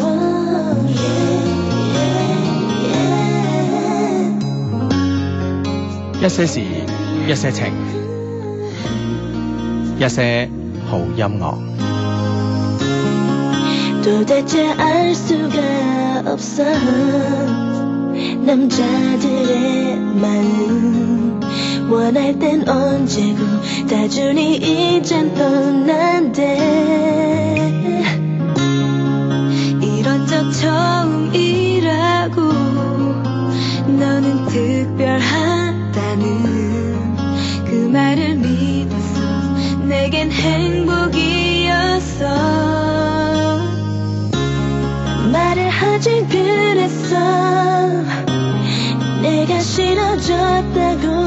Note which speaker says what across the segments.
Speaker 1: Oh,
Speaker 2: 一些事，一些情，一些好音樂。
Speaker 1: 도대체 알 수가 없어 남자들의 마음 원할 땐 언제고 다 주니 이젠 뻔한데 이런 적 처음이라고 너는 특별하다는 그 말을 믿었어 내겐 행복이었어 말을 하진 그랬어 내가 싫어졌다고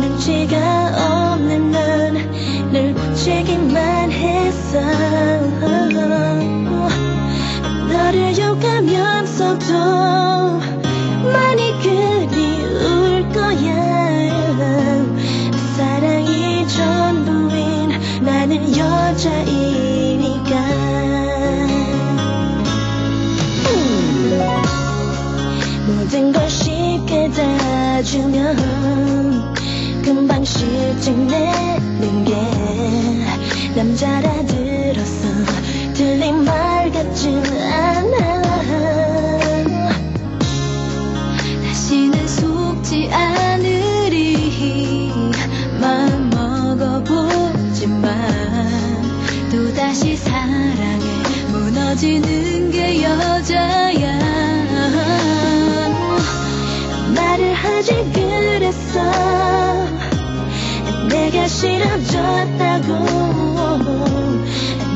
Speaker 1: 눈치가 없는 넌늘 고치기만 했어 너를 욕하면서도 많이 그리울 거야 사랑이 전부인 나는 여자이니까 모든 걸 쉽게 다 주면 금방 실증 내는 게 남자라 들었어 틀린 말 같진 않아 다시는 속지 않으리 마음 먹어보지만 또다시 사랑에 무너지는 게 여자야 말을 하지 그랬어 내가 싫어졌다고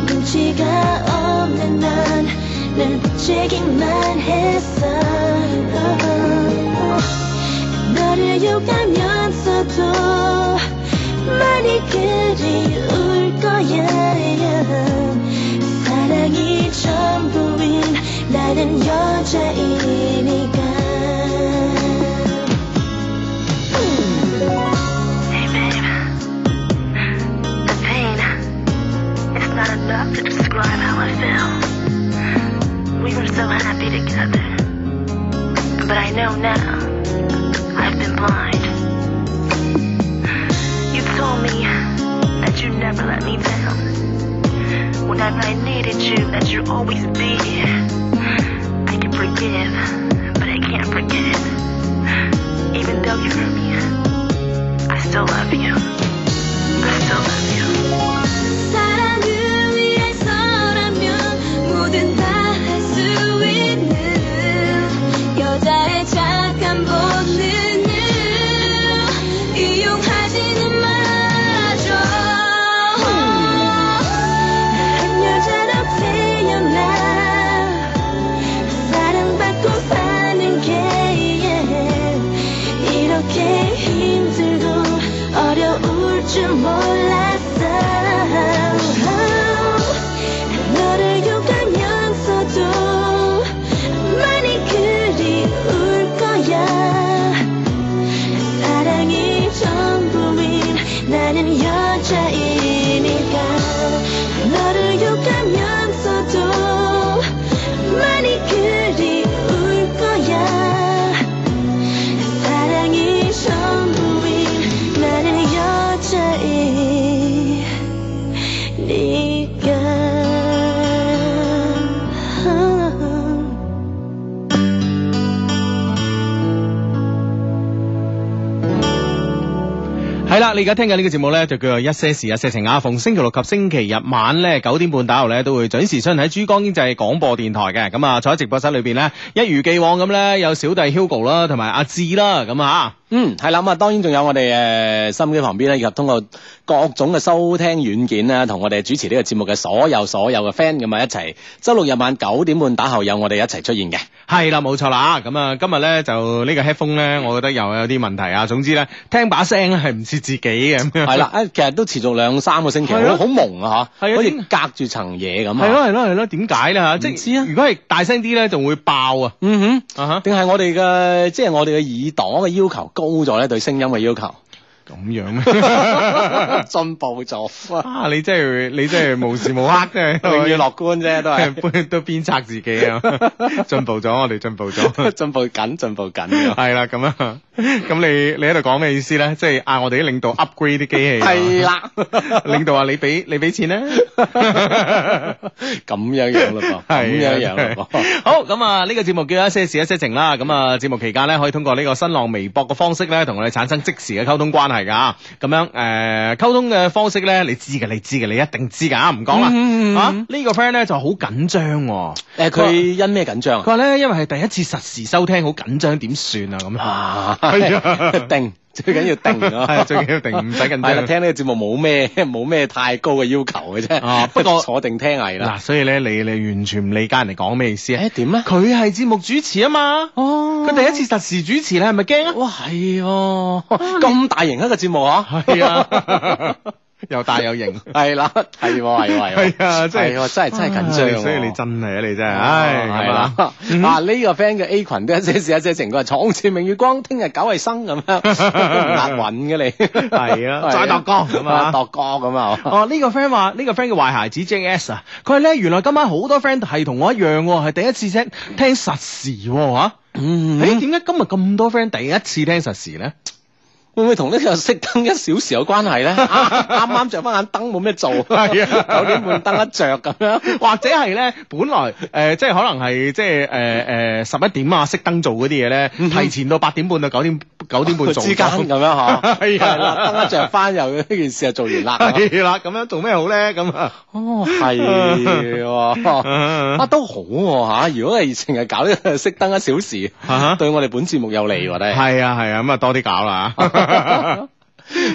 Speaker 1: 눈치가 없는 난늘 붙이기만 했어 너를 욕하면서도 많이 그리울 거야 사랑이 전부인 나는 여자이니까
Speaker 3: Hey babe, the pain, it's not enough to describe how I feel. We were so happy together. But I know now, I've been blind. You told me that you never let me down. Whenever I needed you, that you'd always be here. I can forgive, but I can't forget. Even though you hurt me. I still love you. I still love you.
Speaker 1: 사랑을 위해서라면 뭐든 다 할 수 있는 여자의 착한 본능을 이용하지는 마줘 한 여자로 태어나 사랑받고 사는 게 이렇게 힘들고 어려울 줄 몰랐어 너를 욕하면서도 많이 그리울 거야 사랑이 전부인 나는 여자이니까 너를 욕하면서도 많이 그리울 거야 사랑이 전부인 나는 여자이니까
Speaker 2: 係啦，你而家聽緊呢個節目咧，就叫做一些事一些情啊。逢星期六及星期日晚咧九點半打後咧，都會準時出現喺珠江經濟廣播電台嘅。咁啊，坐喺直播室裏邊咧，一如既往咁咧，有小弟 Hugo 啦，同埋阿志啦，咁啊。
Speaker 4: 嗯，係啦，咁啊，當然仲有我哋誒、呃、心機旁邊咧，以及通過各種嘅收聽軟件咧，同我哋主持呢個節目嘅所有所有嘅 friend 咁啊一齊，周六日晚九點半打後有我哋一齊出 現嘅。
Speaker 2: 係啦，冇錯啦，咁啊，今日咧就呢個 headphone 咧，我覺得又有啲問題啊。總之咧，聽把聲咧係唔似自己嘅咁樣。
Speaker 4: 係啦， 啊，其實都持續兩三個星期，
Speaker 2: 係咯
Speaker 4: 好好蒙啊嚇，
Speaker 2: 係啊
Speaker 4: 好似
Speaker 2: 點
Speaker 4: 隔住層嘢咁啊。
Speaker 2: 係咯，係咯，係咯，點解咧嚇？即
Speaker 4: 唔知啊
Speaker 2: 如果係大聲啲咧，仲會爆啊！
Speaker 4: 嗯
Speaker 2: 啊
Speaker 4: 哼，定係我哋嘅即係我哋嘅耳朵嘅要求高咗咧，對聲音嘅 要求
Speaker 2: 咁樣 咩？
Speaker 4: 進步咗，
Speaker 2: 啊！你真係你真係無時無刻 真係
Speaker 4: 永遠樂觀啫，都係
Speaker 2: 都 都鞭策 自己啊！進步咗，我哋進步咗，
Speaker 4: 進步緊，進步緊。
Speaker 2: 係啦咁啊。咁你你喺度講咩意思咧？即係嗌我哋啲領導 upgrade 啲機器。啊
Speaker 4: 係啦，
Speaker 2: 領導話你俾你俾錢咧。
Speaker 4: 咁樣樣咯噃，咁樣樣咯噃。
Speaker 2: 啊好，咁啊呢個節目叫一些事一些情啦。咁啊節目期間咧，可以通過呢個新浪微博嘅方式咧，同我哋產生即時嘅溝通關係噶。咁樣誒，呃溝通嘅方式咧，你知嘅，你知嘅，你一定知噶，唔講啦。
Speaker 4: 嗯嗯嗯
Speaker 2: 啊，呢個 friend 咧就好緊張喎。
Speaker 4: 誒，佢因咩緊張
Speaker 2: 佢話
Speaker 4: 啊？
Speaker 2: 咧，因為係第一次實時收聽，好緊張，點算啊？ 咁啊，
Speaker 4: 啊
Speaker 2: 係啊，
Speaker 4: 定最緊要 定咯。
Speaker 2: 係最緊要定，唔使緊
Speaker 4: 係啦，
Speaker 2: 張。
Speaker 4: 聽呢個節目冇咩冇咩太高嘅要求嘅啫。
Speaker 2: 啊不過
Speaker 4: 坐定聽係
Speaker 2: 嗱，
Speaker 4: 啦。
Speaker 2: 所以咧，你你完全唔理解人哋講咩意思啊？
Speaker 4: 誒點咧？
Speaker 2: 佢係節目主持啊嘛，
Speaker 4: 哦
Speaker 2: 佢第一次實時主持，你係咪驚啊？
Speaker 4: 哇係喎，咁大型一個節目啊！
Speaker 2: 係 啊，又 大又型。
Speaker 4: 係啦，係 喎，係喎，係
Speaker 2: 係啊真係
Speaker 4: 係喎，真係真係緊張喎。
Speaker 2: 所以你真係啊，你真係，
Speaker 4: 唉，
Speaker 2: 唉，
Speaker 4: 系啦，
Speaker 2: 咁
Speaker 4: 啊呢個 friend 嘅 A 群都一些事一些情，佢話闖住明月光，聽日搞衞 生咁樣，押韻嘅你，
Speaker 2: 係啊再度光咁啊
Speaker 4: 度歌咁啊，
Speaker 2: 哦，呢、個 friend 話呢個 friend 嘅壞孩子 JS 啊，佢話咧原來今晚好多 friend 係同我一樣喎，係第一次聽聽實時喎嚇。
Speaker 4: 嗯
Speaker 2: 誒點解今日咁多 friend 第一次聽實時咧？
Speaker 4: 會唔會同呢個熄燈一小時有關係 咧？啊啱啱着翻眼燈冇咩做，
Speaker 2: 係啊
Speaker 4: 九點半燈一着咁樣，
Speaker 2: 或者係咧，本來誒、呃即係可能係即係誒誒十一點啊，熄燈做嗰啲嘢咧，
Speaker 4: 嗯哼
Speaker 2: 提前到八點半到九點九點半做
Speaker 4: 之間咁 樣嗬，
Speaker 2: 係啊
Speaker 4: 係啦，燈一着翻又呢件事就做完啦。
Speaker 2: 係啦，咁樣做咩好咧？咁啊，
Speaker 4: 哦，係喎。 啊，都好喎、嚇如果係成日搞呢個熄燈一小時，
Speaker 2: 啊哈
Speaker 4: 對我哋本節目有利 喎、都係
Speaker 2: 係啊係啊，咁啊多啲搞啦 嚇。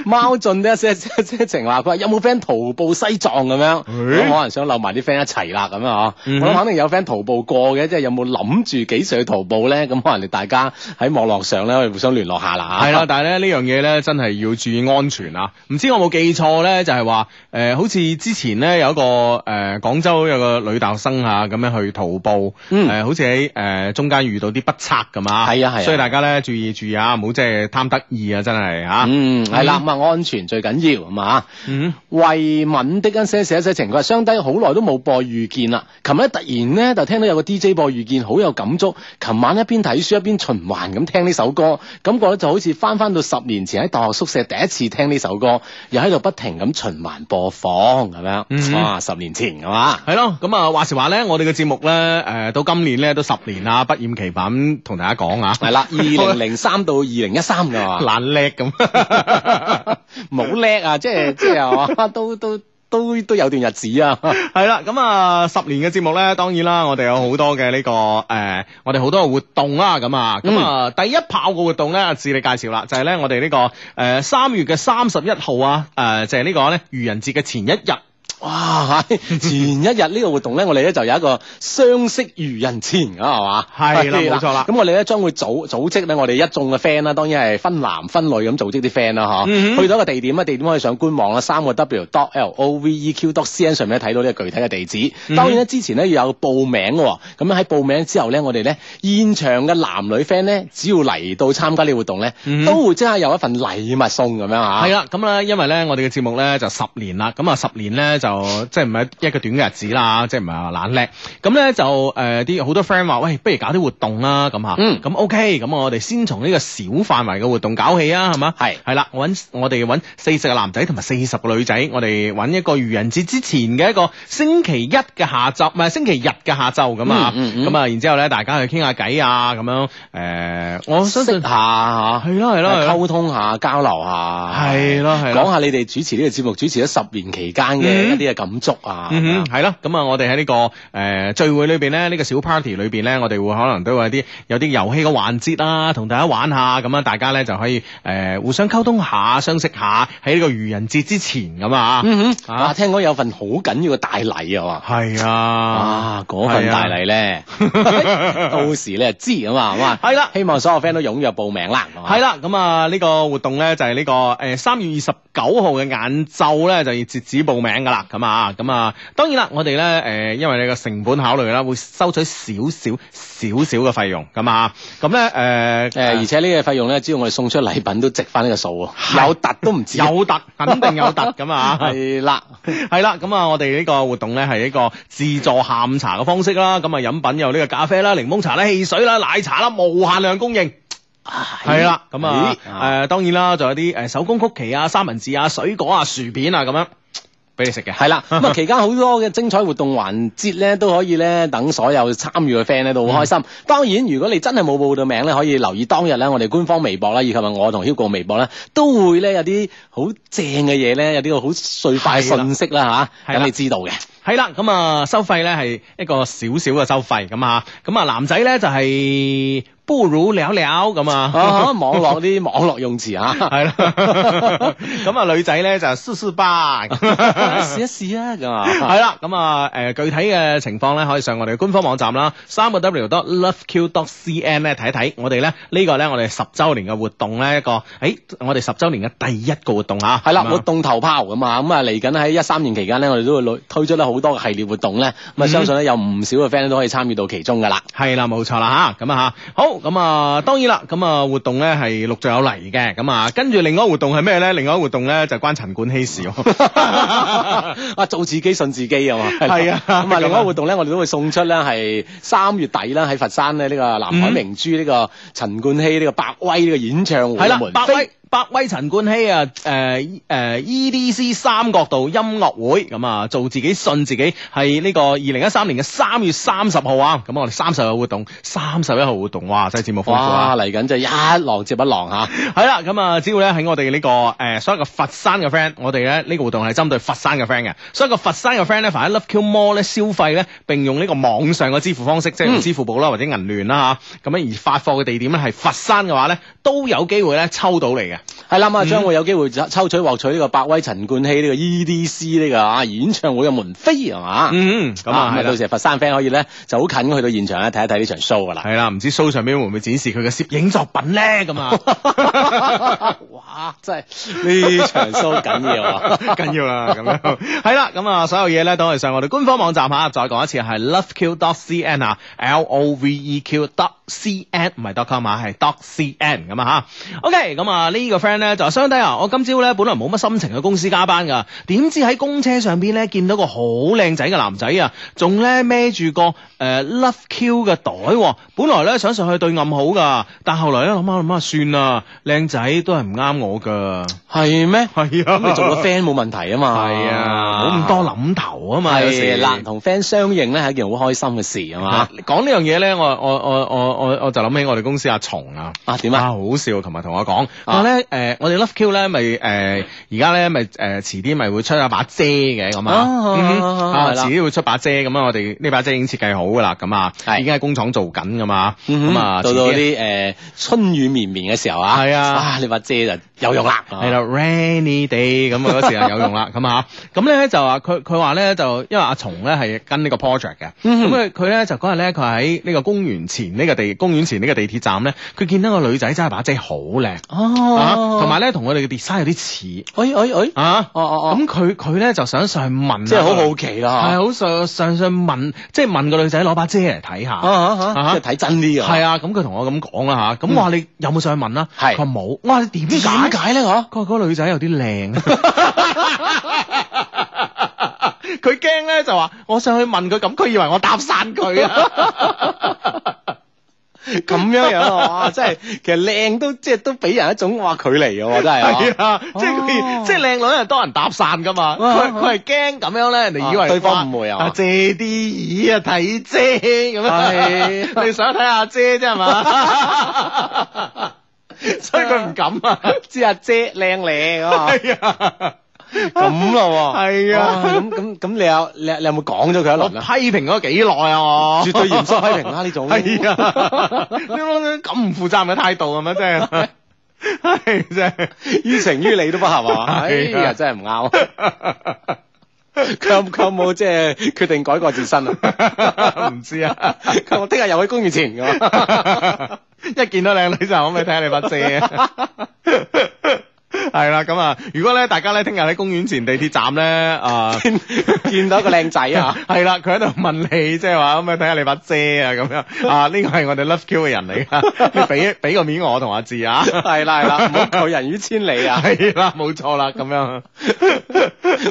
Speaker 4: 貓進呢一些一些情話，佢話有冇 friend 徒步西藏咁樣？咁
Speaker 2: 誒
Speaker 4: 可能想留埋啲 friend 一齊啦咁啊！我
Speaker 2: 嗯
Speaker 4: 諗肯定有 friend 徒步過嘅，即係有冇諗住幾時去徒步咧？咁可能你大家喺網絡上咧，可以互相聯絡下啦啊 嚇
Speaker 2: 係 啦，，但係咧呢樣嘢咧真係要注意安全啊！唔知我冇記錯咧，就係話誒，好似之前咧有一個誒廣州有個女大學生啊，咁樣去徒步，誒、呃
Speaker 4: 嗯
Speaker 2: 好似喺誒中間遇到啲不測咁啊，
Speaker 4: 係啊係啊
Speaker 2: 所以大家咧注意注意啊，唔好即係貪得意啊，真係啊，
Speaker 4: 嗯，係啦，咁啊安全最緊要啊嘛。
Speaker 2: 嗯
Speaker 4: 慧敏的一些事一些情，佢話相低好耐都冇播遇見啦。琴日突然咧就聽到有個 DJ 播遇見，好有感觸。琴晚一邊睇書一邊循環咁聽呢首歌，感覺咧就好似翻翻到十年前喺大學宿舍第一次聽呢首歌，又喺度不停咁循環播放咁樣。
Speaker 2: 嗯
Speaker 4: 哇，十年前係嘛？
Speaker 2: 係咯，咁啊話時話咧，我哋嘅節目咧，誒、到今年咧都十年啦，不厭其煩咁同大家講 啊，
Speaker 4: 係啦，二零零三到二零一三㗎嘛。
Speaker 2: 懶叻咁。
Speaker 4: 冇叻啊，即係即係啊，都都都都有段日子啊。
Speaker 2: 系啦，咁啊十年嘅節目咧，當然啦，我哋有好多嘅呢、個誒，我哋好多嘅活動啦，咁啊，咁啊、第一炮嘅活動咧，阿志你介紹啦，就係咧我哋呢、個誒三、月嘅三十一號啊，誒、就係、呢個咧愚人節嘅前一日。
Speaker 4: 哇！ 前一日呢個活動咧，我哋咧就有一個相識愚人前啊，係嘛？
Speaker 2: 係 啦冇錯啦
Speaker 4: 咁我哋咧將會組組織咧，我哋一眾嘅 friend 啦，當然係分男分女咁組織啲 friend 啦，
Speaker 2: 嗯
Speaker 4: 嗬。去到一個地點啊，地點可以上官網啦，三個 W dot L O V E Q dot C N 上面咧睇到呢個具體嘅地址。
Speaker 2: 嗯
Speaker 4: 當然咧，之前咧要有報名嘅喎。咁樣喺報名之後咧，我哋咧現場嘅男女 friend 咧，只要嚟到參加呢個活動咧
Speaker 2: 嗯，
Speaker 4: 都會即刻有一份禮物送咁樣啊嚇。
Speaker 2: 係啦，咁咧，因為咧，我哋嘅節目咧就十年啦，咁啊十年咧就即係唔係一個短嘅日子啦，即係唔係話懶叻，咁咧就誒啲好多 friend 話，喂，不如搞啲活動啦，咁嚇，
Speaker 4: 嗯
Speaker 2: 咁 OK，咁我哋先從呢個小範圍嘅活動搞起啊，係嘛？
Speaker 4: 係
Speaker 2: 係啦，揾我哋揾四十個男仔同埋四十個女仔，我哋揾一個愚人節之前嘅一個星期一嘅下晝，唔係星期日嘅下晝咁啊，咁啊、
Speaker 4: 嗯嗯嗯
Speaker 2: 然之後咧，大家去傾下偈啊，咁樣誒、我相
Speaker 4: 識
Speaker 2: 信
Speaker 4: 下啊嚇。
Speaker 2: 係咯係咯係咯。
Speaker 4: 溝通下、交流下，
Speaker 2: 係咯係咯
Speaker 4: 啊講下你哋主持呢個節目主持咗十年期間嘅
Speaker 2: 嗯
Speaker 4: 一啲嘅感觸啊，
Speaker 2: 嗯哼，係啦，咁啊，我哋喺呢個誒聚會裏邊咧，呢個小 party 裏邊咧，我哋會可能都有啲有啲遊戲嘅環節啦，同大家玩下，咁啊，大家咧就可以誒互相溝通下、相識下，喺呢個愚人節之前咁啊，
Speaker 4: 嗯哼，
Speaker 2: 啊
Speaker 4: 啊，聽講有份好緊要嘅大禮啊，
Speaker 2: 係
Speaker 4: 哇，
Speaker 2: 啊，
Speaker 4: 啊，嗰份大禮 咧，到時你就知啊嘛，係嘛，
Speaker 2: 係啦。
Speaker 4: 希望所有 friend 都踴躍報名啦，
Speaker 2: 係啦，咁啊呢個活動咧就係、呢、個誒三、月二十九號嘅晏晝咧就要截止報名噶啦，咁啊咁啊當然啦，我哋咧誒因為你個成本考慮啦，會收取少少少少嘅費用咁啊，咁呃咧誒
Speaker 4: 誒，而且呢個費用咧，只要我哋送出禮品都值翻呢個數啊，
Speaker 2: 係
Speaker 4: 有突都唔止，
Speaker 2: 有特肯定有特咁 啊！
Speaker 4: 係啦，
Speaker 2: 係啦，咁啊，我哋呢個活動咧係一個自助下午茶嘅方式啦，咁啊飲品有呢個咖啡啦、檸檬茶啦、汽水啦、奶茶啦，無限量供應。係啦，咁啊，
Speaker 4: 咦
Speaker 2: 誒當然啦，仲有啲誒手工曲奇啊、三文治啊、水果啊、薯片啊咁樣俾你食嘅。
Speaker 4: 系 啦，咁啊期間好多嘅精彩活動環節咧，都可以咧等所有參與嘅 friend 咧都
Speaker 2: 嗯
Speaker 4: 好開心。當然，如果你真係冇報到名咧，可以留意當日咧我哋官方微博啦，以及係我同 Hugo 微博咧，都會咧有啲好正嘅嘢咧，有啲好碎快嘅
Speaker 2: 係啦
Speaker 4: 信息啦吓，
Speaker 2: 係啊啦
Speaker 4: 等你知道嘅。
Speaker 2: 係啦，咁啊收費咧係一個少少嘅收費咁啊，咁啊男仔咧就係不如了了咁
Speaker 4: 啊，
Speaker 2: 啊。
Speaker 4: 網絡啲網絡用 詞啊，
Speaker 2: 係啦，咁啊女仔咧就四四八，
Speaker 4: 試一試啊咁啊。
Speaker 2: 系啦，咁啊，诶、具體嘅情況咧，可以上我哋嘅官方網站啦，三個 W dot loveq dot cn 咧睇一睇，我哋咧呢、個个咧我哋十週年嘅活動咧一個，诶、我哋十週年嘅第一個活動啊，
Speaker 4: 係啦，
Speaker 2: 咁啊
Speaker 4: 活動投炮咁啊，咁啊嚟緊喺一三年期間咧，我哋都會推推出咗好多嘅系列活動咧，咁啊
Speaker 2: 嗯
Speaker 4: 相信咧有唔少嘅 friend 都可以參與到其中噶啦。
Speaker 2: 係啦，冇錯啦吓，咁啊吓，好咁啊，當然啦，咁啊活動咧係陸續有嚟嘅，咁啊跟住另外一個活動係咩咧？另外一個活動咧就關陳冠希事喎。
Speaker 4: 啊，做自己信自己啊嘛，
Speaker 2: 係啊
Speaker 4: 咁
Speaker 2: 咁
Speaker 4: 啊，
Speaker 2: 啊
Speaker 4: 另外一個活動咧，我哋都會送出咧係三月底啦，喺佛山咧呢個南海明珠呢個陳冠希呢個百威呢個演唱會
Speaker 2: 係啦
Speaker 4: 嘅，門
Speaker 2: 百
Speaker 4: 飛
Speaker 2: 威百威陳冠希啊，呃誒、誒 EDC 三角道音樂會咁啊，做自己信自己係呢個二零一三年嘅三月三十號啊，咁我哋三十號活動，三十一號活動，哇，真係節目豐富
Speaker 4: 哇
Speaker 2: 啊！
Speaker 4: 嚟緊就一浪接一浪嚇，
Speaker 2: 係啦，咁啊，只要咧喺我哋呢、個誒、所有嘅佛山嘅 friend，我哋咧呢個活動係針對佛山嘅 friend 嘅，所有個佛山嘅 friend 咧，凡喺 Love Q More 咧消費咧，並用呢個網上嘅支付方式，即係用支付寶啦或者銀聯啦嚇，咁樣而發貨嘅地點咧係佛山嘅話咧，都有機會咧抽到你嘅。
Speaker 4: 係啦，咁
Speaker 2: 嗯
Speaker 4: 啊將會有機會抽抽取獲取呢個百威陳冠希呢個 EDC 呢個啊演唱會嘅門飛係嘛？
Speaker 2: 嗯，咁啊，
Speaker 4: 咁
Speaker 2: 係
Speaker 4: 啊，到
Speaker 2: 啦。
Speaker 4: 時佛山 friend 可以咧就好近去到現場咧睇一睇呢場 show 噶啦
Speaker 2: 系。啦，唔知 show 上面會唔會展示佢嘅攝影作品咧？咁 啊，
Speaker 4: 哇！真係呢場 show 緊要 啊！
Speaker 2: 緊要啦，咁樣係啦，咁啊，所有嘢咧都係上我哋官方網站啊吓，再講一次係 loveq.cn 啊，l o v e q.cn 唔係 .com 啊，係 .cn 咁啊吓。OK，咁啊呢個 friend 咧就話相低啊，我今朝咧本來冇乜心情去公司加班噶，點知喺公車上邊咧見到個好靚仔嘅男仔啊，仲咧孭住個誒 Love Q 嘅袋喎，本來咧想上去對暗好噶，但後來咧諗下諗下算啦，靚仔都係唔啱我噶。
Speaker 4: 係咩？
Speaker 2: 係啊
Speaker 4: 咁 你做個 friend 冇問題啊嘛。
Speaker 2: 系啊，冇咁多。諗頭啊嘛，有
Speaker 4: 係
Speaker 2: 時
Speaker 4: 啦，同 friend 相認咧係一件好開心嘅事啊嘛
Speaker 2: 啊。，講呢樣嘢咧，我我我我我我就諗起我哋公司阿松啊。
Speaker 4: 啊點
Speaker 2: 啊，
Speaker 4: 啊？
Speaker 2: 好笑！琴日同我講，我咧誒，我哋 Love Q 咧咪誒而家咧咪誒遲啲咪會出一把遮嘅咁啊
Speaker 4: 啊，
Speaker 2: 嗯哼啊
Speaker 4: 係啦
Speaker 2: 遲啲會出把遮咁啊，我哋呢把遮已經設計好噶啦，咁啊
Speaker 4: 係
Speaker 2: 已經喺工廠做緊噶嘛，
Speaker 4: 咁
Speaker 2: 咁
Speaker 4: 啊，
Speaker 2: 啊
Speaker 4: 到到
Speaker 2: 遲
Speaker 4: 啲誒春雨綿綿嘅時候啊，
Speaker 2: 係啊
Speaker 4: 啊你把遮就有用啦。啊
Speaker 2: 係啦，rainy day 咁啊嗰時係有用啦，咁啊，咁咧就話佢佢話咧就因為阿松咧係跟呢個 project 嘅，咁
Speaker 4: 嗯
Speaker 2: 啊佢佢咧就嗰日咧佢喺呢個公園前呢個地公園前呢個地鐵站咧，佢見到個女仔揸把遮好靚，啊，
Speaker 4: 哦，
Speaker 2: 同埋咧同我哋嘅 design 有啲似
Speaker 4: 哎，哎哎哎，
Speaker 2: 啊，
Speaker 4: 哦哦
Speaker 2: 咁佢佢咧就想上去問，
Speaker 4: 哦，即係好好，奇
Speaker 2: 係
Speaker 4: 啦。
Speaker 2: 好啊上上上問，即係問個女仔攞把遮嚟睇
Speaker 4: 啊
Speaker 2: 下。
Speaker 4: 啊啊
Speaker 2: 啊
Speaker 4: 即係睇真啲啊。
Speaker 2: 係啊，咁佢同我咁講啦吓，咁我話你有冇上去問啦？
Speaker 4: 係
Speaker 2: 佢話冇，我話你嗯點
Speaker 4: 點
Speaker 2: 解？
Speaker 4: 解咧？嗬？
Speaker 2: 佢話嗰個女仔有啲靚， 佢驚咧就話我上去問佢，咁佢以為我搭訕佢 啊。
Speaker 4: 咁樣樣啊，哇！真係其實靚都即係都俾人一種哇距離嘅喎，真係
Speaker 2: 係
Speaker 4: 啊。
Speaker 2: 啊，即係
Speaker 4: 哦
Speaker 2: 佢，即係靚女係多人搭訕噶嘛，
Speaker 4: 啊
Speaker 2: 佢佢係驚咁樣咧，人哋以
Speaker 4: 啊
Speaker 2: 為
Speaker 4: 對方
Speaker 2: 哇
Speaker 4: 誤會啊
Speaker 2: 借啲意啊睇遮咁
Speaker 4: 係
Speaker 2: 樣，你想睇下遮啫係嘛？ 所以佢唔敢啊，
Speaker 4: 知阿姐靚靚啊嘛，
Speaker 2: 係啊。
Speaker 4: 咁咯喎，
Speaker 2: 係啊
Speaker 4: 哇咁咁咁你有你有你有冇講咗佢一
Speaker 2: 我
Speaker 4: 輪啊？
Speaker 2: 批評咗幾耐啊！我
Speaker 4: 絕對嚴肅批評啦呢種
Speaker 2: 係啊，呢種咁唔負責任嘅態度係咪真 係？係真係。
Speaker 4: 於情於理都不合啊！ 哎
Speaker 2: 係啊
Speaker 4: 呀，真係唔啱。啊佢有佢有冇即係決定改過自身啊？
Speaker 2: 唔知啊，
Speaker 4: 佢話 我聽日又去公園前㗎嘛。
Speaker 2: 一見到靚女就可唔可以睇下你把遮啊？ 係啦，咁啊，如果咧大家咧聽日喺公園前地鐵站咧啊。
Speaker 4: 見到一個靚仔啊！
Speaker 2: 系啦，佢喺度問你，即係話咁啊，睇下你把遮啊，咁樣啊，呢個係我哋 Love Q 嘅人嚟噶， 你俾俾個面我同阿志啊，
Speaker 4: 係啦係啦，唔好拒人於千里啊！
Speaker 2: 係啦，冇錯啦，咁樣。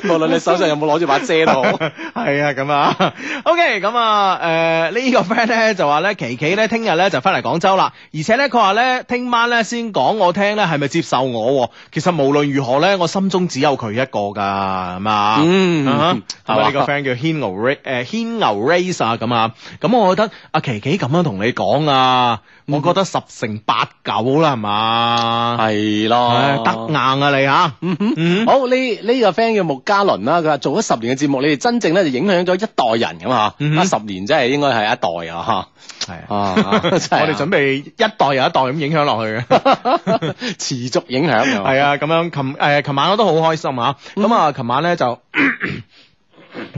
Speaker 4: 無論你手上有冇攞住把遮都好，
Speaker 2: 係啊，咁啊，OK，咁 啊，誒、呢、個 friend 咧就話咧，琪琪咧聽日咧就翻嚟廣州啦，而且咧佢話咧聽晚咧先講我聽咧係咪接受我喎，其實無論如何咧，我心中只有佢一個㗎，係嘛？
Speaker 4: 嗯
Speaker 2: 啊
Speaker 4: 係
Speaker 2: 哈
Speaker 4: 嘛
Speaker 2: 咁啊呢個 friend 叫牽牛 ra 誒牽牛 race 啊，咁啊，咁我覺得阿琪琪咁樣同你講啊，
Speaker 4: 嗯
Speaker 2: 我覺得十成八九啦，係嘛？
Speaker 4: 係
Speaker 2: 唉
Speaker 4: 咯，
Speaker 2: 得硬啊你嚇，
Speaker 4: 嗯哼
Speaker 2: 嗯
Speaker 4: 好呢呢個 friend 叫穆嘉倫啦，佢話做咗十年嘅節目，你哋真正咧就影響咗一代人咁嚇，啊
Speaker 2: 嗯哼
Speaker 4: 十年真係應該係一代啊
Speaker 2: 係 啊
Speaker 4: 嚇，啊 真係啊
Speaker 2: 我哋準備一代又一代咁影響落去 嘅。
Speaker 4: 持續影響㗎嘛
Speaker 2: 係啊，咁樣琴誒琴晚我都好開心啊！
Speaker 4: 嗯
Speaker 2: 咁啊，琴晚咧就。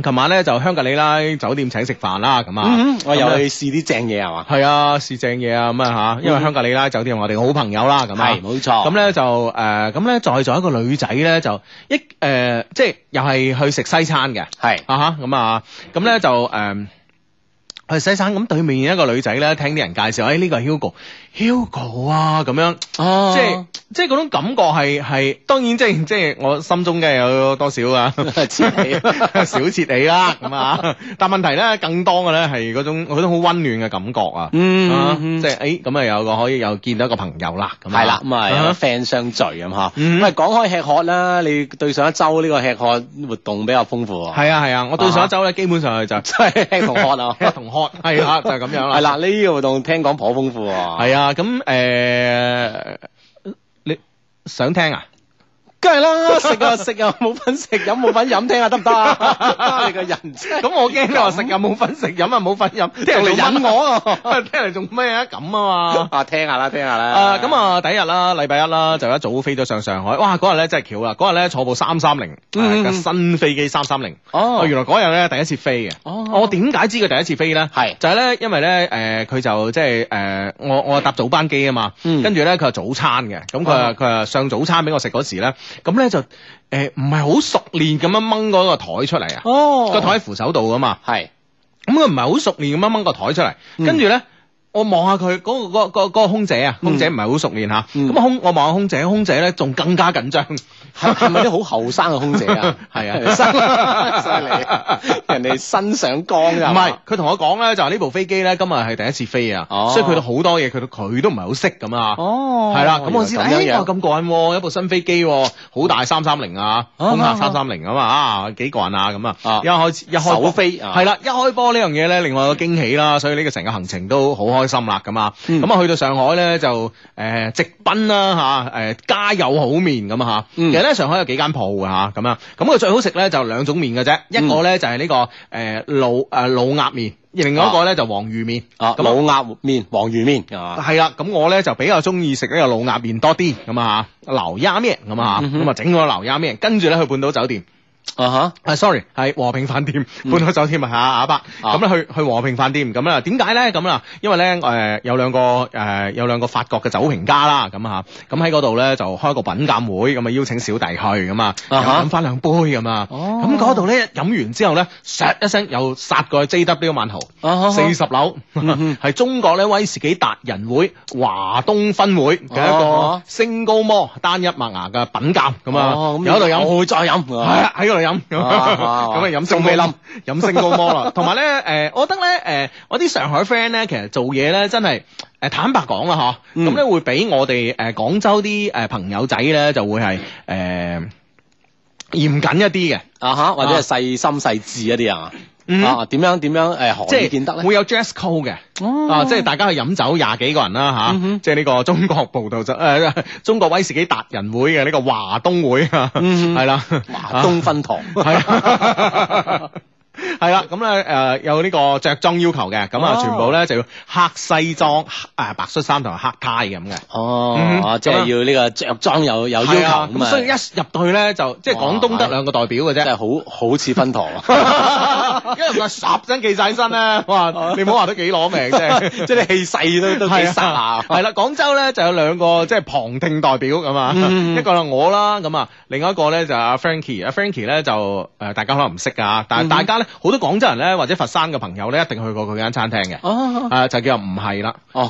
Speaker 2: 琴晚咧就香格里拉酒店請食飯啦，咁啊
Speaker 4: 嗯，我又
Speaker 2: 咁咧
Speaker 4: 去試啲正嘢係嘛，
Speaker 2: 係啊，是正嘢啊，咁啊嚇，因為香格里拉酒店我哋好朋友啦，咁啊
Speaker 4: 係，哦冇錯，
Speaker 2: 咁咧就誒，呃咁咧再做一個女仔咧就一誒，即係又係去食西餐嘅，
Speaker 4: 係
Speaker 2: 啊哈，咁啊，咁咧就誒。呃去西餐咁對面一個女仔咧，聽啲人介紹，誒、呢、個係 Hugo，Hugo 啊咁樣，
Speaker 4: 哦
Speaker 2: 即係即係嗰種感覺係係，當然即係即係我心中嘅有多少啊，
Speaker 4: 切你
Speaker 2: 小切你啦咁啊！但問題咧，更多嘅咧係嗰種嗰種好温暖嘅感覺啊，
Speaker 4: 嗯
Speaker 2: 啊
Speaker 4: 嗯
Speaker 2: 即係誒咁啊有個可以又見到一個朋友啦，咁啊
Speaker 4: 係啦，咁啊有個
Speaker 2: 啊
Speaker 4: friend 相聚咁嚇。
Speaker 2: 嗯
Speaker 4: 喂，講開吃喝啦，你對上一周呢個吃喝活動比較豐富喎，
Speaker 2: 係啊係啊，我對上一周咧，基本上就
Speaker 4: 真係 吃同喝啊，
Speaker 2: 吃同喝，係啦，就係咁樣啦。
Speaker 4: 係啦，，呢個活動聽講頗豐富喎，
Speaker 2: 係啊，咁誒，你想聽啊？
Speaker 4: 梗係啦，食 啊食啊，冇份食飲冇份飲，聽下得唔得 啊？你個人真係
Speaker 2: 咁我驚你話食又冇份食，飲又冇份飲，聽
Speaker 4: 仲嚟引我啊！
Speaker 2: 我， 聽嚟做咩啊？咁啊嘛。
Speaker 4: 啊，聽下啦，聽下 啦。
Speaker 2: 啊，咁，啊，第一日啦，禮拜一啦，就一早飛咗上上海。哇，嗰日咧真係巧啊啦，嗰日咧坐部三三零
Speaker 4: 嗯
Speaker 2: 嘅新飛機三三零。
Speaker 4: 哦
Speaker 2: 哦，原來嗰日咧第一次飛嘅。
Speaker 4: 哦
Speaker 2: 我點解知佢第一次飛咧？
Speaker 4: 係
Speaker 2: 就係咧，因為咧誒，佢就即係誒，我我搭早班機啊嘛，
Speaker 4: 嗯
Speaker 2: 跟住咧佢係早餐嘅，咁佢話
Speaker 4: 哦
Speaker 2: 佢話上早餐俾我食嗰時咧，咁咧就誒唔係好熟練咁樣掹嗰個台出嚟啊，
Speaker 4: 哦
Speaker 2: 個台喺扶手度噶嘛。
Speaker 4: 係
Speaker 2: 咁佢唔係好熟練咁樣掹個台出嚟，
Speaker 4: 嗯
Speaker 2: 跟住咧。我望下佢嗰個嗰個嗰個空姐啊，
Speaker 4: 嗯
Speaker 2: 空姐唔係好熟練嚇，
Speaker 4: 嗯
Speaker 2: 咁啊空我望下空姐，空姐咧仲更加緊張，
Speaker 4: 係係咪啲好後生嘅空姐啊？
Speaker 2: 係
Speaker 4: 啊，犀利！ 人哋身上光㗎
Speaker 2: 唔係佢同我講咧，就係呢部飛機咧今日係第一次飛啊，
Speaker 4: 哦
Speaker 2: 所以佢都好多嘢佢都佢都唔係好識咁啊，
Speaker 4: 哦
Speaker 2: 係啦，咁我知道，
Speaker 4: 原
Speaker 2: 誒
Speaker 4: 來
Speaker 2: 哇
Speaker 4: 咁樣樣
Speaker 2: 咁過癮喎，一部新飛機喎，好大三三零啊，
Speaker 4: 啊
Speaker 2: 空客
Speaker 4: 啊
Speaker 2: 三三零啊嘛，啊幾個人啊咁
Speaker 4: 啊
Speaker 2: 啊，一開始一開波
Speaker 4: 首飛啊
Speaker 2: 係啦，一開波呢樣嘢咧，另外有個驚喜啦，所以呢個成個行程都好開心啦咁啊，
Speaker 4: 嗯
Speaker 2: 咁啊去到上海咧就誒直奔啦嚇，誒家有好面咁啊嚇，
Speaker 4: 嗯
Speaker 2: 其實咧上海有幾間鋪㗎嚇咁啊，咁佢最好食咧就兩種面嘅啫，一個咧就係呢個呃誒滷誒滷鴨面，另外一個咧就黃魚面，
Speaker 4: 啊，
Speaker 2: 咁啊啊
Speaker 4: 老鴨面、黃魚面啊係嘛？
Speaker 2: 係啦，咁我咧就比較中意食呢個老鴨面多啲咁啊，流鴨面咁啊，
Speaker 4: 嗯哼
Speaker 2: 咁啊整個流鴨面，跟住咧去半島酒店。
Speaker 4: 啊哈。
Speaker 2: 啊，sorry，係和平飯店，
Speaker 4: 嗯
Speaker 2: 半島酒店啊，阿伯，咁咧去去和平飯店，咁啦，點解咧？咁啦，啊因為咧，誒有兩個誒有兩個法國嘅酒評家啦，咁嚇，咁喺嗰度咧就開個品鑑會，咁啊邀請小弟去，咁啊
Speaker 4: 啊哈
Speaker 2: 飲翻兩杯咁啊，
Speaker 4: 哦
Speaker 2: 咁嗰度咧飲完之後咧，唰一聲又殺過去 JW 萬豪
Speaker 4: 啊哈，
Speaker 2: 四十樓，
Speaker 4: 嗯
Speaker 2: 係中國咧威士忌達人會華東分會嘅一個
Speaker 4: 哦
Speaker 2: 升高摩單一麥芽嘅品鑑，咁啊
Speaker 4: 哦咁
Speaker 2: 有喺度飲。
Speaker 4: 我會再飲。係
Speaker 2: 係啊， 喺嗰度飲， 咁
Speaker 4: 啊啊啊
Speaker 2: 啊飲
Speaker 4: 仲
Speaker 2: 升
Speaker 4: 未
Speaker 2: 高
Speaker 4: 冧，
Speaker 2: 飲升高 魔啦。同埋咧，誒，我覺得咧，誒，我啲上海 friend 咧，其實做嘢咧，真係誒坦白講啦，嗬，
Speaker 4: 嗯
Speaker 2: 咁咧會比我哋誒廣州啲誒朋友仔咧，就會係誒嚴謹一啲嘅。
Speaker 4: 啊哈，或者係細心細緻一啲啊，
Speaker 2: 啊
Speaker 4: 啊點樣點樣誒何
Speaker 2: 即
Speaker 4: 以見得
Speaker 2: 係
Speaker 4: 咧？
Speaker 2: 會有 dress code 嘅，
Speaker 4: 哦
Speaker 2: 啊，即係大家去飲酒廿幾個人啦吓，
Speaker 4: 嗯哼
Speaker 2: 即係呢個中國葡萄酒 誒、中國威士忌達人會嘅呢個華東會啊，
Speaker 4: 嗯哼
Speaker 2: 係啦、
Speaker 4: 華東分堂
Speaker 2: 係啊。係啦，咁咧誒有呢個着裝要求嘅，咁啊
Speaker 4: 哦
Speaker 2: 全部咧就要黑西裝、黑誒白恤衫同埋黑呔咁嘅。嗯
Speaker 4: 哦，即係
Speaker 2: 咁
Speaker 4: 要呢個着裝有有要求
Speaker 2: 係啊
Speaker 4: 咁
Speaker 2: 咁
Speaker 4: 啊，
Speaker 2: 所以一入到去咧就即係廣東得兩個代表嘅啫
Speaker 4: 真。係好好似分堂啊！
Speaker 2: 因為唔係十真記晒身咧，
Speaker 4: 哦
Speaker 2: 哇！你唔好話得幾攞命啫，
Speaker 4: 即係你氣勢 都都幾
Speaker 2: 係
Speaker 4: 實啊！
Speaker 2: 係啦，廣州咧就有兩個即係旁聽代表咁啊，
Speaker 4: 嗯
Speaker 2: 一個係我啦，咁啊，另外一個咧就阿 Frankie，阿 Frankie 咧就誒大家可能唔識啊，但係
Speaker 4: 嗯
Speaker 2: 大家咧好多廣州人咧或者佛山嘅朋友咧一定去過佢間餐廳嘅，
Speaker 4: 哦，
Speaker 2: 誒 就叫唔係啦。
Speaker 4: 哦，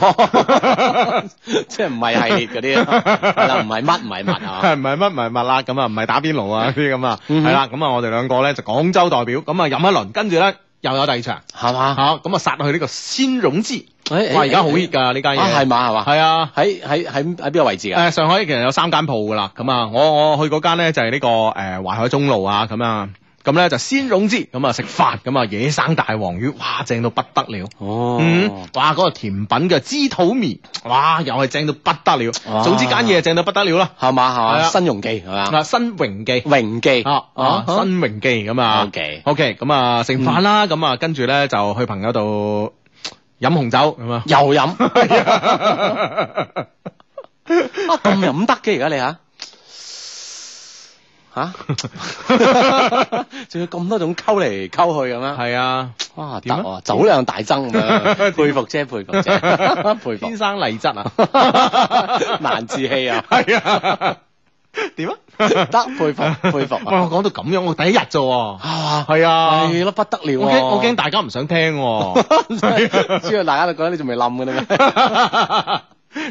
Speaker 4: 即係唔係系列嗰啲，係啦，唔係乜唔係乜 啊，
Speaker 2: 唔係乜唔係物啦，咁啊唔係打邊爐啊 嗰啲咁啊，
Speaker 4: 嗯
Speaker 2: 係啦，咁啊我哋兩個咧就廣州代表，咁啊飲一輪，跟住咧又有第二場，
Speaker 4: 係嘛？
Speaker 2: 嚇咁啊殺去呢個鮮蓉枝，
Speaker 4: 誒
Speaker 2: 哇而家好 hit 㗎呢間嘢，
Speaker 4: 啊，係嘛係嘛？
Speaker 2: 係啊。
Speaker 4: 喺喺喺喺邊個位置㗎？
Speaker 2: 誒上海其實有三間鋪㗎啦，咁啊我我去嗰間咧就係呢個誒淮海中路啊咁啊，咁咧就鮮蓉枝咁啊食飯咁啊野生大黃魚，哇正到不得了。
Speaker 4: 哦
Speaker 2: 嗯，哇！嗰、個甜品嘅芝肚面，哇，又係正到不得了。
Speaker 4: 哇
Speaker 2: 總之間嘢正到不得了啦。
Speaker 4: 係嘛係
Speaker 2: 係啊
Speaker 4: 嘛？新容記係嘛？
Speaker 2: 嗱，新榮記
Speaker 4: 榮記
Speaker 2: 啊啊，新榮記咁啊。
Speaker 4: 哦 OK 嗯
Speaker 2: OK，咁啊，食飯啦，咁啊，跟住咧就去朋友度飲紅酒咁 啊。
Speaker 4: 又飲啊咁飲得嘅而家你嚇嚇， 仲要咁多種溝嚟溝去咁樣。
Speaker 2: 係啊，
Speaker 4: 哇，得
Speaker 2: 點啊啊
Speaker 4: 喎，酒量大增咁樣，佩服啫，佩 服 啫，佩服
Speaker 2: 天，生麗質 啊，
Speaker 4: 難自棄啊，
Speaker 2: 係啊，點啊？
Speaker 4: 得佩服佩服
Speaker 2: 喂，
Speaker 4: 啊，
Speaker 2: 我講到咁樣，我第一日咋喎。
Speaker 4: 啊，
Speaker 2: 係啊，
Speaker 4: 係咯，不得了
Speaker 2: 我
Speaker 4: 啊
Speaker 2: 驚我 驚大家唔想聽喎。
Speaker 4: 知道大家都覺得你仲未冧嘅咧 咩？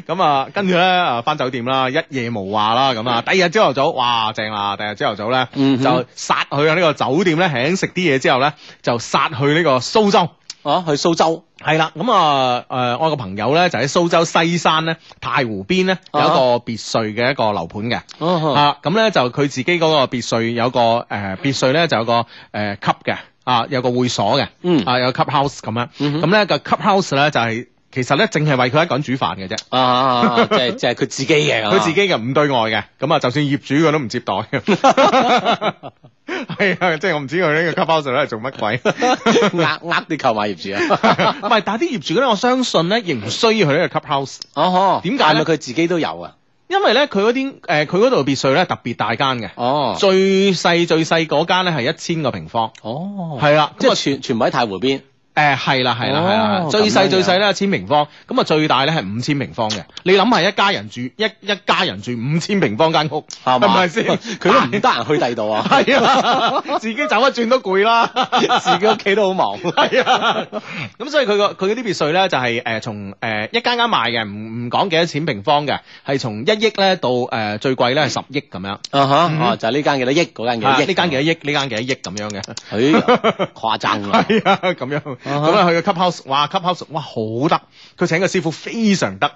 Speaker 2: 咁啊，跟住咧啊，翻酒店啦，一夜無話啦，咁啊，第二日朝頭早，哇，正啦！第二日朝頭早咧，
Speaker 4: 嗯哼
Speaker 2: 就殺去啊呢個酒店咧，輕食啲嘢之後咧，就殺去呢個蘇州。
Speaker 4: 啊，去蘇州，
Speaker 2: 係啦，咁啊，誒、我有個朋友咧就喺蘇州西山咧太湖邊咧有一個別墅嘅一個樓盤嘅，
Speaker 4: 啊，
Speaker 2: 啊，咁咧就佢自己嗰個別墅有個誒、呃、別墅咧就有個誒、呃、club 嘅，啊有個會所嘅，
Speaker 4: 嗯
Speaker 2: 啊有個 club house 咁樣，
Speaker 4: 嗯哼
Speaker 2: 咁咧個 club house 咧就係、其實咧淨係為佢一個人煮飯嘅啫。
Speaker 4: 啊啊，即係即係佢自己嘅，
Speaker 2: 佢自己嘅唔對外嘅，咁啊，就算業主佢都唔接待嘅。 係啊，即係我唔知佢呢個 clubhouse 咧係做乜鬼。
Speaker 4: 呃呃啲購買業主啊，
Speaker 2: 唔係，但係啲業主咧，我相信咧，亦唔需要去呢個 clubhouse，
Speaker 4: 哦，
Speaker 2: 點解
Speaker 4: 係
Speaker 2: 咧
Speaker 4: 咪佢自己都有啊？
Speaker 2: 因為咧佢嗰啲誒佢嗰度別墅咧特別大間嘅，
Speaker 4: 哦，
Speaker 2: 最細最細嗰間咧係一千個平方。
Speaker 4: 哦，
Speaker 2: 係啦，
Speaker 4: 即
Speaker 2: 咁
Speaker 4: 係
Speaker 2: 啊
Speaker 4: 全全部喺太湖邊，
Speaker 2: 誒係啦係啦係啦
Speaker 4: 哦，
Speaker 2: 最
Speaker 4: 咁樣
Speaker 2: 細
Speaker 4: 樣
Speaker 2: 最細咧一千平方，咁啊最大咧係五千平方嘅。你諗下一家人住一一家人住五千平方間屋，
Speaker 4: 係嘛
Speaker 2: 係咪先？
Speaker 4: 佢都唔得閒去第二度啊，
Speaker 2: 係啊，自己走一轉都攰啦，
Speaker 4: 自己屋企都好忙，
Speaker 2: 係啊，咁所以佢個佢嗰啲別墅咧就係誒從誒呃一間間賣嘅，唔唔講幾多錢平方嘅，係從一億咧到誒最貴咧係十億咁樣，
Speaker 4: 啊哈，
Speaker 2: 嗯
Speaker 4: 哦就係呢間幾多億，嗰間幾
Speaker 2: 啊
Speaker 4: 多億，
Speaker 2: 呢間幾多億，呢間幾多億咁樣嘅。
Speaker 4: 咦，哎誇張啊！
Speaker 2: 係啊，咁樣咁咧，佢個 club house，哇，club house，哇，好得！佢請嘅師傅非常得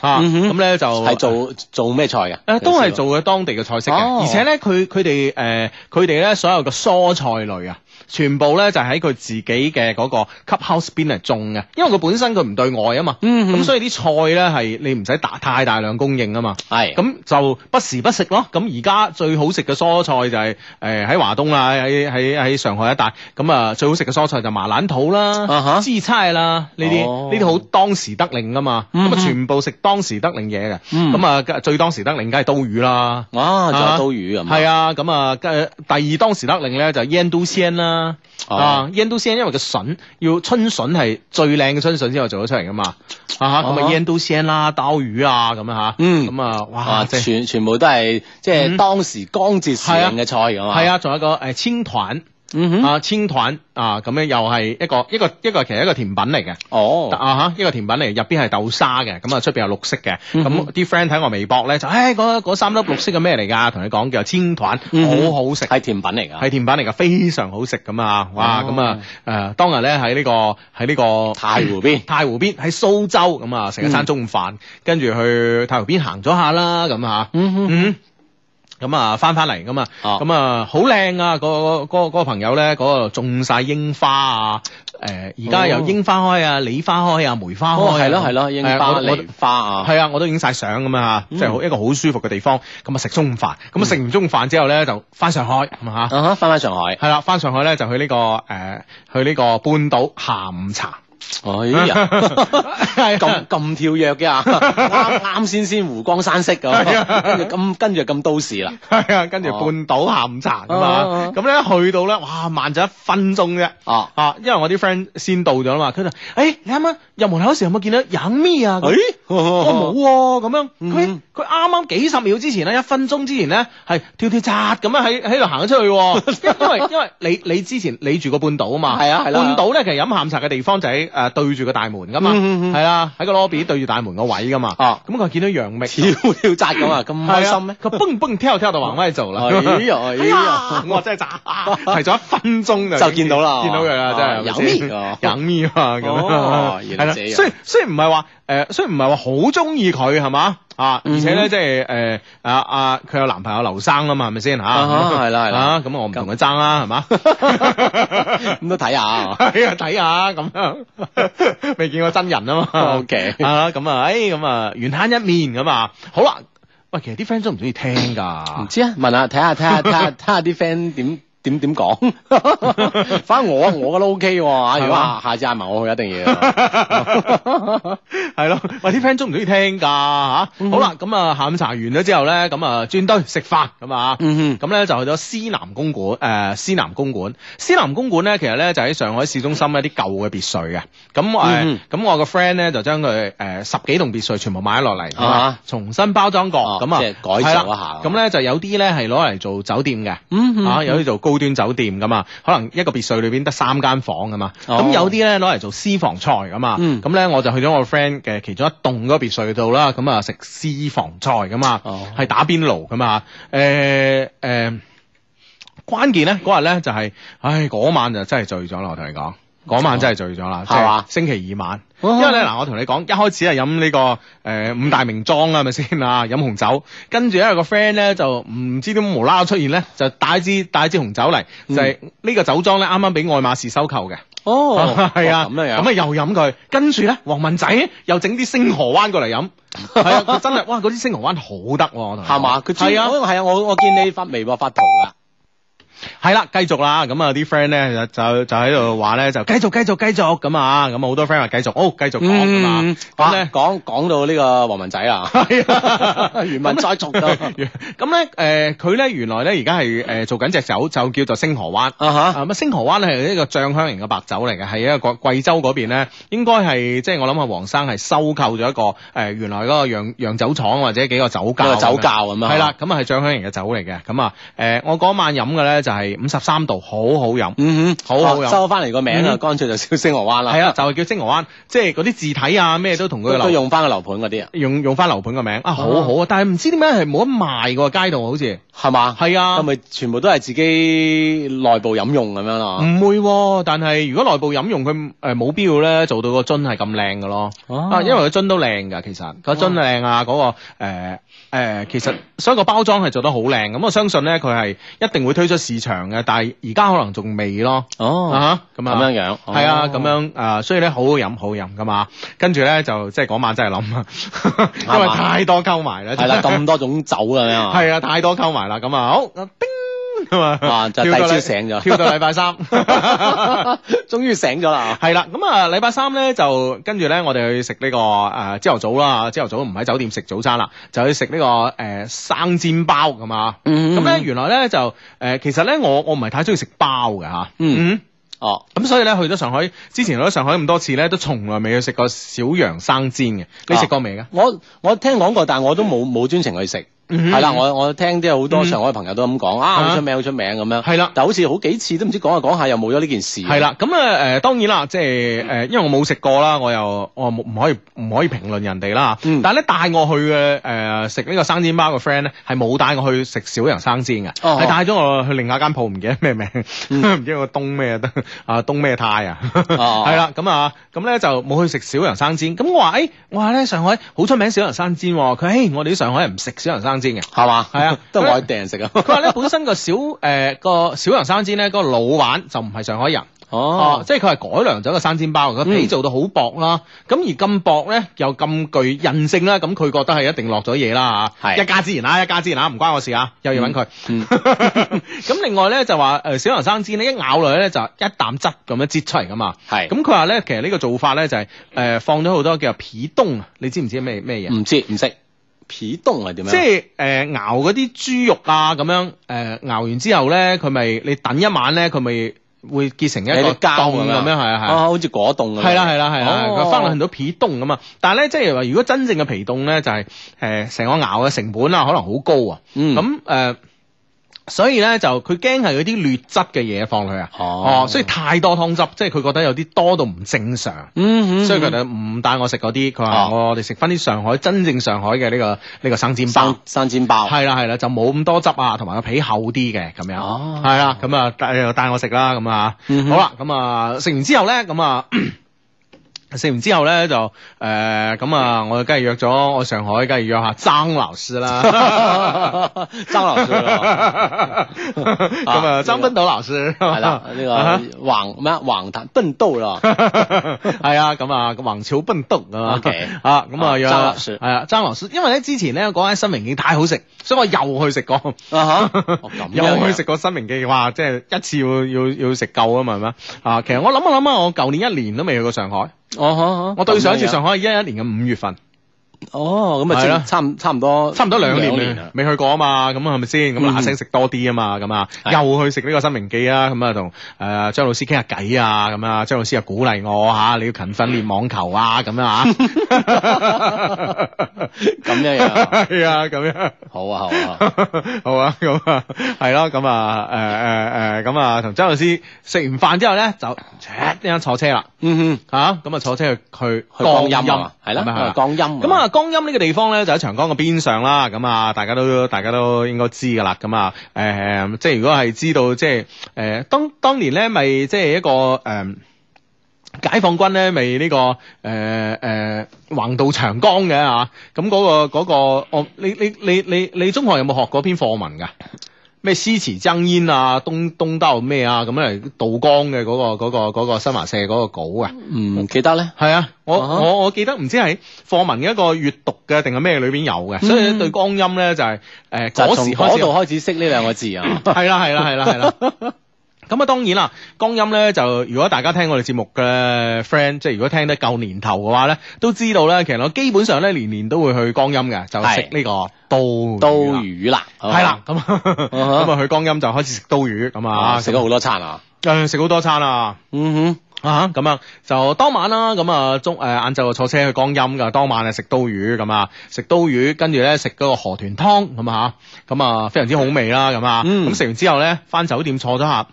Speaker 2: 啊，
Speaker 4: 嗯哼
Speaker 2: 咁咧就
Speaker 4: 係做做咩菜啊嘅？
Speaker 2: 誒都係做嘅當地嘅菜式嘅，
Speaker 4: 哦
Speaker 2: 而且咧佢佢哋誒佢哋咧所有嘅蔬菜類啊，全部咧就喺佢自己嘅嗰個 cup house 邊嚟種嘅，因為佢本身佢唔對外啊嘛，咁、
Speaker 4: 嗯嗯
Speaker 2: 所以啲菜咧係你唔使大太大量供應啊嘛。
Speaker 4: 係
Speaker 2: 咁就不時不食咯。咁而家最好食嘅蔬菜就係誒喺華東啦，喺喺喺上海一帶。咁啊，最好食嘅蔬菜就麻蘭桃
Speaker 4: 啊
Speaker 2: 啦、
Speaker 4: 哈
Speaker 2: 枝菜啦呢
Speaker 4: 哦
Speaker 2: 啲，呢啲好當時得令噶嘛。
Speaker 4: 嗯
Speaker 2: 咁啊，
Speaker 4: 嗯
Speaker 2: 全部食當時得令嘢嘅。
Speaker 4: 嗯
Speaker 2: 咁啊，最當時得令梗係刀魚啦。
Speaker 4: 啊，仲有刀魚咁，
Speaker 2: 係啊，咁啊，跟第二當時得令咧就 yen do 鮮啦，
Speaker 4: 哦
Speaker 2: 啊 yen do 鮮因為個筍要春筍係最靚嘅春筍先可以做得出嚟噶嘛，啊咁啊
Speaker 4: 啊
Speaker 2: yen do 鮮啦，鮑魚啊咁樣吓，
Speaker 4: 嗯
Speaker 2: 咁啊哇
Speaker 4: 啊，
Speaker 2: 即係
Speaker 4: 全全部都係即
Speaker 2: 嗯
Speaker 4: 係當時江浙時令嘅菜咁啊，
Speaker 2: 係，啊，仲有一個誒青團
Speaker 4: 嗯哼，
Speaker 2: 啊青團啊咁樣又係一個一個一個其實一個甜品嚟嘅。
Speaker 4: 哦，
Speaker 2: 啊哈，一個甜品嚟，入邊係豆沙嘅，咁啊出邊係綠色嘅，
Speaker 4: 嗯哼
Speaker 2: 咁啲 friend 睇我微博咧就，唉嗰嗰三粒綠色嘅咩嚟㗎？同你講叫青團，
Speaker 4: 嗯哼
Speaker 2: 好好食。啊
Speaker 4: 係甜品嚟㗎，
Speaker 2: 係甜品嚟㗎，非常好食咁啊！哇，
Speaker 4: 哦
Speaker 2: 咁啊，誒，當日咧喺呢個喺呢個
Speaker 4: 太湖邊嗯
Speaker 2: 太湖邊喺蘇州咁啊，食一餐中午飯，跟住去太湖邊行咗下啦，咁啊，
Speaker 4: 嗯哼
Speaker 2: 嗯。咁啊，翻翻嚟咁啊，
Speaker 4: 哦
Speaker 2: 咁啊，好靚啊！嗰個嗰個嗰個朋友咧，嗰度種晒櫻花啊，誒，而家有
Speaker 4: 哦
Speaker 2: 櫻花開啊、梨花開啊、梅花開啊
Speaker 4: 哦，係咯係咯，
Speaker 2: 誒
Speaker 4: 櫻花嗯
Speaker 2: 我我
Speaker 4: 梨花啊，
Speaker 2: 係啊，我都影晒相咁啊，即係好一個好舒服嘅地方。咁啊食中午飯，咁
Speaker 4: 嗯
Speaker 2: 啊食完中午飯之後咧就翻上海咁啊嚇，
Speaker 4: 啊哈，翻返上海，
Speaker 2: 係啦，翻上海咧就去呢個誒去呢個半島下午茶。
Speaker 4: 哎呀，咁咁跳躍嘅啊，啱啱先先湖光山色
Speaker 2: 係
Speaker 4: 咁，跟住咁跟住就咁都市啦，
Speaker 2: 系啊，跟住半島下午茶咁嘛
Speaker 4: 哦，
Speaker 2: 咁咧去到咧，哇，慢咗一分鐘啫。
Speaker 4: 啊，
Speaker 2: 啊，因為我啲 friend 先到咗啦嘛，佢就，誒，你啱啱入門口嗰時有冇見到飲咩啊？咁
Speaker 4: 誒，我
Speaker 2: 我冇喎，咁樣佢
Speaker 4: 嗯
Speaker 2: 佢啱啱幾十秒之前咧，一分鐘之前咧，係跳跳扎咁樣喺喺度行咗出去 喎，因為因為你你之前理住個半島啊嘛，
Speaker 4: 係啊係啦
Speaker 2: 半島咧其實飲下午茶嘅地方就喺誒對住個大門噶嘛，
Speaker 4: 嗯嗯嗯
Speaker 2: 係啦，喺個 lobby 對住大門個位噶嘛，
Speaker 4: 啊
Speaker 2: 咁佢見到楊冪。
Speaker 4: 跳跳扎咁啊，咁開心咩？
Speaker 2: 係啊 佢蹦蹦跳跳到往外走啦。
Speaker 4: 哎呀哎呀
Speaker 2: 我真係渣，提咗一分鐘就已經
Speaker 4: 就見到啦
Speaker 2: 見到佢啦，
Speaker 4: 哦
Speaker 2: 真係
Speaker 4: 有
Speaker 2: 咪先
Speaker 4: 面哦
Speaker 2: 有面啊咁
Speaker 4: 哦
Speaker 2: 樣，
Speaker 4: 原
Speaker 2: 係
Speaker 4: 來
Speaker 2: 啦
Speaker 4: 這樣
Speaker 2: 雖雖然唔係話誒，雖然唔係話好中意佢係嘛啊，而且咧
Speaker 4: 嗯
Speaker 2: 即係誒啊啊，佢有男朋友劉生啦嘛，係咪先嚇？
Speaker 4: 啊哈係啦係啦
Speaker 2: 啊咁我唔同佢爭啦，係嘛？
Speaker 4: 咁都睇下啊，
Speaker 2: 係啊，睇下咁樣，未見過真人啊嘛。
Speaker 4: OK
Speaker 2: 啊咁啊，誒咁啊，緣慳一面咁啊，好啦。喂，其實啲 friend 中唔中意聽
Speaker 4: 唔
Speaker 2: 㗎？
Speaker 4: 知啊，問下睇 下睇下睇下睇下啲 friend 點點點講， 反正我我覺得 OK 喎，啊如
Speaker 2: 係
Speaker 4: 果
Speaker 2: 嘛
Speaker 4: 下下次嗌埋我去，一定要。
Speaker 2: 係咯，喂，啲 friend 中唔中意聽㗎嚇？
Speaker 4: 嗯
Speaker 2: 好啦，咁啊，下午茶完咗之後咧，咁啊，轉堆食飯咁啊。
Speaker 4: 嗯
Speaker 2: 咁咧就去咗思南公館，誒、思南公館，思南公館咧其實咧就喺上海市中心一啲舊嘅別墅嘅，咁誒，
Speaker 4: 嗯
Speaker 2: 咁、我個 friend 咧就將佢誒十幾棟別墅全部買咗落嚟，咁啊
Speaker 4: 啊
Speaker 2: 重新包裝過，
Speaker 4: 哦
Speaker 2: 咁啊、
Speaker 4: 即係改造一下
Speaker 2: 係啦咁咧就有啲咧係攞嚟做酒店嘅。
Speaker 4: 嗯嗯
Speaker 2: 啊，有啲做高端酒店噶嘛，可能一個別墅裏邊得三間房噶嘛，咁、
Speaker 4: 哦
Speaker 2: 有啲咧攞嚟做私房菜噶嘛，
Speaker 4: 嗯
Speaker 2: 咁咧、我就去咗我 friend 嘅其中一棟嗰個別墅度啦，咁啊食私房菜噶嘛，
Speaker 4: 哦
Speaker 2: 係打邊爐噶嘛，誒、誒。關鍵咧嗰日咧就係、唉嗰晚就真係醉咗啦，我同你講，嗰晚真係醉咗啦，
Speaker 4: 係嘛
Speaker 2: 即係星期二晚，
Speaker 4: 哦
Speaker 2: 因為咧嗱，我同你講，一開始係飲呢個誒、呃五大名莊啦，係咪先啊？ 飲紅酒，跟住咧有個 friend 咧就唔知點無啦啦出現咧，就帶支帶支紅酒嚟，
Speaker 4: 嗯
Speaker 2: 就係、呢個酒莊咧啱啱俾愛馬仕收購嘅。
Speaker 4: 哦，
Speaker 2: 係啊，
Speaker 4: 咁樣樣，
Speaker 2: 咁啊又飲佢，跟住咧黃文仔又整啲星河灣過嚟 飲，係啊，佢真係哇，嗰啲星河灣好得喎，我同你講
Speaker 4: 係嘛？佢專
Speaker 2: 係啊。
Speaker 4: 係啊，我我見你發微博發圖啦，
Speaker 2: 係啦，繼續啦，咁啊啲 friend 咧就就就喺度話咧就繼續繼續繼續咁啊，咁啊好多 friend 話繼續，哦繼續講咁啊，咁
Speaker 4: 哇
Speaker 2: 咧
Speaker 4: 講講到呢個黃文仔啦，
Speaker 2: 係啊
Speaker 4: 原文再續到
Speaker 2: 咁咧誒佢咧原來咧而家係誒做緊隻酒，就叫做星河灣。
Speaker 4: 啊
Speaker 2: 啊
Speaker 4: 哈，
Speaker 2: 咁啊，星河灣咧係一個醬香型嘅白酒嚟嘅，係一個貴州嗰邊咧，應該係即係我諗啊，黃生係收購咗一個誒、呃原來嗰個釀釀酒廠或者幾個酒窖
Speaker 4: 個酒窖咁樣
Speaker 2: 啊係啦，咁啊係醬香型嘅酒嚟嘅，咁啊誒我嗰晚飲嘅咧就係五十三度，好好飲。
Speaker 4: 嗯哼，
Speaker 2: 好好
Speaker 4: 啊
Speaker 2: 飲
Speaker 4: 收翻嚟個名啊，
Speaker 2: 嗯
Speaker 4: 乾脆就燒星河灣啦，
Speaker 2: 係啊，就係叫星河灣，即係嗰啲字體啊咩都同佢
Speaker 4: 都都
Speaker 2: 流
Speaker 4: 用翻個樓盤嗰啲啊，
Speaker 2: 用用翻樓盤個名啊，好好啊，但係唔知點解係冇得賣喎街度好似
Speaker 4: 係嘛？
Speaker 2: 係
Speaker 4: 係
Speaker 2: 啊。
Speaker 4: 咪全部都係自己內部飲用咁樣咯？
Speaker 2: 唔會喎，但係如果內部飲用佢誒冇必要咧，做到個樽係咁靚嘅咯。
Speaker 4: 哦
Speaker 2: 啊，因為個樽都靚㗎，其實個樽靚啊，嗰、個誒、呃其實所以個包裝係做得好靚。咁我相信咧，佢係一定會推出市場嘅，但係而家可能仲未咯。
Speaker 4: 哦，
Speaker 2: 啊哈咁啊
Speaker 4: 咁樣樣，哦
Speaker 2: 係啊，咁樣啊，所以咧好好飲，好好飲噶嘛。跟住咧就即係嗰晚真係諗啊，因為
Speaker 4: 啱啊
Speaker 2: 太多溝埋啦。
Speaker 4: 係啦，咁啊多種酒咁樣啊，
Speaker 2: 係啊，太多溝埋啦。咁啊，好啊叮咁啊，
Speaker 4: 啊就
Speaker 2: 跳到
Speaker 4: 第二朝
Speaker 2: 禮
Speaker 4: 醒咗
Speaker 2: 跳到禮拜三。
Speaker 4: 終於醒咗啦，
Speaker 2: 係啦，咁啊，禮拜三咧就跟住咧，我哋去食呢、個誒朝頭早啦，朝頭早唔喺酒店食早餐啦，就去食呢、個誒、呃生煎包咁啊。
Speaker 4: 嗯
Speaker 2: 咁咧、原來咧就誒、呃其實咧我我唔係太中意食包嘅吓。
Speaker 4: 嗯哦，
Speaker 2: 咁所以咧去咗上海，之前去咗上海咁多次咧，都從來未去食過小羊生煎嘅。
Speaker 4: 啊
Speaker 2: 你食過未㗎？
Speaker 4: 我我聽講過，但我都冇冇專程去食。
Speaker 2: 嗯
Speaker 4: 係啦，我我聽啲好多
Speaker 2: 嗯
Speaker 4: 上海朋友都咁講啊，好出名好出名咁樣。
Speaker 2: 係啦
Speaker 4: 但好似好幾次都唔知講下講下又冇咗呢件事。
Speaker 2: 係，啦，咁啊誒當然啦，即係誒，因為我冇食過啦，我又我冇唔可以唔可以評論人哋啦。
Speaker 4: 嗯
Speaker 2: 但係咧帶我去嘅誒食呢個生煎包嘅 friend 咧，係冇帶我去食小羊生煎嘅，
Speaker 4: 哦嗯
Speaker 2: 係帶咗我去另外一間鋪，唔記得咩名， 唔知個東咩得啊東咩泰啊，
Speaker 4: 哦
Speaker 2: 係啦，咁啊咁咧就冇去食小羊生煎。咁我話誒，我話咧上海好出名小羊生煎喎，佢誒我哋啲上海人唔食小羊生生 煎嘅。
Speaker 4: 係嘛？
Speaker 2: 係啊
Speaker 4: 都係外地人食啊。
Speaker 2: 佢話咧，本身個小誒、個小洋生煎咧，嗰、個老闆就唔係上海人，哦、
Speaker 4: 哦，
Speaker 2: 即係佢係改良咗個生煎包，個皮
Speaker 4: 嗯
Speaker 2: 做到好薄啦。咁、而咁薄咧，又咁具韌性啦，咁佢覺得係一定落咗嘢啦嚇。
Speaker 4: 係
Speaker 2: 一家之言啦，一家之言啦，唔關我事啊，又要揾佢。
Speaker 4: 嗯
Speaker 2: 咁另外咧就話誒、呃小洋生煎咧，一咬落去咧就一啖汁咁樣擠出嚟噶嘛。
Speaker 4: 係
Speaker 2: 咁佢話咧，其實呢個做法咧就係、誒放咗好多叫皮凍啊，你知唔知咩咩嘢？
Speaker 4: 唔知唔識皮凍係點樣？
Speaker 2: 即係誒、呃熬嗰啲豬肉啊，咁樣誒、呃熬完之後咧，佢咪你等一晚咧，佢咪會結成一
Speaker 4: 有
Speaker 2: 個
Speaker 4: 啲膠
Speaker 2: 凍
Speaker 4: 咁
Speaker 2: 咁
Speaker 4: 樣
Speaker 2: 樣，係啊係
Speaker 4: 啊，
Speaker 2: 啊。
Speaker 4: 好似果凍咁樣。
Speaker 2: 係啦係啦係啦，
Speaker 4: 哦
Speaker 2: 佢翻嚟很多皮凍咁啊！但係咧，即係話如果真正嘅皮凍咧，就係誒成個熬嘅成本啊，可能好高啊。
Speaker 4: 嗯
Speaker 2: 咁誒、呃所以咧就佢驚係嗰啲劣質嘅嘢放落去啊。
Speaker 4: 哦
Speaker 2: 哦，所以太多湯汁，即係佢覺得有啲多到唔正常。
Speaker 4: 嗯，嗯
Speaker 2: 所以佢
Speaker 4: 嗯
Speaker 2: 就唔帶我食嗰啲，佢話
Speaker 4: 哦
Speaker 2: 我哋食翻啲上海真正上海嘅呢個呢個生煎包
Speaker 4: 生。生煎包。
Speaker 2: 係啦係啦，就冇咁多汁啊，同埋個皮厚啲嘅咁樣，
Speaker 4: 哦
Speaker 2: 係啦，咁啊帶又帶我食啦，咁啊，
Speaker 4: 嗯哼
Speaker 2: 好啦，咁啊食完之後咧，咁啊。食完之後咧就誒咁、啊，我梗係約咗我上海，梗係約下張老師 啦，
Speaker 4: 張老師啦
Speaker 2: 咁啊張斌斗老師
Speaker 4: 係啦， 呢
Speaker 2: 啊
Speaker 4: 個橫咩啊橫彈笨刀 啦。
Speaker 2: 係啊，咁啊，橫草奔動啊
Speaker 4: OK
Speaker 2: 啊，咁啊，
Speaker 4: 啊
Speaker 2: 有
Speaker 4: 張老師
Speaker 2: 係啊，張老師，因為咧之前咧嗰間新明記太好食，所以我又去食過，
Speaker 4: 啊哈哦咁樣
Speaker 2: 又去食過新明記，哇，即係一次要要要食夠啊嘛，係咪啊？其實我諗一諗啊，我舊年一年都未去過上海，
Speaker 4: 哦哈
Speaker 2: 我對上一次
Speaker 4: 咁樣
Speaker 2: 上海係一一年嘅五月份，
Speaker 4: 哦，咁
Speaker 2: 係
Speaker 4: 啊
Speaker 2: 啦
Speaker 4: 即，差唔差唔多，
Speaker 2: 差唔多兩年
Speaker 4: 啦
Speaker 2: 啦。未去過啊嘛，咁係咪先？咁嗱聲食多啲啊嘛，咁啊，
Speaker 4: 係
Speaker 2: 又去食呢個新明記啊，咁啊同誒張老師傾下偈啊，咁啊張老師又鼓勵我嚇，你要勤訓練網球啊，咁樣啊。
Speaker 4: 咁樣 樣，
Speaker 2: 係啊，咁樣。
Speaker 4: 好啊好啊。
Speaker 2: 好啊，咁啊，係咯，咁啊，誒誒誒，咁啊，同張老師食完飯之後咧，就一陣坐車啦，
Speaker 4: 嗯
Speaker 2: 嚇、咁啊坐車去去
Speaker 4: 哼，去光
Speaker 2: 江
Speaker 4: 陰啊嘛，係
Speaker 2: 咁啊
Speaker 4: 啦，光陰嘛。
Speaker 2: 咁啊，江陰呢個地方咧就喺長江嘅邊上啦，咁啊，大家都大家都應該知㗎啦，咁啊，誒、即係如果係知道，即係誒、當當年咧，咪即係一個誒。解放軍咧，咪呢、個誒誒、橫渡長江嘅啊，咁嗰、個嗰、個我你你你你你中學有冇學過篇課文㗎？咩詩詞爭煙啊，東東兜咩啊，咁嚟渡江嘅嗰、個嗰、個嗰、個新華社嗰個稿啊。
Speaker 4: 唔嗯記得咧，
Speaker 2: 係啊，我
Speaker 4: 啊哈
Speaker 2: 我我記得唔知係課文嘅一個閱讀嘅定係咩裏邊有嘅，所以對光陰咧就係誒
Speaker 4: 嗯就
Speaker 2: 嗰
Speaker 4: 從
Speaker 2: 時啊
Speaker 4: 嗰
Speaker 2: 開始，
Speaker 4: 度開始識呢兩個字啊。
Speaker 2: 係啦係啦係啦係啦。 咁啊，當然啦，光陰咧就如果大家聽我哋節目嘅 friend，即係如果聽得夠年頭嘅話咧，都知道咧，其實我基本上咧年年都會去光陰嘅，就食呢個刀魚
Speaker 4: 刀
Speaker 2: 啦
Speaker 4: 魚啦，
Speaker 2: 係啦，咁啊
Speaker 4: 哈
Speaker 2: 咁啊去光陰就開始食刀魚咁
Speaker 4: 啊，
Speaker 2: 啊，
Speaker 4: 食咗好多餐啊。
Speaker 2: 誒食好多餐啊！
Speaker 4: 嗯
Speaker 2: 啊咁啊，就當晚啦，咁啊中誒晏晝坐車去江陰噶，當晚啊食刀魚咁啊，食刀魚跟住咧食嗰個河豚湯咁啊，咁啊非常之好味啦咁啊，
Speaker 4: 嗯
Speaker 2: 咁食、完之後咧翻酒店坐咗下，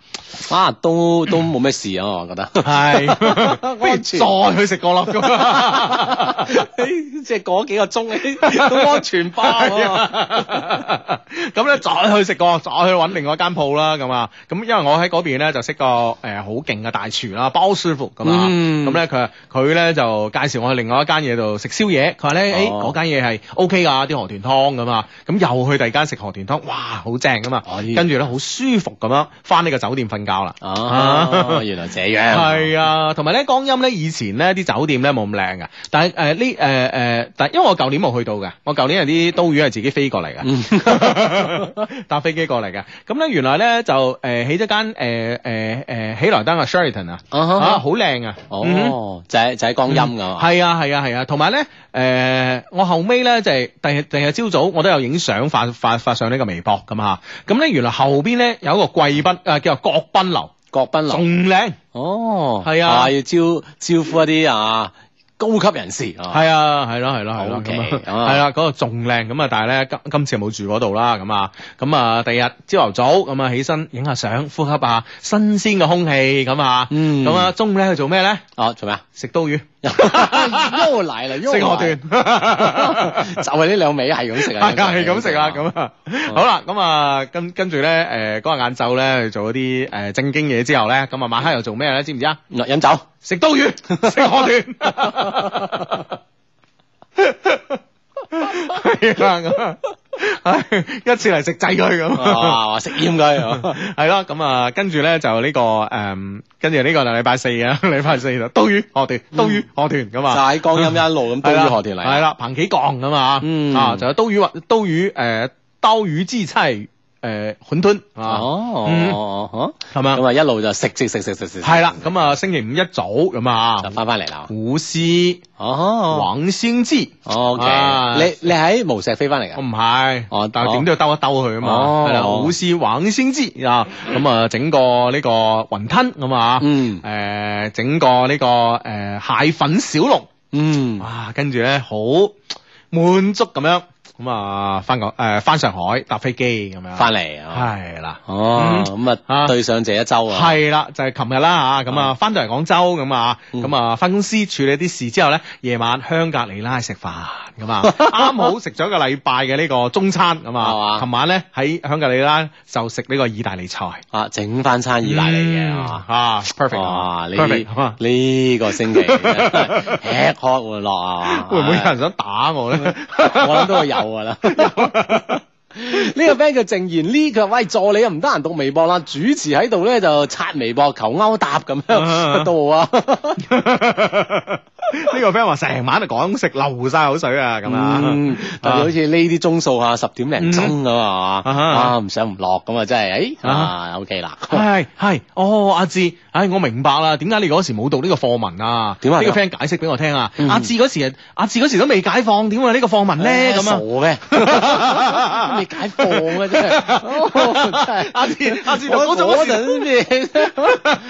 Speaker 4: 哼，啊，都都冇咩事啊，我覺得。
Speaker 2: 係不如
Speaker 4: 安全
Speaker 2: 再去食過咯咁啊。
Speaker 4: 即係嗰幾個
Speaker 2: 哎
Speaker 4: 鐘都安全包啊。
Speaker 2: 咁咧再去食過，再去揾另外一間鋪啦，咁啊，咁因為我喺嗰邊咧就識個誒好勁嘅大廚啦，包師傅咁啊，
Speaker 4: 嗯
Speaker 2: 咁咧佢佢咧就介紹我去另外一間嘢度食宵夜，佢話咧誒
Speaker 4: 哦
Speaker 2: 嗰間嘢係 O K 㗎，啲河豚湯咁啊，咁又去第二間食河豚湯，哇好正㗎嘛
Speaker 4: 哎，
Speaker 2: 跟住咧好舒服咁樣翻呢個酒店瞓覺啦。
Speaker 4: 哦，原來這樣。
Speaker 2: 啊係啊，同埋咧江陰咧以前咧啲酒店咧冇咁靚嘅，但係誒呢誒誒，但係因為我舊年冇去到嘅，我舊年係啲刀魚係自己飛過嚟
Speaker 4: 嗯
Speaker 2: 嘅， 搭飛機過嚟嘅。咁咧原來咧就誒、起咗間呃誒誒誒喜來登嘅 Sheraton 啊，
Speaker 4: 啊哈
Speaker 2: 啊好靚啊，嗯哼
Speaker 4: 哦，就係就係光陰噶。
Speaker 2: 係啊係啊係啊，同埋咧，誒、我後尾咧就係第日第日朝早，我都有影相發發發上呢個微博咁嚇。咁咧原來後邊咧有一個貴賓，誒、呃叫做國賓樓，
Speaker 4: 郭斌樓。
Speaker 2: 仲靚。
Speaker 4: 哦，
Speaker 2: 係啊
Speaker 4: 要招招呼一啲啊高級人士啊，
Speaker 2: 係啊，係咯，係咯，係咯，
Speaker 4: OK，
Speaker 2: 咁
Speaker 4: 啊
Speaker 2: 啊，係啦，嗰個仲靚咁啊，但係咧今今次冇住嗰度啦，咁啊，咁啊，第日朝頭早咁啊起身影下相，呼吸下新鮮嘅空氣咁啊，
Speaker 4: 嗯
Speaker 2: 咁啊中午咧去做咩咧？
Speaker 4: 哦，做咩啊？
Speaker 2: 食刀魚，
Speaker 4: 又嚟啦，又
Speaker 2: 食河
Speaker 4: 嚟
Speaker 2: 豚，
Speaker 4: 就係呢兩味係咁食啊，
Speaker 2: 係啊，係咁食啊，咁啊，好啦，咁啊，跟跟住咧，誒嗰日晏晝咧去做嗰啲誒正經嘢之後咧，咁啊晚黑又做咩咧？知唔知啊？
Speaker 4: 嗱，飲酒。
Speaker 2: 食刀 魚，食河豚。係啦，咁啊唉一次嚟食制佢咁。
Speaker 4: 哇，啊食 厭佢，
Speaker 2: 系咯，咁啊，跟住咧就呢、個个诶、嗯跟住呢個就禮拜四啊， 禮拜四就刀魚河豚，刀魚河豚咁
Speaker 4: 就
Speaker 2: 啊。
Speaker 4: 喺江陰一路咁
Speaker 2: 係
Speaker 4: 對
Speaker 2: 啦
Speaker 4: 於河田嚟，啊
Speaker 2: 係啦，彭幾降咁啊，
Speaker 4: 嗯
Speaker 2: 啊，就有刀魚或刀魚誒刀魚之妻誒馄饨啊，
Speaker 4: 哦，
Speaker 2: 嗯
Speaker 4: 哦哦
Speaker 2: 咁啊
Speaker 4: 咁，啊一路就食食食食食食，
Speaker 2: 係啦，咁啊星期五一早咁
Speaker 4: 就
Speaker 2: 啊，
Speaker 4: 翻翻嚟啦，
Speaker 2: 古詩
Speaker 4: 哦
Speaker 2: 王先知，
Speaker 4: ，OK，
Speaker 2: 啊
Speaker 4: 你你喺無錫飛翻嚟
Speaker 2: 我
Speaker 4: 㗎？
Speaker 2: 唔係，
Speaker 4: 哦
Speaker 2: 但係點都要兜一兜佢啊嘛，
Speaker 4: 哦
Speaker 2: 係啦，古詩王先知啊，咁啊整個呢個雲吞咁啊，
Speaker 4: 嗯
Speaker 2: 誒整個呢個誒蟹粉小籠。
Speaker 4: 嗯，
Speaker 2: 哇，跟住咧好滿足咁樣，咁啊翻個誒翻上海搭飛機咁樣，
Speaker 4: 翻嚟啊，
Speaker 2: 係啦。
Speaker 4: 哦
Speaker 2: 嗯，
Speaker 4: 咁
Speaker 2: 啊
Speaker 4: 啊對上這一周啊，
Speaker 2: 係啦，就係琴日啦吓，咁啊
Speaker 4: 啊
Speaker 2: 翻到嚟廣州咁啊，
Speaker 4: 嗯
Speaker 2: 咁啊翻公司處理啲事之後咧，夜晚香格里拉食飯咁 啊，啱好食咗一個禮拜嘅呢個中餐咁
Speaker 4: 係
Speaker 2: 啊，
Speaker 4: 嘛
Speaker 2: 琴晚咧喺香格里拉就食呢個意大利菜，
Speaker 4: 啊整翻餐意大利嘅係嘛
Speaker 2: 嗯啊，perfect
Speaker 4: 哇！啊呢
Speaker 2: perfect 啊係嘛
Speaker 4: 呢個星期吃喝玩樂啊，
Speaker 2: 會唔會有人想打我 咧？
Speaker 4: 我諗都會有 㗎啦。呢個 friend 叫靜言呢，佢話喂助理啊唔得閒讀微博啦，主持喺度咧就刷微博求勾搭咁
Speaker 2: 啊
Speaker 4: 樣到啊，
Speaker 2: 呢個 friend 話成晚就講食，流晒口水啊咁啊。
Speaker 4: 嗯特別好似呢啲鐘數啊，十點零鐘咁啊，
Speaker 2: 嗯
Speaker 4: 啊唔上唔落咁啊，真係，誒啊 OK 啦，
Speaker 2: 係係，哦，阿志，唉，我明白啦，點解你嗰時冇讀呢個課文啊？
Speaker 4: 點啊
Speaker 2: 呢個 friend 解釋俾我聽啊，
Speaker 4: 嗯
Speaker 2: 阿志嗰時，阿志嗰時都未解放，點會有呢個課文咧？咁
Speaker 4: 哎傻
Speaker 2: 啊，
Speaker 4: 嘅，未解放嘅真係哦真係，
Speaker 2: 阿志，阿志讀高
Speaker 4: 我
Speaker 2: 中
Speaker 4: 嗰
Speaker 2: 嗰陣
Speaker 4: 陣咩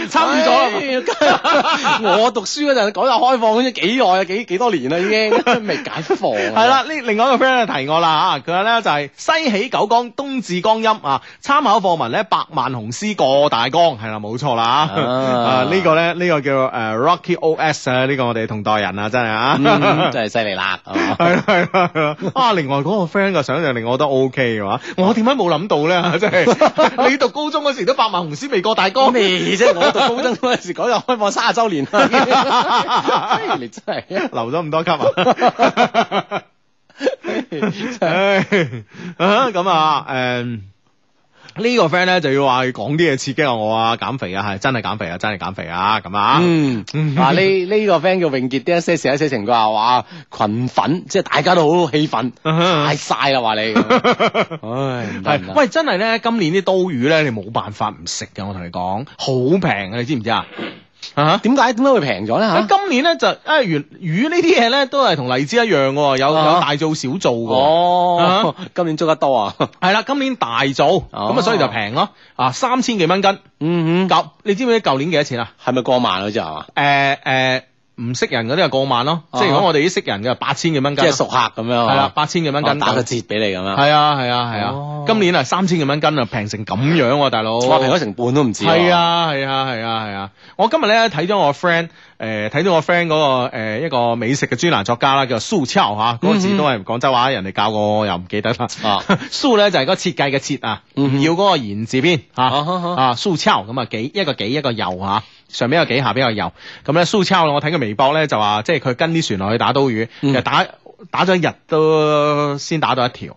Speaker 2: 參與咗啊。
Speaker 4: 咗啦！ 我讀書嗰陣改革開放咗幾耐啊，幾幾多年啦已經， 未解放。啊係
Speaker 2: 係啦，呢另外一個 friend 就提我啦啊嚇，佢話咧就係西起九江，東至江陰啊，參考課文咧百萬雄師過大江，係啦，冇錯啦啊啊，呢個咧呢個叫誒呃 Rocky OS 啊，呢個我哋同代人啊，真係啊
Speaker 4: 嗯，。真係犀 利啦！哦係嘛
Speaker 2: 係啦係啦係 啦，啊！另外嗰個 friend 嘅想象力我覺得 O K 嘅話，我點解冇諗到 咧？真係你讀高中嗰時都百萬雄師未過大
Speaker 4: 我
Speaker 2: 江，
Speaker 4: 未啫，我讀高中嗰陣時改革開放三十週年啦已 經，哎你真係
Speaker 2: 留咗咁多級 啊！唉啊咁啊，诶、呢個 friend 咧就要話要講啲嘢刺激下我啊，減肥啊，係真係減肥啊，真係減肥啊，咁啊，
Speaker 4: 嗯，嗱呢呢個 friend 叫永傑，啲一些事一些情，佢話哇群粉，即係大家都好氣憤， 太晒啦話你，唉唔得唔
Speaker 2: 啊係，
Speaker 4: 得
Speaker 2: 嗯喂，真係咧，今年啲刀魚咧，你冇辦法唔食嘅，我同你講，好平啊，你知唔知啊？啊哈
Speaker 4: 點解點解會平咗咧
Speaker 2: 咁
Speaker 4: 嚇？
Speaker 2: 今年咧就啊原魚呢啲嘢咧都係同荔枝一樣嘅喎，有有
Speaker 4: 啊
Speaker 2: 大做小做嘅喎。
Speaker 4: 哦， 今年捉得多啊！
Speaker 2: 係啦，今年大做，
Speaker 4: 哦
Speaker 2: 咁啊所以就平咯，啊三千幾蚊斤。
Speaker 4: 嗯
Speaker 2: 舊你知唔知舊年幾多錢啊？
Speaker 4: 係咪過萬啊好似係嘛？
Speaker 2: 誒誒，唔識人嗰啲係過萬咯，即係如果我哋啲識人嘅八千幾蚊
Speaker 4: 哦即
Speaker 2: 斤。
Speaker 4: 係熟客咁樣
Speaker 2: 啊係啦，
Speaker 4: 啊，
Speaker 2: 八千幾蚊
Speaker 4: 我
Speaker 2: 斤。
Speaker 4: 打個折俾你咁樣。
Speaker 2: 係啊係啊係啊
Speaker 4: 哦，
Speaker 2: 今年啊三千幾蚊斤啊，平成咁樣喎，大佬。
Speaker 4: 哇，平咗成半都唔止。
Speaker 2: 係，啊係啊係啊係啊！我今日咧睇咗我 friend 誒睇到我 friend 嗰個呃一個美食嘅專欄作家啦，叫蘇超嚇，嗰個字都係廣州話，人哋教過我又唔記得啦
Speaker 4: 嗯啊。
Speaker 2: 蘇咧就係嗰個設計嘅設啊，
Speaker 4: 嗯
Speaker 2: 唔
Speaker 4: 哼
Speaker 2: 要嗰個言字邊嚇
Speaker 4: 啊哈哈
Speaker 2: 啊蘇超咁啊幾一個幾一個右嚇。上邊有幾，下邊有右。咁咧蘇超，我睇佢微博咧就話，即係佢跟啲船落去打刀魚，其
Speaker 4: 嗯
Speaker 2: 實打打咗一日都先打到一條。